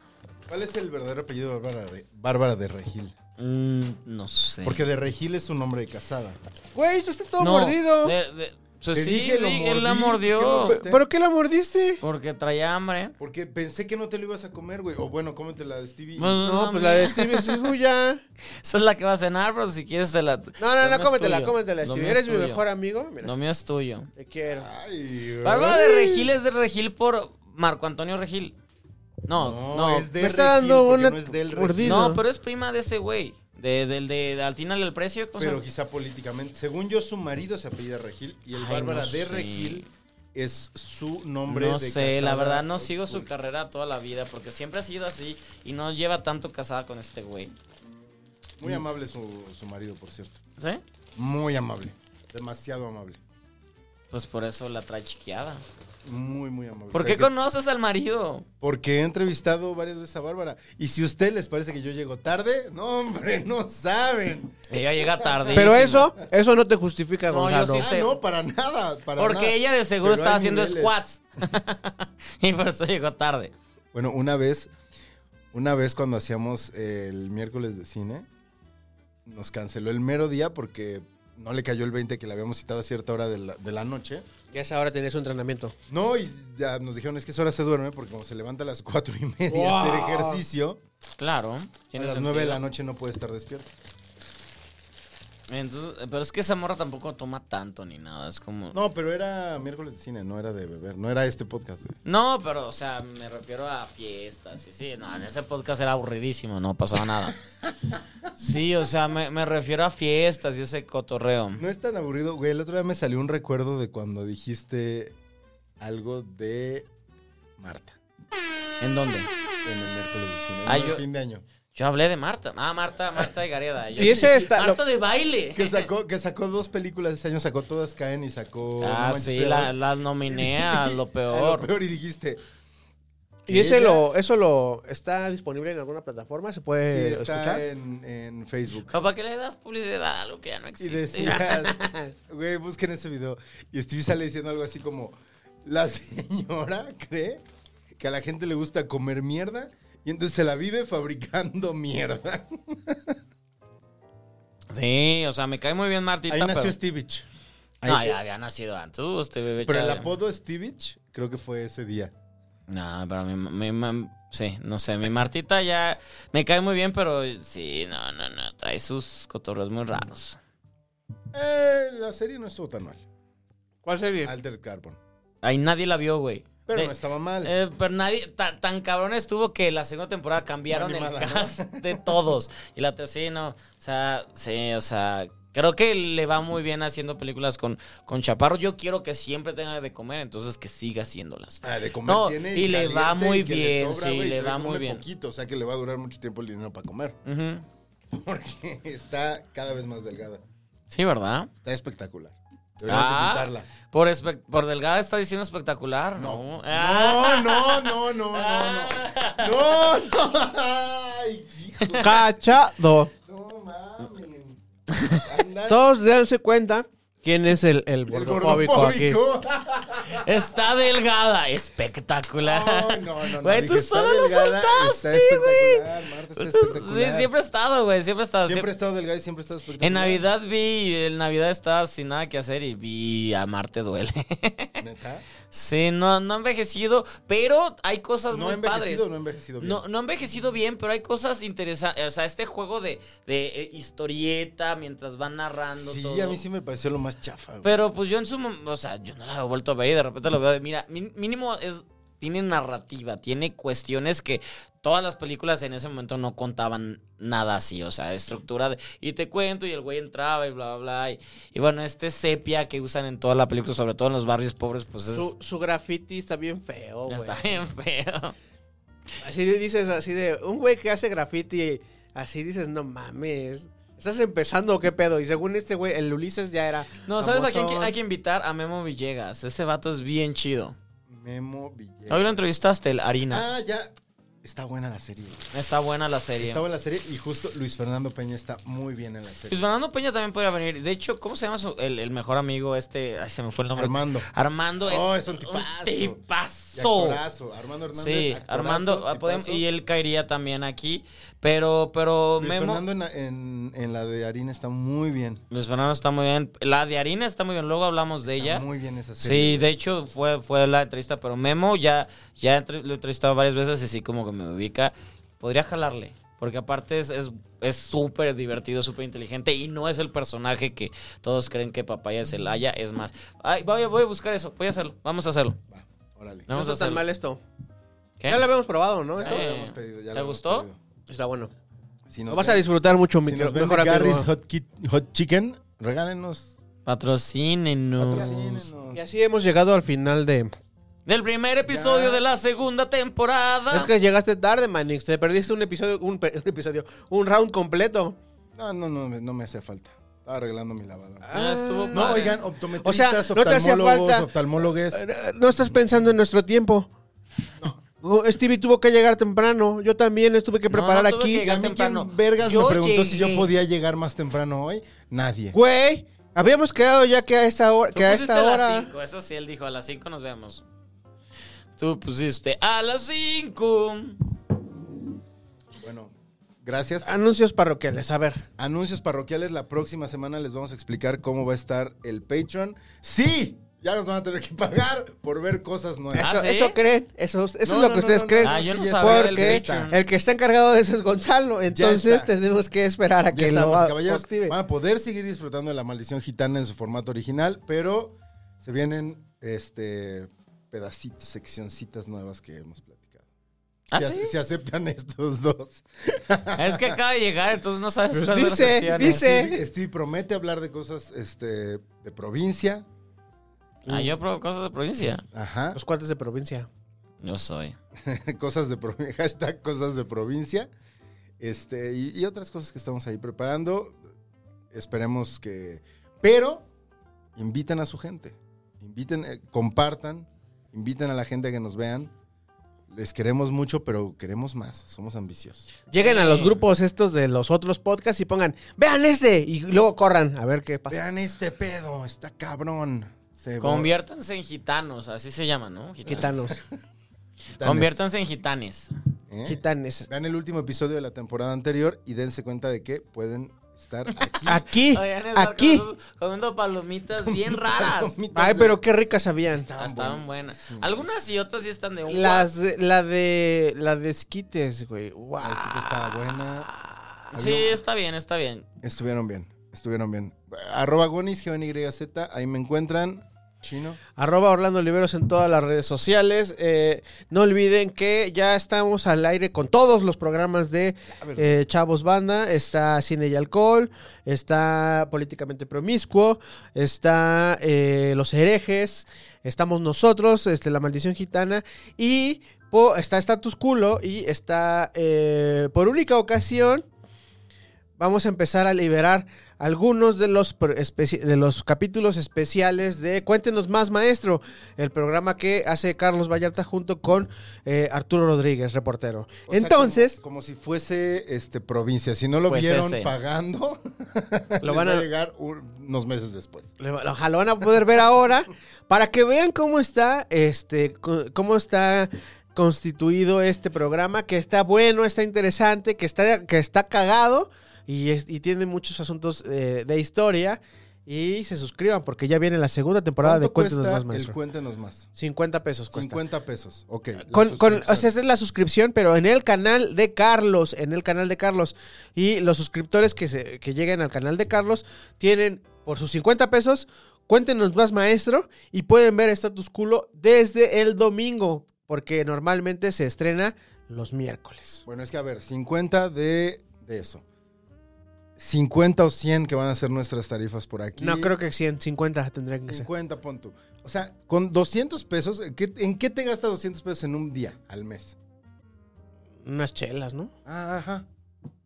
D: ¿Cuál es el verdadero apellido de Bárbara de, Bárbara de Regil?
C: Mm, no sé.
D: Porque de Regil es un nombre de casada.
A: Güey, esto está todo
C: no,
A: mordido.
C: de- de- pues
D: Te
C: sí,
D: dije, lo
C: di- él la
D: mordí,
C: mordió.
D: pues,
A: ¿Pero- ¿Pero qué la mordiste?
C: Porque traía hambre.
D: Porque pensé que no te lo ibas a comer, güey. O bueno, cómete la de Stevie.
C: Bueno,
A: No, pues la de Stevie es suya.
C: Esa es la que va a cenar, pero si quieres te la.
A: No, no, no, cómetela,
C: Lo
A: cómetela, Stevie.
C: mío
A: Eres
C: es
A: mi
C: tuyo.
A: mejor amigo. Mira,
C: Lo mío es tuyo.
A: te quiero.
D: Ay, güey.
C: Bárbara de Regil es de Regil por Marco Antonio Regil. No,
D: No,
C: no.
D: es de
A: Me está
D: Regil,
A: dando
D: porque
A: una
D: no es del Regil.
A: mordida.
C: No, pero es prima de ese güey. De, del de, Altínale el precio. cosa-
D: Pero quizá políticamente. Según yo, su marido se apellida Regil y el
C: Ay,
D: Bárbara
C: no
D: de
C: sé.
D: Regil es su nombre
C: no
D: de
C: sé, la
D: casada
C: verdad no
D: old
C: sigo
D: school.
C: su carrera toda la vida porque siempre ha sido así y no lleva tanto casada con este güey.
D: Muy amable su, su marido, por cierto.
C: ¿Sí?
D: Muy amable. Demasiado amable.
C: Pues por eso la trae chiqueada.
D: Muy, muy amable.
C: ¿Por
D: O sea
C: qué
D: que-
C: conoces al marido?
D: Porque he entrevistado varias veces a Bárbara. Y si a usted les parece que yo llego tarde, no, hombre, no saben.
C: Ella llega tarde.
A: Pero eso, eso no te justifica,
C: No, yo
A: Gonzalo.
C: sí
D: Ah,
C: sé.
D: no, para nada. para nada.
C: Porque ella de seguro
D: Pero
C: estaba
D: hay
C: haciendo
D: niveles.
C: squats. y por eso llegó tarde.
D: Bueno, una vez, una vez cuando hacíamos el miércoles de cine, nos canceló el mero día porque no le cayó el 20 que le habíamos citado a cierta hora de la, de la noche.
A: Ya es ahora tenés un entrenamiento.
D: No, y ya nos dijeron, es que esa hora se duerme porque como se levanta a las cuatro y media a hacer ejercicio,
C: Claro.
D: a
C: tiene
D: las
C: sentido.
D: nueve de la noche no puede estar despierto.
C: Entonces, pero es que esa morra tampoco toma tanto ni nada. Es como. No,
D: No, pero era miércoles de cine, no era de beber, no era este podcast. güey.
C: pero, o sea, me refiero a fiestas. Y sí, no, en ese podcast era aburridísimo, no pasaba nada. Sí, o sea, me, me refiero a fiestas y ese cotorreo.
D: No es tan aburrido, güey. El otro día me salió un recuerdo de cuando dijiste algo de Marta
C: ¿En dónde?
D: en el miércoles de cine.
C: Ah,
D: en el
C: yo-
D: fin de año.
C: Yo hablé de Marta. Ah, Marta, Marta de Gareda. Yo-
A: Y ese está-
C: Marta de baile.
D: Que sacó, que sacó dos películas ese año, sacó Todas Caen y sacó. No
C: Ah,
D: Manches
C: sí,
D: Frida
C: la,
D: dos.
C: la nominé a lo
D: A lo
C: peor.
D: peor y dijiste.
A: ¿Y ese
D: ella-
A: lo, eso lo está disponible en alguna plataforma? ¿Se puede
D: Sí, está
A: Eh, escuchar?
D: en, en Facebook.
C: ¿Para qué le das publicidad a lo que ya no
D: Y
C: existe?
D: decías, güey, busquen ese video. Y Steve sale diciendo algo así como: La señora cree que a la gente le gusta comer mierda y entonces se la vive fabricando mierda.
C: Sí, o sea, me cae muy bien Martita.
D: Ahí nació
C: pero-
D: Stevich.
C: No, ya había nacido antes. Uh, este bebé
D: Pero el
C: chale.
D: apodo Stevich creo que fue ese día.
C: No, pero mi, mi mam- Sí, no sé, mi Martita ya me cae muy bien, pero sí, no, no, no, trae sus cotorros muy raros.
D: Eh, la serie no estuvo tan mal.
A: ¿Cuál sería?
D: Altered Carbon.
C: Ahí nadie la vio, güey.
D: Pero
C: De-
D: no estaba mal.
C: Eh, pero nadie, ta- tan cabrón estuvo que la segunda temporada cambiaron
D: La animada,
C: el
D: ¿no?
C: cast de todos. Y la tercera, sí, no. O sea, sí, o sea, creo que le va muy bien haciendo películas con, con Chaparro. Yo quiero que siempre tenga de comer, entonces que siga haciéndolas.
D: Ah, de comer
C: No,
D: tiene
C: y le va
D: caliente
C: muy
D: y que le
C: bien,
D: sobra,
C: sí,
D: güey,
C: le
D: se ve
C: va
D: que
C: muy
D: come
C: bien.
D: poquito, o sea que le va a durar mucho tiempo el dinero para comer.
C: Ujú.
D: Porque está cada vez más delgada.
C: Sí, ¿verdad?
D: Está espectacular. Deberías
C: Ah.
D: invitarla.
C: Por, espe- por delgada está diciendo espectacular, ¿no?
D: No.
C: Ah.
D: No, no, no, no, no, no. No, no. Ay, hijo.
A: Cachado.
D: No mames. Andar-
A: Todos dense cuenta quién es el, el
D: El
A: gordofóbico, aquí.
D: gordofóbico.
C: Está delgada, espectacular.
D: No, no, no.
C: Güey,
D: no,
C: tú
D: dije, está
C: solo lo
D: delgada, Está
C: soltaste,
D: espectacular.
C: güey.
D: Marta está
C: Tú-
D: espectacular.
C: Sí, siempre he estado, güey, siempre he estado.
D: Siempre
C: siempre-
D: he estado delgada y siempre he estado espectacular.
C: En Navidad vi, en Navidad estaba sin nada que hacer y vi a Marte duele.
D: ¿Neta?
C: sí, no, no ha envejecido, pero hay cosas
D: No
C: muy
D: he envejecido,
C: padres.
D: no he envejecido bien.
C: No, no ha envejecido bien, pero hay cosas interesantes. O sea, este juego de, de, eh, historieta mientras van narrando
D: Sí,
C: todo.
D: a mí sí me pareció lo más chafa, güey.
C: Pero pues yo en su mom- o sea, yo no la he vuelto a ver y de repente lo veo. y Mira, mi- mínimo es tiene narrativa, tiene cuestiones que todas las películas en ese momento no contaban nada así, o sea, estructura de, y te cuento y el güey entraba y bla bla bla y, y bueno, este sepia que usan en toda la película, sobre todo en los barrios pobres, pues es
A: Su, su graffiti está bien feo, güey.
C: está bien feo.
A: Así de- dices, así de, un güey que hace graffiti, así dices, no mames. ¿Estás empezando o qué pedo? Y según este güey, el Ulises ya era.
C: No, ¿sabes a quién
A: famosón.
C: hay que invitar? A Memo Villegas. Ese vato es bien chido.
D: Memo Villegas.
C: Hoy lo entrevistaste, el Harina.
D: Ah, ya. Está buena la serie. güey.
C: Está buena la serie.
D: Está buena la serie y justo Luis Fernando Peña está muy bien en la
C: Luis
D: serie.
C: Pues Fernando Peña también podría venir. De hecho, ¿cómo se llama su- el, el mejor amigo este? Ay, se me fue el nombre.
D: Armando.
C: Armando es,
D: Oh, es un tipazo. Y
C: tipazo.
D: actorazo. Armando Hernández.
C: Sí,
D: actorazo,
C: Armando. ah, podemos-
D: tipazo.
C: y él caería también aquí. Pero, pero
D: Luis
C: Memo.
D: Fernando en, en- en la de Harina está muy bien.
C: Luis Fernando está muy bien. La de Harina está muy bien. Luego hablamos de
D: Está
C: ella.
D: muy bien esa serie.
C: Sí, de hecho fue, fue la entrevista, pero Memo ya, ya entre- lo he entrevistado varias veces y sí como que me ubica. Podría jalarle, porque aparte es es- es súper divertido, súper inteligente y no es el personaje que todos creen que Papaya es el Haya, es más. Ay, voy, a- voy a buscar eso, voy a hacerlo, vamos a hacerlo.
D: Va, órale.
A: No
C: Vamos a
A: está tan
C: hacerlo.
A: mal esto.
C: ¿Qué?
A: Ya lo habíamos probado, ¿no?
C: Sí.
A: Eso.
D: Ya lo hemos pedido, ya
C: ¿Te
D: lo hemos
C: gustó?
D: pedido.
A: Está bueno.
D: Si
A: Lo
D: nos
A: vas a
D: ven-
A: disfrutar mucho, mi
D: si nos
A: querido-
D: ven
A: mejor
D: de
A: amigo.
D: Garry's Hot, Kit- Hot Chicken, regálenos.
C: Patrocínenos.
D: patrocínenos.
A: Y así hemos llegado al final de.
C: Del primer episodio
D: Ya.
C: de la segunda temporada.
A: Es que llegaste tarde, Manix. Te perdiste un episodio, un, pe- un episodio, un round completo.
D: No, no, no, no me hace falta. Estaba arreglando mi lavadora.
A: Ah,
C: No, estuvo
D: No,
C: padre.
D: oigan,
A: O
D: optometristas,
A: sea, no te hacía
D: oftalmólogos,
A: falta-
D: oftalmólogues.
A: No estás pensando en nuestro tiempo. No. Stevie tuvo que llegar temprano. Yo también les tuve que
C: No,
A: preparar
C: no tuve
A: aquí.
C: que
D: Y a mí
C: temprano.
D: quién vergas
C: Yo
D: me preguntó si yo
C: llegué.
D: podía llegar más temprano hoy. Nadie.
A: Güey, habíamos quedado ya que a esta hora.
C: Tú
A: Que a
C: pusiste
A: esta
C: A
A: hora.
C: las 5, eso sí, él dijo, a las 5 nos vemos. Tú pusiste a las 5.
D: Bueno, gracias.
A: Anuncios parroquiales, a ver.
D: Anuncios parroquiales, la próxima semana les vamos a explicar cómo va a estar el Patreon. ¡Sí! Ya nos van a tener que pagar por ver cosas nuevas.
A: Eso,
C: Ah, ¿sí?
A: eso creen, eso, eso
D: No,
A: es lo
D: no,
A: que
D: no,
A: ustedes
D: no, no.
A: creen.
C: Ah, yo no
D: sí,
C: sabía del
A: porque
C: Patreon.
A: el que está encargado de eso es Gonzalo. Entonces
D: está.
A: tenemos que esperar a
D: Ya
A: que lo
D: estamos,
A: a-
D: caballeros.
A: active.
D: Van a poder seguir disfrutando de la maldición gitana en su formato original, pero se vienen este pedacitos, seccioncitas nuevas que hemos platicado.
C: ¿Ah,
D: Si a-
C: sí?
D: si aceptan estos dos.
C: Es que acaba de llegar, entonces no sabes
A: Pues
C: cuáles son las
A: dice,
C: sesiones.
A: dice.
D: Steve, Steve promete hablar de cosas este, de provincia.
C: Ah, yo pruebo cosas de provincia.
D: Ajá.
A: Los cuates de provincia.
C: Yo soy.
D: cosas de provincia. Hashtag cosas de provincia. Este, y, y otras cosas que estamos ahí preparando. Esperemos que. Pero inviten a su gente. Inviten, eh, compartan, inviten a la gente a que nos vean. Les queremos mucho, pero queremos más. Somos ambiciosos.
A: Lleguen a
C: Sí.
A: los grupos estos de los otros podcasts y pongan, vean este. Y luego corran a ver qué pasa.
D: Vean este pedo, está cabrón. Se
C: Conviértanse en gitanos, así se llama, ¿no? Gitanos.
A: Gitanos.
D: Gitanes,
C: Conviértanse en gitanes.
D: ¿eh?
A: Gitanes.
D: Vean el último episodio de la temporada anterior y dense cuenta de que pueden estar aquí.
A: Aquí.
C: Oigan, estar
A: Aquí.
C: con sus- Comiendo palomitas bien raras.
D: Palomitas
A: Ay,
D: de-
A: pero qué ricas sabían.
C: Ah, estaban buenas. Algunas y otras sí están de un
A: Las de- la de la de esquites, güey. Wow.
D: La esquita estaba buena.
C: guac. Sí, está bien, está bien.
D: Estuvieron bien, estuvieron bien. Arroba Gonis, G-O-N-Y-Z, ahí me encuentran. Chino.
A: Arroba Orlando Oliveros en todas las redes sociales. Eh, no olviden que ya estamos al aire con todos los programas de eh, Chavos Banda. Está Cine y Alcohol, está Políticamente Promiscuo, está eh, Los Herejes, estamos nosotros, este, La Maldición Gitana y po- está Status Culo y está eh, por única ocasión vamos a empezar a liberar algunos de los, pro- especi- de los capítulos especiales de Cuéntenos más, maestro, el programa que hace Carlos Vallarta junto con eh, Arturo Rodríguez, reportero.
D: O sea,
A: Entonces,
D: Como, como si fuese este, provincia. Si no lo
C: Fuese
D: vieron
C: ese.
D: pagando,
A: Lo
D: lo
A: van
D: van
A: a-
D: a llegar un- unos meses después.
A: le va- ojalá lo van a poder ver ahora para que vean cómo está este, co- cómo está constituido este programa, que está bueno, está interesante, que está, que está cagado y, es- y tiene muchos asuntos eh, de historia. Y se suscriban porque ya viene la segunda temporada de
D: ¿Cuánto
A: Cuéntenos
D: cuesta
A: más,
D: El
A: maestro.
D: cuéntenos más.
A: 50 pesos cuesta.
D: 50 pesos. Ok. la
A: Con, con- o sea,
D: suscripción.
A: esa es la suscripción, pero en el canal de Carlos, en el canal de Carlos. Y los suscriptores que, se, que lleguen al canal de Carlos tienen por sus 50 pesos, cuéntenos más maestro, y pueden ver Status Culo desde el domingo, porque normalmente se estrena los miércoles.
D: Bueno, es que a ver, 50 de, de eso. 50 o 100 que van a ser nuestras tarifas por aquí.
A: No, creo que 100, 50 tendrían que ser.
D: 50 pon tú. O sea, con 200 pesos, ¿qué- ¿en qué te gastas 200 pesos en un día al mes?
A: Unas chelas, ¿no?
D: Ah, ajá.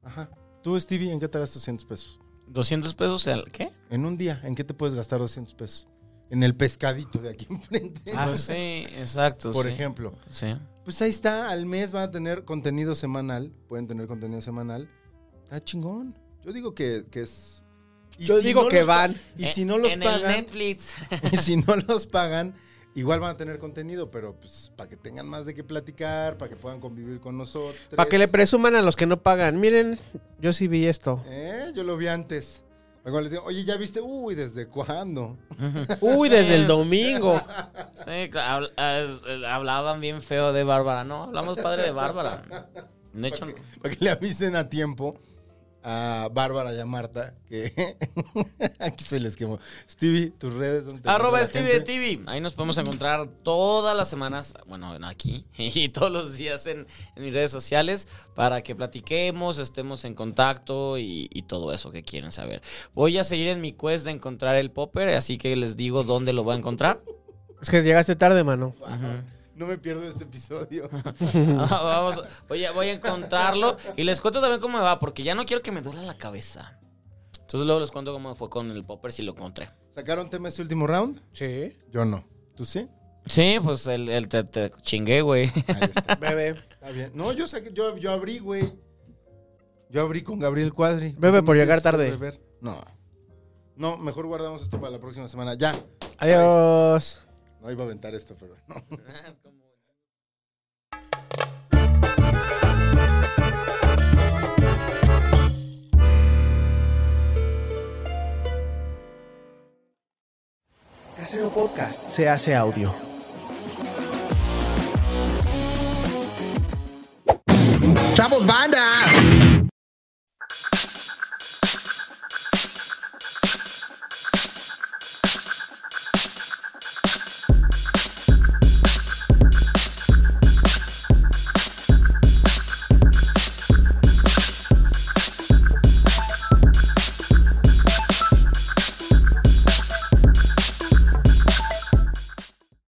D: Ajá. Tú, Stevie, ¿en qué te gastas 200 pesos?
C: 200 pesos al ¿qué?
D: En un día, ¿en qué te puedes gastar 200 pesos? En el pescadito de aquí enfrente.
C: Ah, sí, exacto.
D: Por
C: sí.
D: ejemplo.
C: Sí.
D: Pues ahí está, al mes van a tener contenido semanal. Pueden tener contenido semanal. Está chingón. Yo digo que, que es. Y
A: Yo
D: si
A: digo
D: no
A: que
D: los pa-
A: van.
D: Y
C: Eh,
D: si no los
C: en
D: pagan.
C: el Netflix.
D: Y si no los pagan, igual van a tener contenido, pero pues para que tengan más de qué platicar, para que puedan convivir con nosotros.
A: Para que le presuman a los que no pagan. Miren, yo sí vi esto.
D: ¿Eh? Yo lo vi antes. Luego les digo, oye, ¿ya viste? Uy, ¿desde cuándo?
A: Uy, desde el
C: Es-
A: domingo.
C: Sí, habl- es- eh, hablaban bien feo de Bárbara. No, hablamos padre de Bárbara. De hecho,
D: Para que, para que le avisen a tiempo a Bárbara y a Marta que aquí se les quemó. Stevie, tus redes. ¿dónde te
C: Arroba
D: encuentra la
C: Stevie de
D: gente?
C: TV. Ahí nos podemos encontrar todas las semanas, bueno, no aquí, y todos los días en, en mis redes sociales para que platiquemos, estemos en contacto y, y todo eso que quieren saber. Voy a seguir en mi quest de encontrar el popper, así que les digo dónde lo va a encontrar.
A: Es que llegaste tarde, mano.
D: No me pierdo este episodio.
C: Ah, Vamos, voy a, voy a encontrarlo y les cuento también cómo me va, porque ya no quiero que me duela la cabeza. Entonces luego les cuento cómo me fue con el popper si lo encontré.
D: ¿Sacaron tema este último round?
A: Sí.
D: Yo no. ¿Tú sí?
C: Sí, pues el, el te, te chingué, güey.
D: Ahí está.
A: Bebe.
D: Está bien. No, yo saqué, yo, yo abrí, güey. Yo abrí con Gabriel Cuadri.
A: Bebe por
D: ¿No
A: llegar
D: quieres
A: tarde.
D: beber? No. No, mejor guardamos esto para la próxima semana. Ya.
A: Adiós.
D: No iba a aventar esto, pero no.
A: Casero Podcast se hace audio.
B: ¡Chavos, banda!